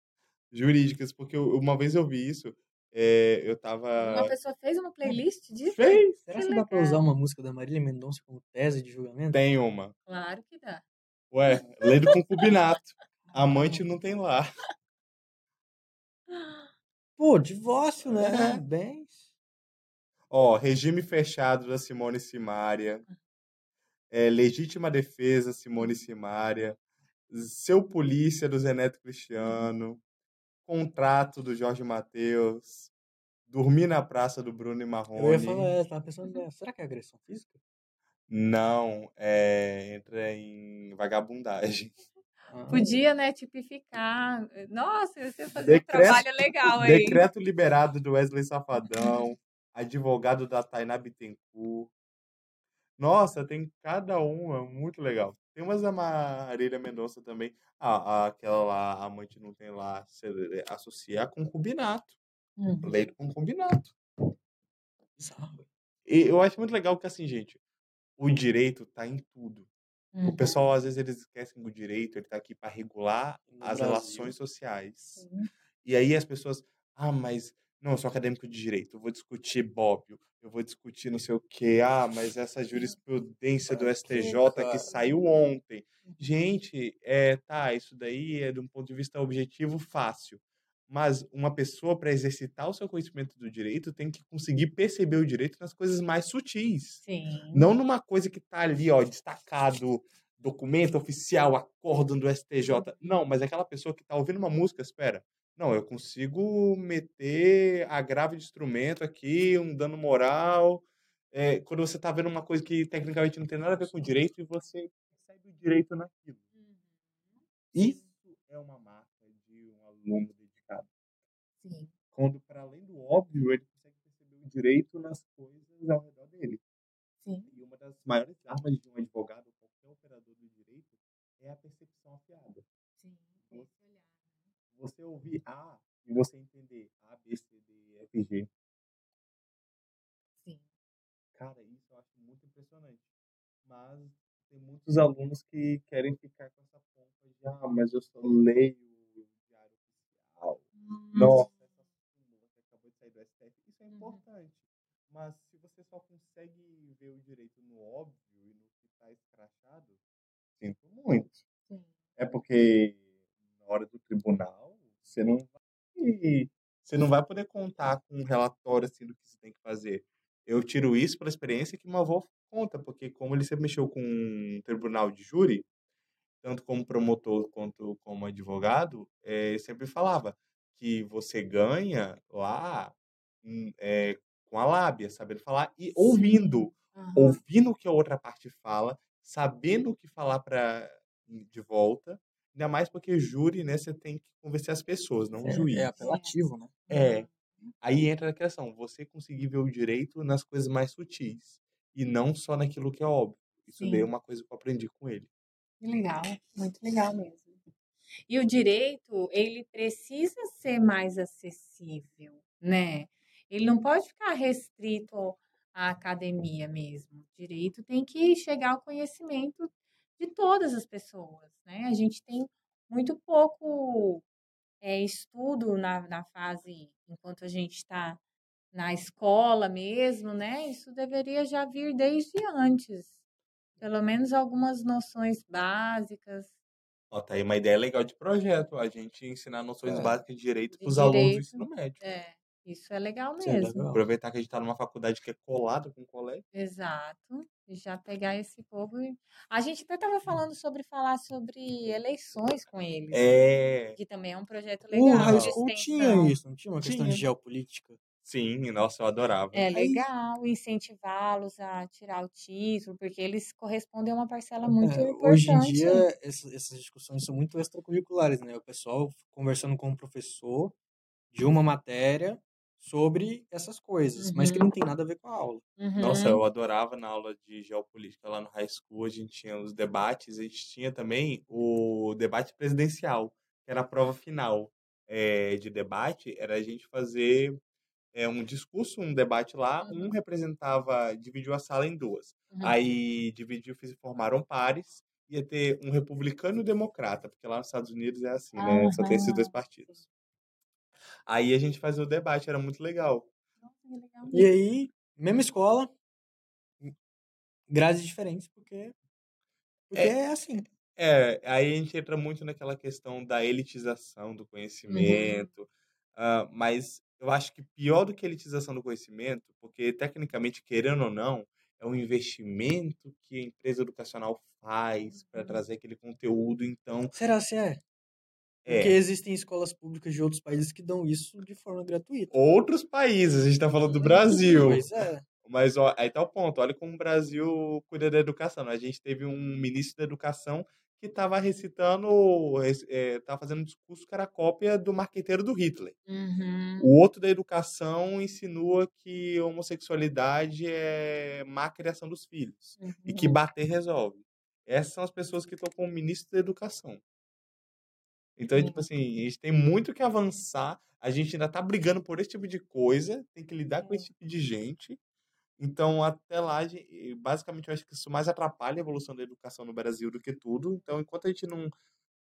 [SPEAKER 1] jurídicas, porque eu- uma vez eu vi isso, é, eu tava.
[SPEAKER 3] Uma pessoa fez uma playlist disso?
[SPEAKER 1] Fez?
[SPEAKER 2] Será
[SPEAKER 3] Que
[SPEAKER 2] que dá pra
[SPEAKER 3] legal.
[SPEAKER 2] usar uma música da Marília Mendonça como tese de julgamento?
[SPEAKER 1] Tem uma.
[SPEAKER 3] Claro que dá.
[SPEAKER 1] Ué, lei do concubinato. Amante não tem lá.
[SPEAKER 2] Pô, divórcio,
[SPEAKER 1] É.
[SPEAKER 2] né? Bens.
[SPEAKER 1] Ó, regime fechado da Simone Simária. É, legítima defesa, Simone Simária. Seu Polícia, do Zeneto Cristiano. Contrato, do Jorge Mateus. Dormir na Praça, do Bruno e Marrone.
[SPEAKER 2] Eu ia falar essa, tava pensando, é, será que é agressão física?
[SPEAKER 1] Não, é, entra em vagabundagem.
[SPEAKER 2] Ah,
[SPEAKER 3] Podia, né, tipificar. Nossa, você fazia um
[SPEAKER 1] Decreto-
[SPEAKER 3] trabalho legal aí.
[SPEAKER 1] Decreto liberado do Wesley Safadão, advogado da Tainá Bittencourt, Nossa, tem cada uma, muito legal. Tem umas da Marília Mendonça também. Ah, aquela lá, a amante não tem lá, se associar com concubinato.
[SPEAKER 3] Uhum.
[SPEAKER 1] Leito com concubinato.
[SPEAKER 2] Bizarro.
[SPEAKER 1] E eu acho muito legal que, assim, gente, o direito tá em tudo. O
[SPEAKER 3] Uhum.
[SPEAKER 1] pessoal, às vezes, eles esquecem que o direito, ele tá aqui para regular
[SPEAKER 2] No
[SPEAKER 1] as
[SPEAKER 2] Brasil.
[SPEAKER 1] relações sociais.
[SPEAKER 3] Sim.
[SPEAKER 1] E aí as pessoas, ah, mas não, eu sou acadêmico de direito, eu vou discutir Bobbio, eu vou discutir não sei o quê, ah, mas essa jurisprudência do
[SPEAKER 2] Pra quê,
[SPEAKER 1] STJ que
[SPEAKER 2] cara?
[SPEAKER 1] saiu ontem. Gente, é, tá, isso daí é de um ponto de vista objetivo fácil. Mas uma pessoa, para exercitar o seu conhecimento do direito, tem que conseguir perceber o direito nas coisas mais sutis.
[SPEAKER 3] Sim.
[SPEAKER 1] Não numa coisa que tá ali, ó, destacado, documento oficial, acórdão do STJ. Não, mas aquela pessoa que tá ouvindo uma música, espera. Não, eu consigo meter agravo de instrumento aqui, um dano moral. É, quando você tá vendo uma coisa que tecnicamente não tem nada a ver com o direito e você percebe o direito naquilo. Isso é uma marca de um aluno dedicado.
[SPEAKER 3] Sim.
[SPEAKER 1] Quando, para além do óbvio, ele consegue perceber o direito nas coisas ao redor dele.
[SPEAKER 3] Sim.
[SPEAKER 1] E uma das maiores armas de um advogado, ou qualquer operador do direito, é a percepção afiada.
[SPEAKER 3] Sim.
[SPEAKER 1] Você ouvir A e você entender A, B, C, D, E, F, G.
[SPEAKER 3] Sim.
[SPEAKER 1] Cara, isso eu acho muito impressionante. Mas tem muitos alunos que querem ficar com essa pompa de ah, mas eu só leio o diário oficial. Nossa, essa súmula que acabou de sair do STF. Isso é
[SPEAKER 3] Uhum.
[SPEAKER 1] importante. Mas se você só consegue ver o direito no óbvio e no que está escrachado, sinto muito.
[SPEAKER 3] Sim.
[SPEAKER 1] É porque na hora do tribunal, você não vai, você não vai poder contar com um relatório assim do que você tem que fazer. Eu tiro isso pela experiência que meu avô conta, porque como ele sempre mexeu com um tribunal de júri, tanto como promotor quanto como advogado, eh, ele sempre falava que você ganha lá hum, eh, com a lábia, sabendo falar e ouvindo
[SPEAKER 3] Aham.
[SPEAKER 1] ouvindo o que a outra parte fala, sabendo o que falar para de volta, ainda mais porque júri, né, você tem que convencer as pessoas, não o Um juiz.
[SPEAKER 2] É, é apelativo, né?
[SPEAKER 1] É. Aí entra a questão, você conseguir ver o direito nas coisas mais sutis e não só naquilo que é óbvio. Isso daí é
[SPEAKER 3] Sim.
[SPEAKER 1] uma coisa que eu aprendi com ele.
[SPEAKER 3] Que legal, muito legal mesmo. E o direito, ele precisa ser mais acessível, né? Ele não pode ficar restrito à academia mesmo. O direito tem que chegar ao conhecimento de todas as pessoas, né? A gente tem muito pouco é, estudo na, na fase enquanto a gente está na escola mesmo, né? Isso deveria já vir desde antes. Pelo menos algumas noções básicas
[SPEAKER 1] Ó, tá aí uma ideia legal de projeto, a gente ensinar noções
[SPEAKER 2] É.
[SPEAKER 1] básicas de direito
[SPEAKER 3] De
[SPEAKER 1] para os alunos do
[SPEAKER 3] direito.
[SPEAKER 1] ensino médio.
[SPEAKER 3] É, isso é legal
[SPEAKER 2] Isso é
[SPEAKER 3] mesmo.
[SPEAKER 2] legal.
[SPEAKER 1] Aproveitar que a gente está numa faculdade que é colada com o colégio.
[SPEAKER 3] Exato. E já pegar esse povo. e- A gente até
[SPEAKER 2] Hum.
[SPEAKER 3] estava falando sobre falar sobre eleições com eles,
[SPEAKER 1] É,
[SPEAKER 3] que também é um projeto
[SPEAKER 2] O
[SPEAKER 3] legal. né?
[SPEAKER 2] High
[SPEAKER 3] de
[SPEAKER 2] School
[SPEAKER 3] extensão.
[SPEAKER 2] tinha isso, não tinha uma questão de
[SPEAKER 1] Tinha.
[SPEAKER 2] geopolítica?
[SPEAKER 1] sim, nossa, eu adorava.
[SPEAKER 3] É
[SPEAKER 2] isso.
[SPEAKER 3] legal incentivá-los a tirar o título, porque eles correspondem a uma parcela muito
[SPEAKER 2] É,
[SPEAKER 3] importante.
[SPEAKER 2] hoje em dia, essa- essas discussões são muito extracurriculares, né? O pessoal conversando com o professor de uma matéria sobre essas coisas, mas que
[SPEAKER 3] Uhum.
[SPEAKER 2] não tem nada a ver com a aula.
[SPEAKER 3] Uhum.
[SPEAKER 1] Nossa, eu adorava na aula de geopolítica lá no high school, a gente tinha os debates, a gente tinha também o debate presidencial, que era a prova final eh, de debate, era a gente fazer eh, um discurso, um debate lá, um representava, dividiu a sala em duas.
[SPEAKER 3] Uhum.
[SPEAKER 1] Aí dividiu, fiz, formaram pares, ia ter um republicano e um democrata, porque lá nos Estados Unidos é assim, né? Só tem esses dois partidos. Aí a gente fazia o debate, era muito legal.
[SPEAKER 3] Nossa, que legal
[SPEAKER 2] E aí, mesma escola, hum, grades diferentes, porque, porque é, assim.
[SPEAKER 1] É, aí a gente entra muito naquela questão da elitização
[SPEAKER 3] Uhum.
[SPEAKER 1] do conhecimento, ah, mas eu acho que pior do que a elitização do conhecimento, porque tecnicamente, querendo ou não, é um investimento que a empresa educacional faz para
[SPEAKER 3] Uhum.
[SPEAKER 1] trazer aquele conteúdo, então
[SPEAKER 2] Será que é? Porque
[SPEAKER 1] é.
[SPEAKER 2] existem escolas públicas de outros países que dão isso de forma gratuita.
[SPEAKER 1] Outros países, a gente está falando do
[SPEAKER 3] Uhum.
[SPEAKER 1] Brasil.
[SPEAKER 2] Pois é.
[SPEAKER 1] Mas ó, aí tá o ponto. Olha como o Brasil cuida da educação. né? A gente teve um ministro da educação que estava recitando, rec- eh, tava fazendo um discurso que era cópia do marqueteiro do Hitler.
[SPEAKER 3] Uhum.
[SPEAKER 1] O outro da educação insinua que homossexualidade é má criação dos filhos e
[SPEAKER 3] uhum.
[SPEAKER 1] que bater resolve. Essas são as pessoas que estão com o ministro da educação. Então, é tipo
[SPEAKER 3] É.
[SPEAKER 1] assim, a gente tem muito que avançar, a gente ainda tá brigando por esse tipo de coisa, tem que lidar com
[SPEAKER 3] É.
[SPEAKER 1] esse tipo de gente. Então, até lá, a gen- e basicamente, eu acho que isso mais atrapalha a evolução da educação no Brasil do que tudo. Então, enquanto a gente não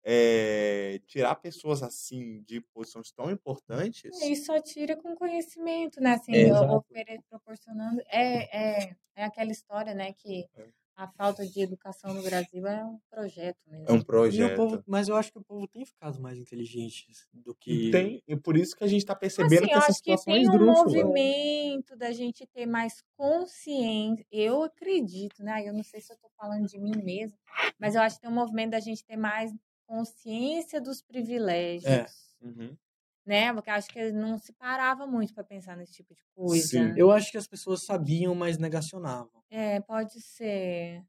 [SPEAKER 1] eh, tirar pessoas assim de posições tão importantes,
[SPEAKER 3] E só tira com conhecimento, né? Assim,
[SPEAKER 2] É,
[SPEAKER 3] o-
[SPEAKER 2] exato.
[SPEAKER 3] ofere- proporcionando. É, é, é aquela história, né? Que
[SPEAKER 1] É.
[SPEAKER 3] a falta de educação no Brasil é um projeto
[SPEAKER 1] é um
[SPEAKER 3] mesmo.
[SPEAKER 2] E o povo,
[SPEAKER 1] projeto.
[SPEAKER 2] mas eu acho que o povo tem ficado mais inteligente do que.
[SPEAKER 1] Hum, Tem, e por isso que a gente está percebendo
[SPEAKER 3] Assim,
[SPEAKER 1] que
[SPEAKER 3] eu
[SPEAKER 1] essa
[SPEAKER 3] acho que
[SPEAKER 1] situação é
[SPEAKER 3] tem um
[SPEAKER 1] esdrúxula.
[SPEAKER 3] movimento da gente ter mais consciência. Eu acredito, né? Eu não sei se eu estou falando de mim mesma, mas eu acho que tem um movimento da gente ter mais consciência dos privilégios.
[SPEAKER 2] É.
[SPEAKER 1] Uhum.
[SPEAKER 3] Né? Porque eu acho que não se parava muito para pensar nesse tipo de coisa.
[SPEAKER 1] Sim.
[SPEAKER 2] Eu acho que as pessoas sabiam, mas negacionavam.
[SPEAKER 3] É, pode ser.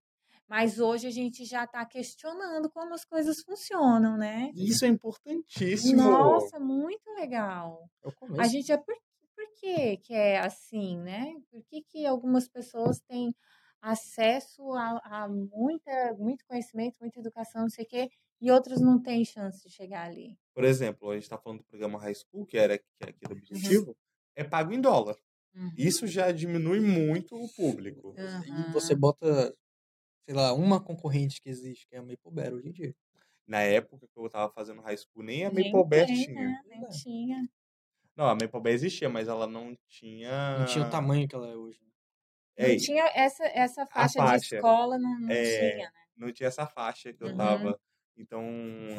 [SPEAKER 3] Mas hoje a gente já está questionando como as coisas funcionam, né?
[SPEAKER 1] E Isso é importantíssimo.
[SPEAKER 3] Nossa, muito legal.
[SPEAKER 2] É o
[SPEAKER 3] A
[SPEAKER 2] começo.
[SPEAKER 3] gente já por, por que que é assim, né? Por que que algumas pessoas têm acesso a, a muita, muito conhecimento, muita educação, não sei o quê, e outros não têm chance de chegar ali?
[SPEAKER 1] Por exemplo, a gente está falando do programa High School, que era que é aqui
[SPEAKER 3] Uhum.
[SPEAKER 1] do objetivo, é pago em dólar. Isso já diminui muito o público.
[SPEAKER 3] Ah.
[SPEAKER 2] E você bota, sei lá, uma concorrente que existe, que é a Maple Bear hoje em dia.
[SPEAKER 1] Na época que eu estava fazendo High School, nem a
[SPEAKER 3] Nem
[SPEAKER 1] Maple Bear
[SPEAKER 3] tem,
[SPEAKER 1] tinha.
[SPEAKER 2] é.
[SPEAKER 3] né? Nem tinha.
[SPEAKER 1] Não, a Maple Bear existia, mas ela não
[SPEAKER 2] Não tinha o
[SPEAKER 1] tinha...
[SPEAKER 2] tamanho que ela é hoje.
[SPEAKER 1] É
[SPEAKER 3] Não
[SPEAKER 1] isso.
[SPEAKER 3] tinha essa, essa faixa de
[SPEAKER 1] faixa,
[SPEAKER 3] escola, não, não
[SPEAKER 1] é,
[SPEAKER 3] tinha, né?
[SPEAKER 1] não tinha essa faixa que eu
[SPEAKER 3] Uhum.
[SPEAKER 1] tava. Então,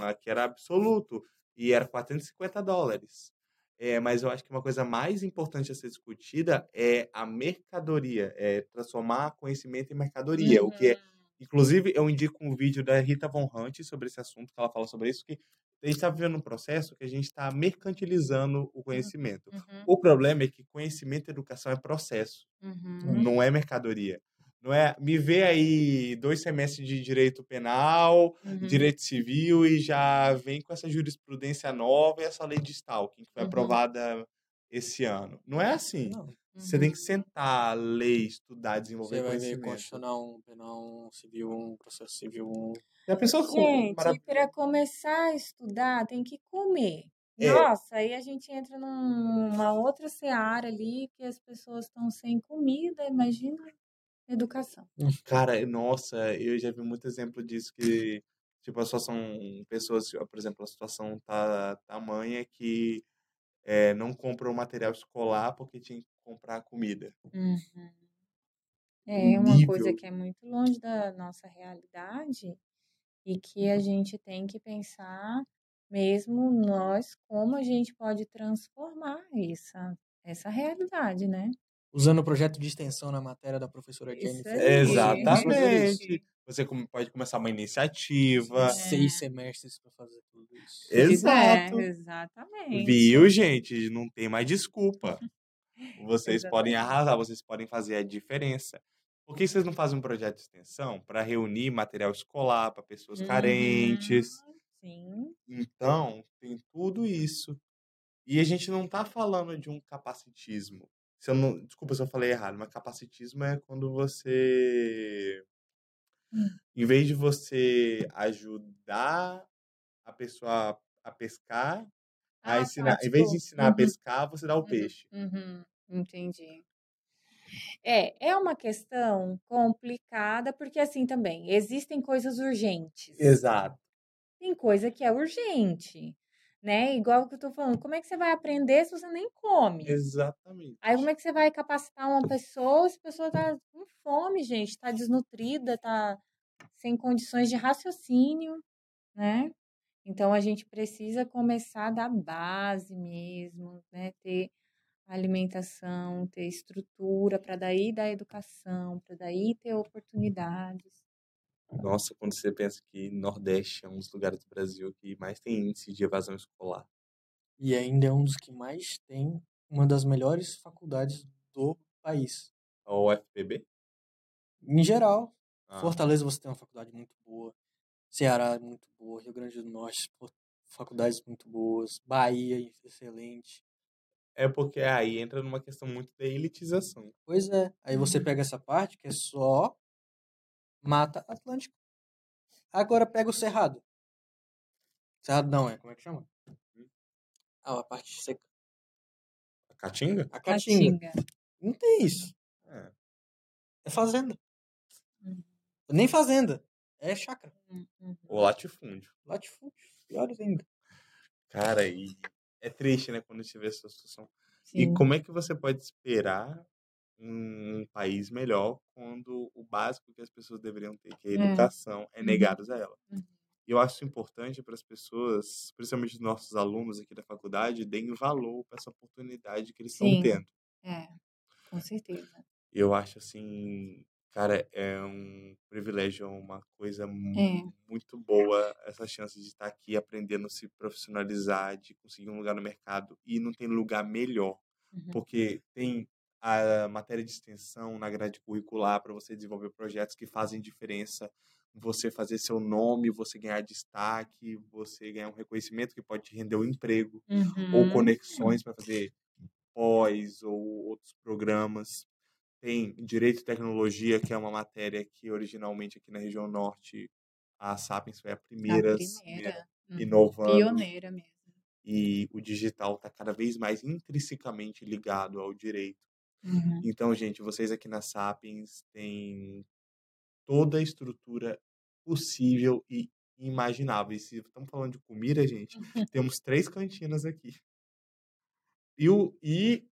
[SPEAKER 1] aqui era absoluto. E era 450 dólares. É, mas eu acho que uma coisa mais importante a ser discutida é a mercadoria, é transformar conhecimento em mercadoria. O que é, inclusive, eu indico um vídeo da Rita Von Hunt sobre esse assunto, que ela fala sobre isso, que a gente está vivendo um processo que a gente está mercantilizando o conhecimento.
[SPEAKER 3] Uhum,
[SPEAKER 1] O problema é que conhecimento e educação é processo
[SPEAKER 3] uhum,
[SPEAKER 2] Uhum.
[SPEAKER 1] não é mercadoria. Não é, me vê aí dois semestres de direito penal,
[SPEAKER 3] uhum,
[SPEAKER 1] direito civil e já vem com essa jurisprudência nova e essa lei de stalking que foi
[SPEAKER 3] Uhum.
[SPEAKER 1] aprovada esse ano. Não é assim.
[SPEAKER 2] Não.
[SPEAKER 1] Você tem
[SPEAKER 3] uhum.
[SPEAKER 1] que sentar, ler, estudar, desenvolver
[SPEAKER 2] Você vai ver
[SPEAKER 1] conhecimento.
[SPEAKER 2] constitucional um, penal um, civil um, processo civil um.
[SPEAKER 1] Já pensou um com
[SPEAKER 3] Gente, para começar a estudar, tem que comer.
[SPEAKER 1] É.
[SPEAKER 3] Nossa, aí a gente entra num- numa outra seara ali que as pessoas estão sem comida, imagina educação.
[SPEAKER 1] Cara, eu- nossa, eu já vi muito exemplo disso que, tipo, a situação, pessoas, por exemplo, a situação tá tamanha que é, não comprou material escolar porque tinha que comprar comida.
[SPEAKER 3] Uhum. É
[SPEAKER 1] Um
[SPEAKER 3] uma coisa
[SPEAKER 1] nível.
[SPEAKER 3] que é muito longe da nossa realidade e que a gente tem que pensar mesmo nós como a gente pode transformar essa essa realidade, né?
[SPEAKER 2] Usando o projeto de extensão na matéria da professora
[SPEAKER 3] Isso
[SPEAKER 2] Jennifer.
[SPEAKER 1] é
[SPEAKER 3] aí.
[SPEAKER 2] Os professores
[SPEAKER 3] É, Exatamente.
[SPEAKER 2] eles
[SPEAKER 1] Exatamente. Você come- pode começar uma
[SPEAKER 2] têm
[SPEAKER 1] iniciativa.
[SPEAKER 2] seis semestres pra fazer tudo isso.
[SPEAKER 3] Pois é,
[SPEAKER 1] Exato.
[SPEAKER 3] exatamente.
[SPEAKER 1] Viu, gente? Não tem mais desculpa. Vocês podem
[SPEAKER 3] Exatamente.
[SPEAKER 1] arrasar, vocês podem fazer a diferença. Por que vocês não fazem um projeto de extensão para reunir material escolar para pessoas
[SPEAKER 3] Hum.
[SPEAKER 1] carentes?
[SPEAKER 3] Uhum, Sim.
[SPEAKER 1] Então, tem tudo isso. E a gente não tá falando de um capacitismo. Se eu não, desculpa se eu falei errado, mas capacitismo é quando você.
[SPEAKER 3] Hum.
[SPEAKER 1] Em vez de você ajudar a pessoa a pescar, a
[SPEAKER 3] Ah, tá,
[SPEAKER 1] ensinar, em vez de
[SPEAKER 3] tipo,
[SPEAKER 1] ensinar a
[SPEAKER 3] uhum,
[SPEAKER 1] pescar, você dá o peixe.
[SPEAKER 3] uhum, entendi. É, é uma questão complicada, porque assim também, existem coisas urgentes.
[SPEAKER 1] Exato.
[SPEAKER 3] Tem coisa que é urgente, né? Igual que eu tô falando, como é que você vai aprender se você nem come?
[SPEAKER 1] Exatamente.
[SPEAKER 3] Aí como é que você vai capacitar uma pessoa se a pessoa tá com fome, gente, tá desnutrida, tá sem condições de raciocínio, né? Então a gente precisa começar da base mesmo, né? Ter alimentação, ter estrutura para daí dar educação, para daí ter oportunidades.
[SPEAKER 1] Nossa, quando você pensa que Nordeste é um dos lugares do Brasil que mais tem índice de evasão escolar.
[SPEAKER 2] E ainda é um dos que mais tem uma das melhores faculdades do país.
[SPEAKER 1] A UFPB?
[SPEAKER 2] Em geral,
[SPEAKER 1] Ah,
[SPEAKER 2] Fortaleza você tem uma faculdade muito boa, Ceará é muito boa, Rio Grande do Norte, pô, faculdades muito boas, Bahia, excelente.
[SPEAKER 1] É porque aí entra numa questão muito da elitização.
[SPEAKER 2] Pois é, aí você
[SPEAKER 3] Uhum.
[SPEAKER 2] pega essa parte que é só Mata Atlântica. Agora pega o Cerrado. Cerrado não é, como é que chama?
[SPEAKER 1] Hum.
[SPEAKER 2] Ah, a parte seca.
[SPEAKER 1] A Caatinga?
[SPEAKER 2] A Caatinga.
[SPEAKER 3] Caatinga.
[SPEAKER 2] Não tem isso.
[SPEAKER 1] Ah, É. Hum.
[SPEAKER 2] É fazenda.
[SPEAKER 3] Uhum.
[SPEAKER 2] Nem fazenda. É chácara.
[SPEAKER 3] Uhum.
[SPEAKER 1] O latifúndio.
[SPEAKER 2] Latifúndio. Piores ainda.
[SPEAKER 1] Cara, e é triste, né, quando tiver essa situação. E
[SPEAKER 3] Sim.
[SPEAKER 1] como é que você pode esperar um, um país melhor quando o básico que as pessoas deveriam ter, que é a
[SPEAKER 3] É.
[SPEAKER 1] educação, é
[SPEAKER 3] Uhum.
[SPEAKER 1] negado a ela?
[SPEAKER 3] Uhum.
[SPEAKER 1] E eu acho importante para as pessoas, principalmente os nossos alunos aqui da faculdade, deem valor para essa oportunidade que eles estão
[SPEAKER 3] Sim.
[SPEAKER 1] tendo.
[SPEAKER 3] É, com certeza.
[SPEAKER 1] Eu acho assim, cara, é um privilégio, é uma coisa
[SPEAKER 3] É.
[SPEAKER 1] mu- muito boa essa chance de estar aqui aprendendo a se profissionalizar, de conseguir um lugar no mercado. E não tem lugar melhor
[SPEAKER 3] Uhum.
[SPEAKER 1] porque tem a matéria de extensão na grade curricular para você desenvolver projetos que fazem diferença, você fazer seu nome, você ganhar destaque, você ganhar um reconhecimento que pode te render um emprego ou
[SPEAKER 3] Uhum.
[SPEAKER 1] conexões para fazer pós ou outros programas. Tem direito e tecnologia, que é uma matéria que originalmente aqui na região norte a Sapiens foi a
[SPEAKER 3] A
[SPEAKER 1] primeira, né,
[SPEAKER 3] primeira. Uhum.
[SPEAKER 1] inovando
[SPEAKER 3] Pioneira mesmo.
[SPEAKER 1] e o digital está cada vez mais intrinsecamente ligado ao direito.
[SPEAKER 3] Uhum.
[SPEAKER 1] Então, gente, vocês aqui na Sapiens têm toda a estrutura possível e imaginável. E se estamos falando de comida, gente, temos três cantinas aqui. E o, e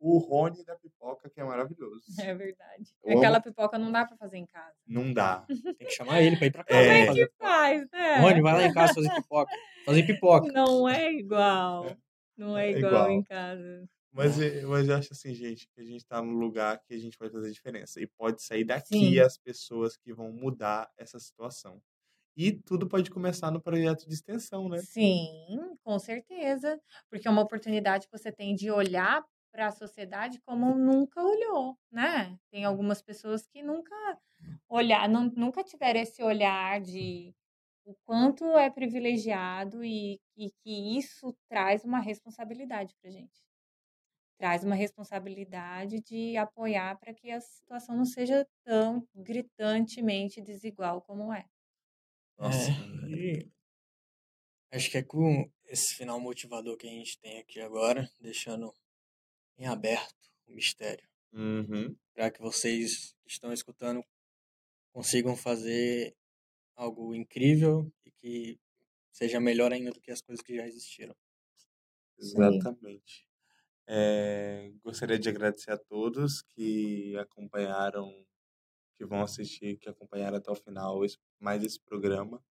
[SPEAKER 1] o Rony da pipoca, que é maravilhoso.
[SPEAKER 3] É verdade.
[SPEAKER 1] Eu amo-
[SPEAKER 3] Aquela pipoca não dá pra fazer em casa.
[SPEAKER 1] Não dá.
[SPEAKER 2] Tem que chamar ele pra ir pra casa.
[SPEAKER 1] É.
[SPEAKER 2] pra fazer pipoca.
[SPEAKER 3] Faz, né?
[SPEAKER 2] Rony, vai lá em casa fazer pipoca. Fazer pipoca.
[SPEAKER 3] Não é igual. Não é
[SPEAKER 1] É
[SPEAKER 3] igual,
[SPEAKER 1] igual.
[SPEAKER 3] em casa.
[SPEAKER 1] Mas, eu- mas eu acho assim, gente, que a gente está num lugar que a gente vai fazer diferença. E pode sair daqui
[SPEAKER 3] Sim.
[SPEAKER 1] as pessoas que vão mudar essa situação. E tudo pode começar no projeto de extensão, né?
[SPEAKER 3] Sim, com certeza. Porque é uma oportunidade que você tem de olhar para a sociedade como nunca olhou, né? Tem algumas pessoas que nunca olhar, nun- nunca tiveram esse olhar de o quanto é privilegiado e, e que isso traz uma responsabilidade para gente. Traz uma responsabilidade de apoiar para que a situação não seja tão gritantemente desigual como é.
[SPEAKER 1] Nossa,
[SPEAKER 2] É, e acho que é com esse final motivador que a gente tem aqui agora, deixando em aberto o mistério,
[SPEAKER 1] Uhum.
[SPEAKER 2] para que vocês que estão escutando consigam fazer algo incrível e que seja melhor ainda do que as coisas que já existiram.
[SPEAKER 3] Isso aí.
[SPEAKER 1] Exatamente. É, gostaria de agradecer a todos que acompanharam, que vão assistir, que acompanharam até o final esse- mais esse programa.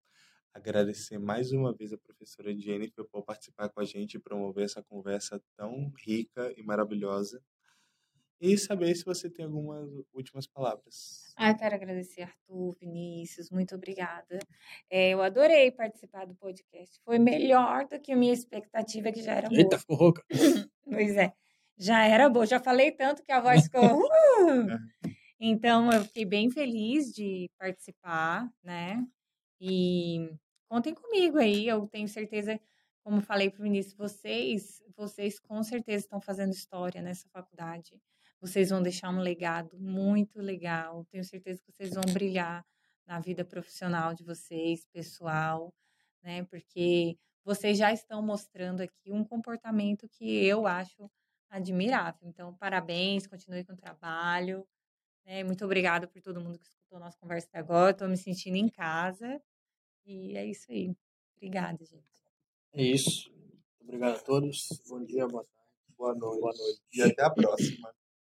[SPEAKER 1] Agradecer mais uma vez a professora Jennifer por participar com a gente e promover essa conversa tão rica e maravilhosa. E saber se você tem algumas últimas palavras.
[SPEAKER 3] Ah, eu quero agradecer, Arthur, Vinícius, muito obrigada. É, eu adorei participar do podcast. Foi melhor do que a minha expectativa, que já era boa.
[SPEAKER 2] Eita, ficou rouca?
[SPEAKER 3] Pois é, já era boa. Já falei tanto que a voz ficou. "Uh!" Então, eu fiquei bem feliz de participar, né? E contem comigo aí. Eu tenho certeza, como falei para o Vinícius, vocês, vocês com certeza estão fazendo história nessa faculdade. Vocês vão deixar um legado muito legal. Tenho certeza que vocês vão brilhar na vida profissional de vocês, pessoal, né? Porque vocês já estão mostrando aqui um comportamento que eu acho admirável. Então, parabéns, continue com o trabalho. né? Muito obrigada por todo mundo que escutou a nossa conversa até agora. Estou me sentindo em casa. E é isso aí. Obrigada, gente.
[SPEAKER 2] É isso. Obrigado a todos. Bom dia, boa tarde.
[SPEAKER 1] Boa
[SPEAKER 2] Boa noite.
[SPEAKER 1] E até a próxima.